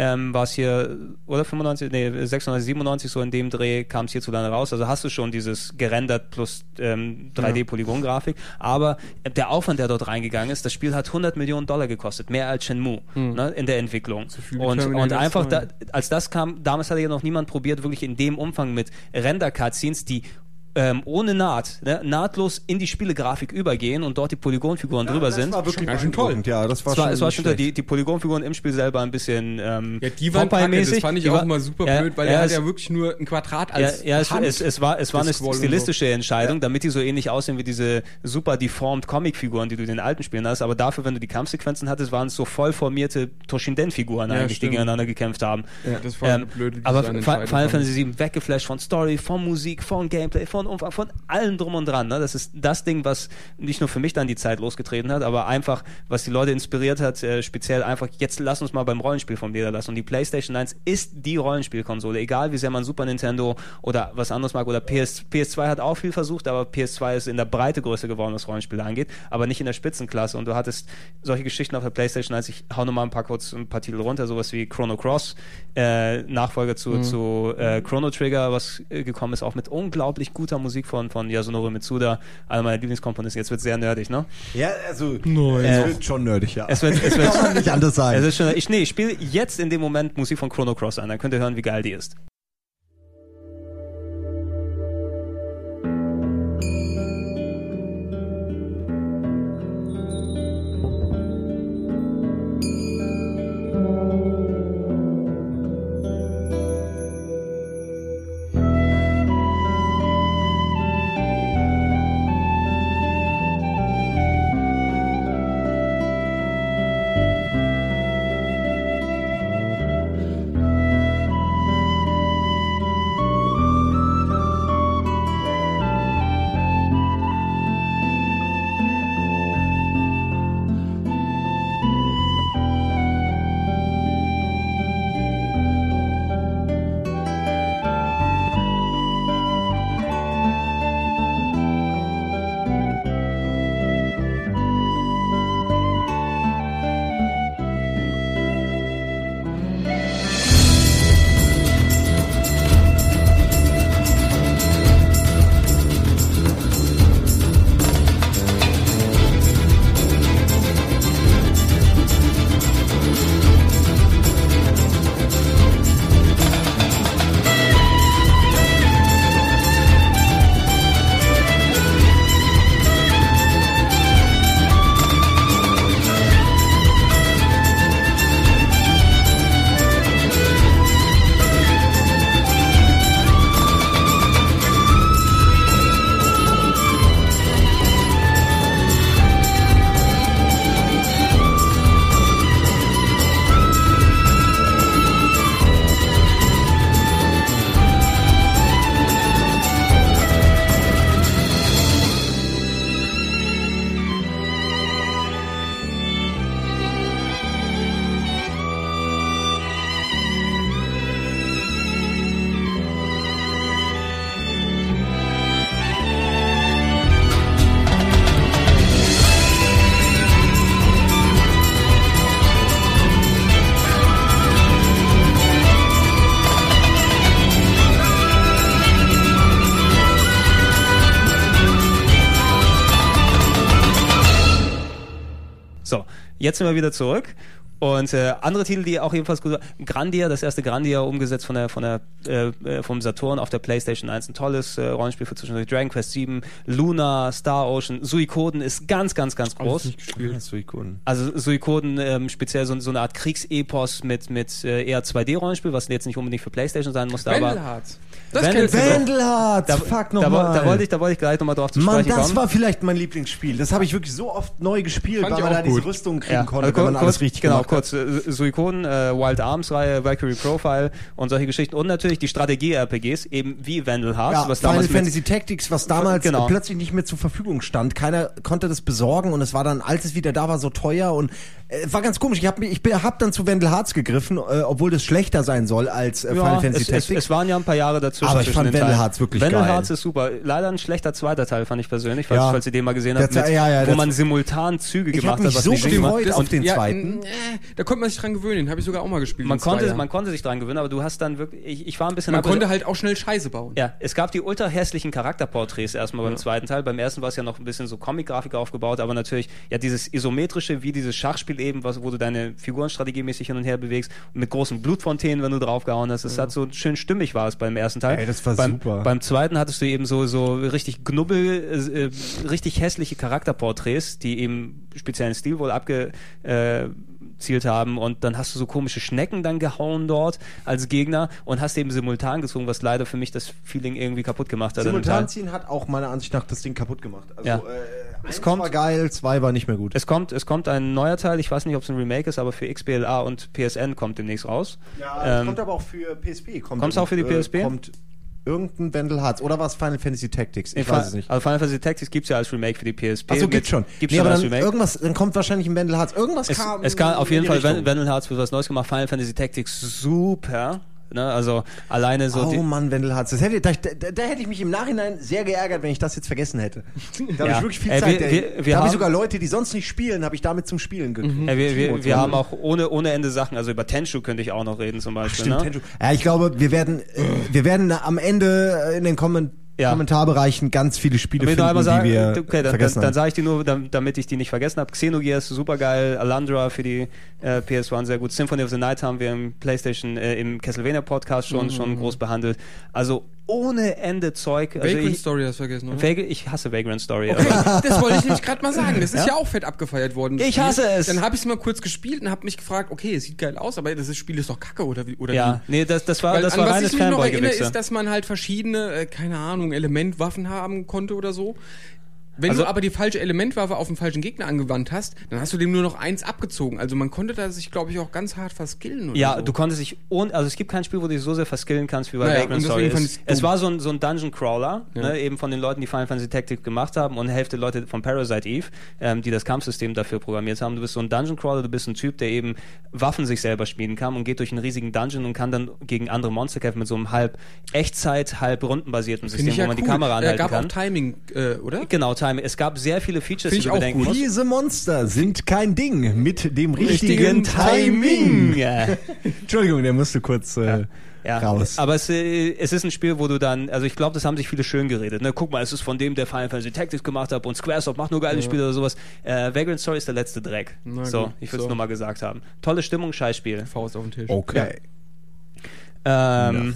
Ähm, war es hier, oder 95, nee, 96, 97, so in dem Dreh kam es hierzulande raus. Also hast du schon dieses gerendert plus ähm, 3D-Polygon-Grafik. Aber äh, der Aufwand, der dort reingegangen ist, das Spiel hat 100 Millionen Dollar gekostet, mehr als Shenmue ne, in der Entwicklung.
viel wie
Und, und
Terminator
einfach, da,
zwei.
als das kam, damals hatte ja noch niemand probiert, wirklich in dem Umfang mit Render-Cutscenes, die ähm, ohne Naht, ne, nahtlos in die Spielegrafik übergehen und dort die Polygonfiguren drüber sind.
war wirklich
ganz schön
beeindruckend. Ja, das war
Es war,
schon
es war schon
schlecht.
die, die Polygonfiguren im Spiel selber ein bisschen ähm,
Ja, die waren kacke,
Popeye-mäßig.
das fand ich
Die
auch
war-
immer super
ja,
blöd, weil
ja,
er hat
es-
ja wirklich nur ein Quadrat
ja,
als
ja es,
Hand.
es, es war, es war eine
gescrollt und so.
stilistische Entscheidung, damit die so ähnlich aussehen wie diese super deformed Comic-Figuren, die du in den alten Spielen hast. Aber dafür, wenn du die Kampfsequenzen hattest, waren es so voll formierte Toshinden-Figuren
Ja,
eigentlich,
stimmt.
die gegeneinander gekämpft haben.
Ja, das war eine blöde
Ähm, aber Fi-
Designentscheidung.
Final Fantasy 7 weggeflasht von Story, von Musik, von Gameplay, von Umfang, von allem drum und dran. Ne? Das ist das Ding, was nicht nur für mich dann die Zeit losgetreten hat, aber einfach, was die Leute inspiriert hat, äh, speziell einfach, jetzt lass uns mal beim Rollenspiel vom Leder lassen. Und die PlayStation 1 ist die Rollenspielkonsole, egal wie sehr man Super Nintendo oder was anderes mag oder PS, PS2 hat auch viel versucht, aber PS2 ist in der Breite größer geworden, was Rollenspiele angeht, aber nicht in der Spitzenklasse. Und du hattest solche Geschichten auf der PlayStation, als ich hau nochmal ein paar kurz ein paar Titel runter, sowas wie Chrono Cross, äh, Nachfolger zu, zu äh, Chrono Trigger, was äh, gekommen ist, auch mit unglaublich guter Musik von, von Yasunori Mitsuda, einer meiner Lieblingskomponisten. Jetzt wird sehr nerdig, ne?
Ja, also,
Nein.
es wird schon nerdig, ja.
Es wird, es wird,
[laughs] Kann man nicht anders
es
sagen.
ist schon, ich, nee, ich spiele jetzt in dem Moment Musik von Chrono Cross an, dann könnt ihr hören, wie geil die ist.
Thank
Jetzt sind wir wieder zurück. Und äh, andere Titel, die auch ebenfalls gut waren. Grandia, das erste Grandia, umgesetzt von der, von der, äh, äh, vom Saturn auf der Playstation 1. Ein tolles äh, Rollenspiel für zwischendurch. Dragon Quest 7, Luna, Star Ocean, Suikoden ist ganz, ganz, ganz groß.
Ja, Suikoden.
Also Suikoden ähm, speziell so, so eine Art Kriegsepos mit, mit äh, eher 2D-Rollenspiel, was jetzt nicht unbedingt für Playstation sein musste,
Vandal
aber
Hearts. Das
Vandal-
kennst du doch.
[laughs] Wendelhardt,
da,
fuck
da, wo-
nochmal.
da wollte ich, da wollte ich gleich nochmal drauf zu
Mann,
sprechen
das
kommen.
war vielleicht mein Lieblingsspiel. Das habe ich wirklich so oft neu gespielt,
Fand
weil
ich
man
auch
da diese
gut.
Rüstung kriegen konnte,
Also
wenn
kur-
man alles richtig
genau,
gemacht hat.
kurz äh, Suikoden, äh, Wild Arms Reihe, Valkyrie Profile und solche Geschichten und natürlich die Strategie RPGs eben wie Vandal Hearts,
Ja,
was
Final
damals mit,
Fantasy Tactics, was damals
Genau.
plötzlich nicht mehr zur Verfügung stand. Keiner konnte das besorgen und es war dann, als es wieder da war, so teuer und äh, war ganz komisch. Ich habe ich bin- hab dann zu Wendel Harz gegriffen, äh, obwohl das schlechter sein soll als äh, Final
ja,
Fantasy
es, es,
Tactics.
es waren ja ein paar Jahre dazwischen.
Aber ich
zwischen
fand
den
Vandal
Teilen.
Hearts wirklich
Vandal
geil.
Hearts ist super. Leider ein schlechter zweiter Teil fand ich persönlich, falls,
Ja.
falls ihr den mal gesehen habt,
Der-
mit,
ja, ja,
wo
das-
man simultan Züge
Ich
gemacht
habe mich
hat, was
so
nicht gemacht
gefreut auf den
ja,
zweiten.
n- äh, da konnte man sich dran gewöhnen, habe ich sogar auch mal gespielt.
Man
in zwei
konnte,
Jahren.
man konnte sich dran gewöhnen, aber du hast dann wirklich, ich, ich war ein bisschen
man
abge-
konnte halt auch schnell Scheiße bauen.
Ja, es gab die ultra hässlichen Charakterporträts erstmal beim zweiten Teil. Beim ersten war es ja noch ein bisschen so Comic-Grafik aufgebaut, aber natürlich ja dieses isometrische, wie dieses Schachspiel eben, was, wo du deine Figuren strategiemäßig hin und her bewegst, mit großen Blutfontänen, wenn du draufgehauen hast. Es hat so schön stimmig war es beim ersten Teil.
Ey, das war
beim,
super.
Beim zweiten hattest du eben so, so richtig knubbel, äh, äh, richtig hässliche Charakterporträts, die eben speziellen Stil wohl abge, äh, zielt haben und dann hast du so komische Schnecken dann gehauen dort als Gegner und hast eben simultan gezogen, was leider für mich das Feeling irgendwie kaputt gemacht hat. an dem Teil.
Simultanziehen hat auch meiner Ansicht nach das Ding kaputt gemacht. Also,
Ja.
äh, eins
kommt-
war geil, zwei war nicht mehr gut.
Es kommt, es kommt ein neuer Teil, ich weiß nicht, ob es ein Remake ist, aber für XBLA und PSN kommt demnächst raus.
Ja,
Ähm,
kommt aber auch für PSP. Kommt
kommt's auch für die
äh,
PSP?
Kommt irgendein Wendel Harz oder war es Final Fantasy Tactics? Ich
Fa-
weiß es nicht.
Also Final Fantasy Tactics gibt es ja als Remake für die PSP.
Achso,
Also Mit-
gibt's schon.
Gibt's
nee,
schon
aber
als
dann
Remake.
irgendwas, dann kommt wahrscheinlich ein Wendel Harz. Irgendwas
Es,
kam.
es kann auf jeden
in die
Fall, wenn,
Richtung.
wenn Hearts wird was Neues gemacht, Final Fantasy Tactics super. Ne? Also alleine so
Oh
die,
Mann, Wendel Harz. Das hätte, da, da, da hätte ich mich im Nachhinein sehr geärgert, wenn ich das jetzt vergessen hätte. Da habe
Ja.
ich wirklich viel
Ey,
Zeit.
wir- wir-
da
wir
habe
haben-
ich sogar Leute, die sonst nicht spielen, habe ich damit zum Spielen gekriegt.
Ja, wir, wir, wir
Timo,
haben auch ohne, ohne Ende Sachen. Also über Tenshu könnte ich auch noch reden zum Beispiel.
Stimmt,
ne?
Tenchu. Ja, ich glaube, wir werden, äh, wir werden am Ende äh, in den Kommen-
Ja.
Kommentarbereichen ganz viele Spiele
Wenn
finden,
du einmal
die
sagen,
wir
okay, dann, dann,
vergessen
dann
haben.
sage ich die nur, dam- damit ich die nicht vergessen habe. Xenogears, supergeil. Alandra für die äh, PS1 sehr gut. Symphony of the Night haben wir im PlayStation, äh, im Castlevania Podcast schon, schon
Mhm.
groß behandelt. Also ohne Ende Zeug. Also
Vagrant
ich,
Story hast du vergessen,
ne?
oder?
Vag ich hasse Vagrant Story.
Okay,
Aber
das wollte ich nämlich gerade mal sagen. Das ist ja? auch fett abgefeiert worden. das
Ich
Spiel.
hasse es.
Dann habe ich es mal kurz gespielt und habe mich gefragt, okay, es sieht geil aus, aber das Spiel ist doch kacke oder wie? Oder
ja,
wie?
nee, das, das war,
Weil
das
an
war
was
reines
ich mich noch erinnere,
Fanboy-Gewichse.
ist, dass man halt verschiedene, äh, keine Ahnung, Elementwaffen haben konnte oder so. Wenn
Also-
du aber die falsche Elementwaffe auf den falschen Gegner angewandt hast, dann hast du dem nur noch eins abgezogen. Also man konnte da sich, glaube ich, auch ganz hart verskillen. Oder
Ja,
so.
du konntest dich ohne, also es gibt kein Spiel, wo du dich so sehr verskillen kannst wie bei
Naja,
Vagrant
und
Story.
deswegen fand
Es,
ich's
es
dumm.
war so ein, so ein Dungeon Crawler, ne, eben von den Leuten, die Final Fantasy Tactic gemacht haben und Hälfte Leute von Parasite Eve, ähm, die das Kampfsystem dafür programmiert haben. Du bist so ein Dungeon Crawler, du bist ein Typ, der eben Waffen sich selber schmieden kann und geht durch einen riesigen Dungeon und kann dann gegen andere Monster kämpfen mit so einem halb Echtzeit, halb rundenbasierten
Finde
System,
ich
wo
ja
man
cool.
die Kamera
Da
anhalten
gab
kann.
auch Timing, äh, oder?
Genau, Time. Es gab sehr viele Features,
Find ich
die du
auch
bedenken musst.
Diese Monster sind kein Ding mit dem
Richtigen
richtigen, Timing.
Ja.
Entschuldigung, der musste kurz äh,
Ja,
raus.
aber es, äh, es ist ein Spiel, wo du dann, also ich glaube, das haben sich viele schön geredet. Ne? Guck mal, es ist von dem, der Final Fantasy Tactics gemacht hat und Squaresoft macht nur geile Spiele oder sowas. Äh, Vagrant Story ist der letzte Dreck.
Na
so,
gut,
ich will es
so.
nur mal gesagt haben. Tolle Stimmung, Scheißspiel.
Faust auf den Tisch.
okay.
Ähm,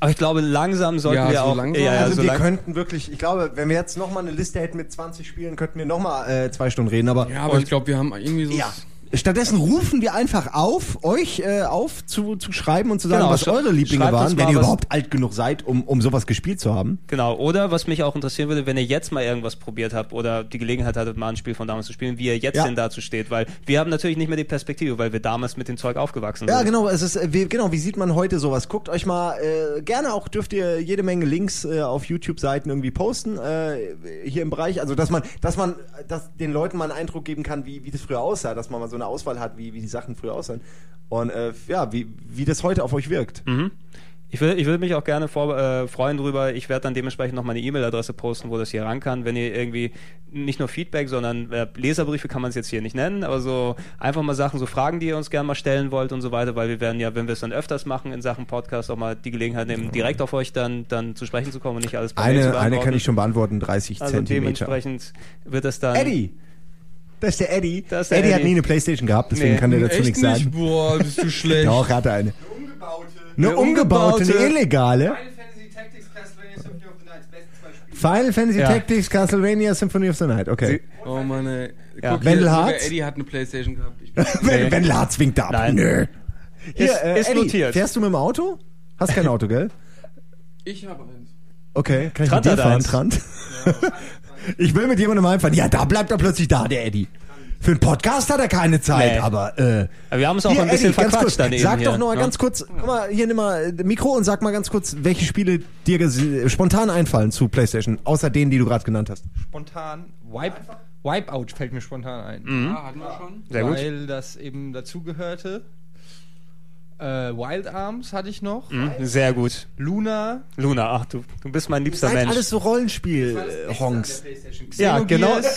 aber ich glaube, langsam sollten
Ja,
wir
so
auch.
langsam.
Ja, ja,
also
so
wir
lang-
könnten wirklich, ich glaube, wenn wir jetzt nochmal eine Liste hätten mit 20 Spielen, könnten wir nochmal äh, zwei Stunden reden. Aber
Ja, aber ich glaube, wir haben irgendwie so.
Ja. Stattdessen rufen wir einfach auf, euch äh, auf zu, zu schreiben und zu sagen,
Genau,
was
schre-
eure Lieblinge
schreibt uns
waren,
mal
wenn ihr
was-
überhaupt alt genug seid, um, um sowas gespielt zu haben.
Genau, oder was mich auch interessieren würde, wenn ihr jetzt mal irgendwas probiert habt oder die Gelegenheit hattet, mal ein Spiel von damals zu spielen, wie ihr jetzt
Ja.
denn dazu steht, weil wir haben natürlich nicht mehr die Perspektive, weil wir damals mit dem Zeug aufgewachsen
Ja,
sind.
genau, es ist, äh, wie, genau, wie sieht man heute sowas? Guckt euch mal, äh, gerne auch dürft ihr jede Menge Links äh, auf YouTube-Seiten irgendwie posten, äh, hier im Bereich, also dass man, dass man, äh, dass den Leuten mal einen Eindruck geben kann, wie, wie das früher aussah, dass man mal so eine Auswahl hat, wie, wie die Sachen früher aussahen. Und äh, ja, wie, wie das heute auf euch wirkt.
Mhm. Ich würde ich würd mich auch gerne vor, äh, freuen drüber. Ich werde dann dementsprechend noch meine E-Mail-Adresse posten, wo das hier ran kann. Wenn ihr irgendwie nicht nur Feedback, sondern äh, Leserbriefe kann man es jetzt hier nicht nennen, aber so einfach mal Sachen, so Fragen, die ihr uns gerne mal stellen wollt und so weiter, weil wir werden ja, wenn wir es dann öfters machen in Sachen Podcast, auch mal die Gelegenheit nehmen, direkt auf euch dann, dann zu sprechen zu kommen und nicht alles per Mail zu beantworten.
schon beantworten, 30
Also dementsprechend wird das dann.
Eddie! Das ist der Eddie.
Das ist der
Eddie, hat
Eddie.
nie eine Playstation gehabt, deswegen
Nee.
kann der dazu
Echt
nichts
nicht?
sagen.
Boah, bist du schlecht.
Doch, er hatte eine. Eine
Eine
umgebaute, eine
umgebaute.
illegale.
Final Fantasy Tactics Castlevania Symphony of the Night, besten zwei Spiele.
Final Fantasy
Ja.
Tactics Castlevania Symphony of the Night. Okay.
Oh Mann, ey. Guck
Ja.
hier,
Wendel
sogar
Harz?
Eddie hat eine Playstation gehabt. Ich bin
[laughs] Wenn, wenn Lars winkt ab.
Nein.
Nö. Hier, äh,
Ist- ist
Eddie,
notiert.
Fährst du mit dem Auto? Hast kein Auto, gell?
[laughs] ich habe eins.
Okay, kann ich
Trant
mit dir
hat
fahren,
eins.
Trant? [laughs] ich will mit jemandem einfahren. Ja, da bleibt er plötzlich da, der Eddie. Für einen Podcast hat er keine Zeit,
Nee.
aber... Äh,
Aber wir haben es auch
hier,
ein bisschen
Eddie, ganz
verquatscht
kurz,
dann eben.
Sag
hier,
doch noch mal
ne?
ganz kurz, guck mal, hier nimm mal äh, Mikro und sag mal ganz kurz, welche Spiele dir ges- spontan einfallen zu Playstation, außer denen, die du gerade genannt hast.
Spontan, Wipe, Wipeout fällt mir spontan ein.
Mm.
Ah, hatten wir schon.
Sehr gut.
weil das eben dazugehörte. Äh, Wild Arms hatte ich noch.
Mhm, Sehr gut.
Luna.
Luna, ach du, du bist mein liebster
Seid
Mensch.
alles so Rollenspiel-Honks.
äh, ja, genau.
Xenogears.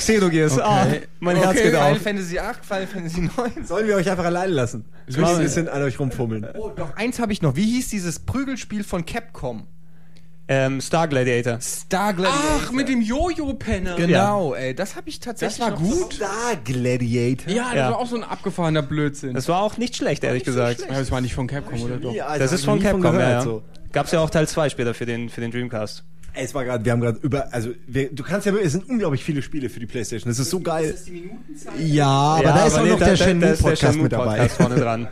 Xenogears. Ah, mein
Okay,
Herz geht
Final
auf.
Fantasy 8, Final Fantasy 9.
Sollen wir euch einfach alleine lassen? Ich
machen
muss ein
wir.
bisschen an euch rumfummeln.
Oh, doch eins habe ich noch. Wie hieß dieses Prügelspiel von Capcom?
Ähm, Star Ah, Gladiator.
Ah,
Star Gladiator.
Ach, mit dem Jojo-Penner.
Genau, ey, das habe ich tatsächlich.
Das war
noch-
gut.
Star Gladiator.
Ja, das
Ja.
war auch so ein abgefahrener Blödsinn.
Das war auch nicht schlecht, ehrlich gesagt.
ja, das war nicht von Capcom, oder doch?
also
Das
hab
ist
ich
von
nie von
Capcom,
gehört,
ja. also. ja.
so.
Gab's ja auch Teil 2 später für den, für den Dreamcast.
Ey, es war gerade, wir haben gerade über, also wir, du kannst ja, es sind unglaublich viele Spiele für die PlayStation. Das ist so geil. Ja, aber
Ja,
da ist auch
nee,
noch der
da ist
Shenmue Podcast
Shenmue
mit dabei.
Podcast vorne
[laughs]
dran.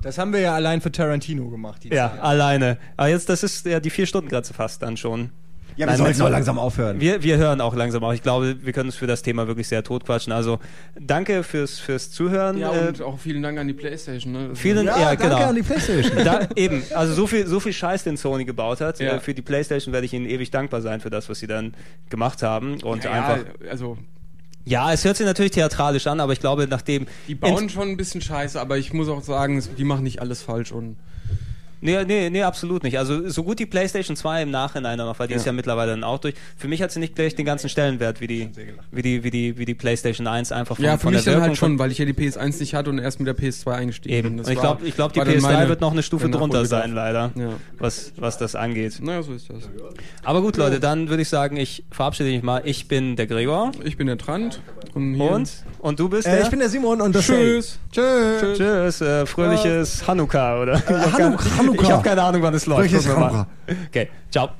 Das haben wir ja allein für Tarantino gemacht. die
Ja,
Zeit.
alleine. Aber jetzt, das ist ja die vier Stunden Grenze fast dann schon.
Ja,
Nein,
wir sollten
mit-
auch langsam aufhören.
Wir, wir hören auch langsam auf. Ich glaube, wir können uns für das Thema wirklich sehr totquatschen. Also danke fürs, fürs Zuhören.
Ja,
äh,
und auch vielen Dank an die Playstation. Ne? Das
vielen, ja,
danke
genau.
an die
[laughs]
PlayStation.
da, eben, also so viel, so viel Scheiß, den Sony gebaut hat.
Ja.
Äh, Für die PlayStation werde ich ihnen ewig dankbar sein für das, was sie dann gemacht haben. Und
Ja,
einfach.
ja, also,
Ja, es hört sich natürlich theatralisch an, aber ich glaube, nachdem.
die bauen schon ein bisschen scheiße, aber ich muss auch sagen, es- die machen nicht alles falsch. Und
Nee, nee, nee, absolut nicht. Also so gut die PlayStation 2 im Nachhinein dann noch, weil die ist ja mittlerweile dann auch durch. Für mich hat sie nicht gleich den ganzen Stellenwert wie die, wie die, wie die, wie die PlayStation 1 einfach von,
ja, für
von
mich
der
dann
Wirkung
halt schon, weil ich ja die PS1 nicht hatte und erst mit der PS2 eingestiegen
Eben.
bin. Das
Und ich
war-
glaube, ich glaub, die
war dann
PS3
meine-
wird noch eine Stufe
mein
drunter
Nachholbedarf.
sein, leider,
Ja.
was, was das angeht.
Naja, so ist das.
Aber gut, Leute, dann würde ich sagen, ich verabschiede mich mal. Ich bin der Gregor
Ich bin der Trant. Und? Hier.
und, und du bist
Äh,
der...
ich bin der Simon und das
Tschüss.
Tschüss.
Tschüss, äh, fröhliches Hanukkah, oder? Ich hab
Hanu-
keine-
[laughs]
Hanukkah.
Ich habe keine Ahnung, wann es läuft.
Fröhliches
Gucken wir mal.
Hanukkah.
Okay, ciao.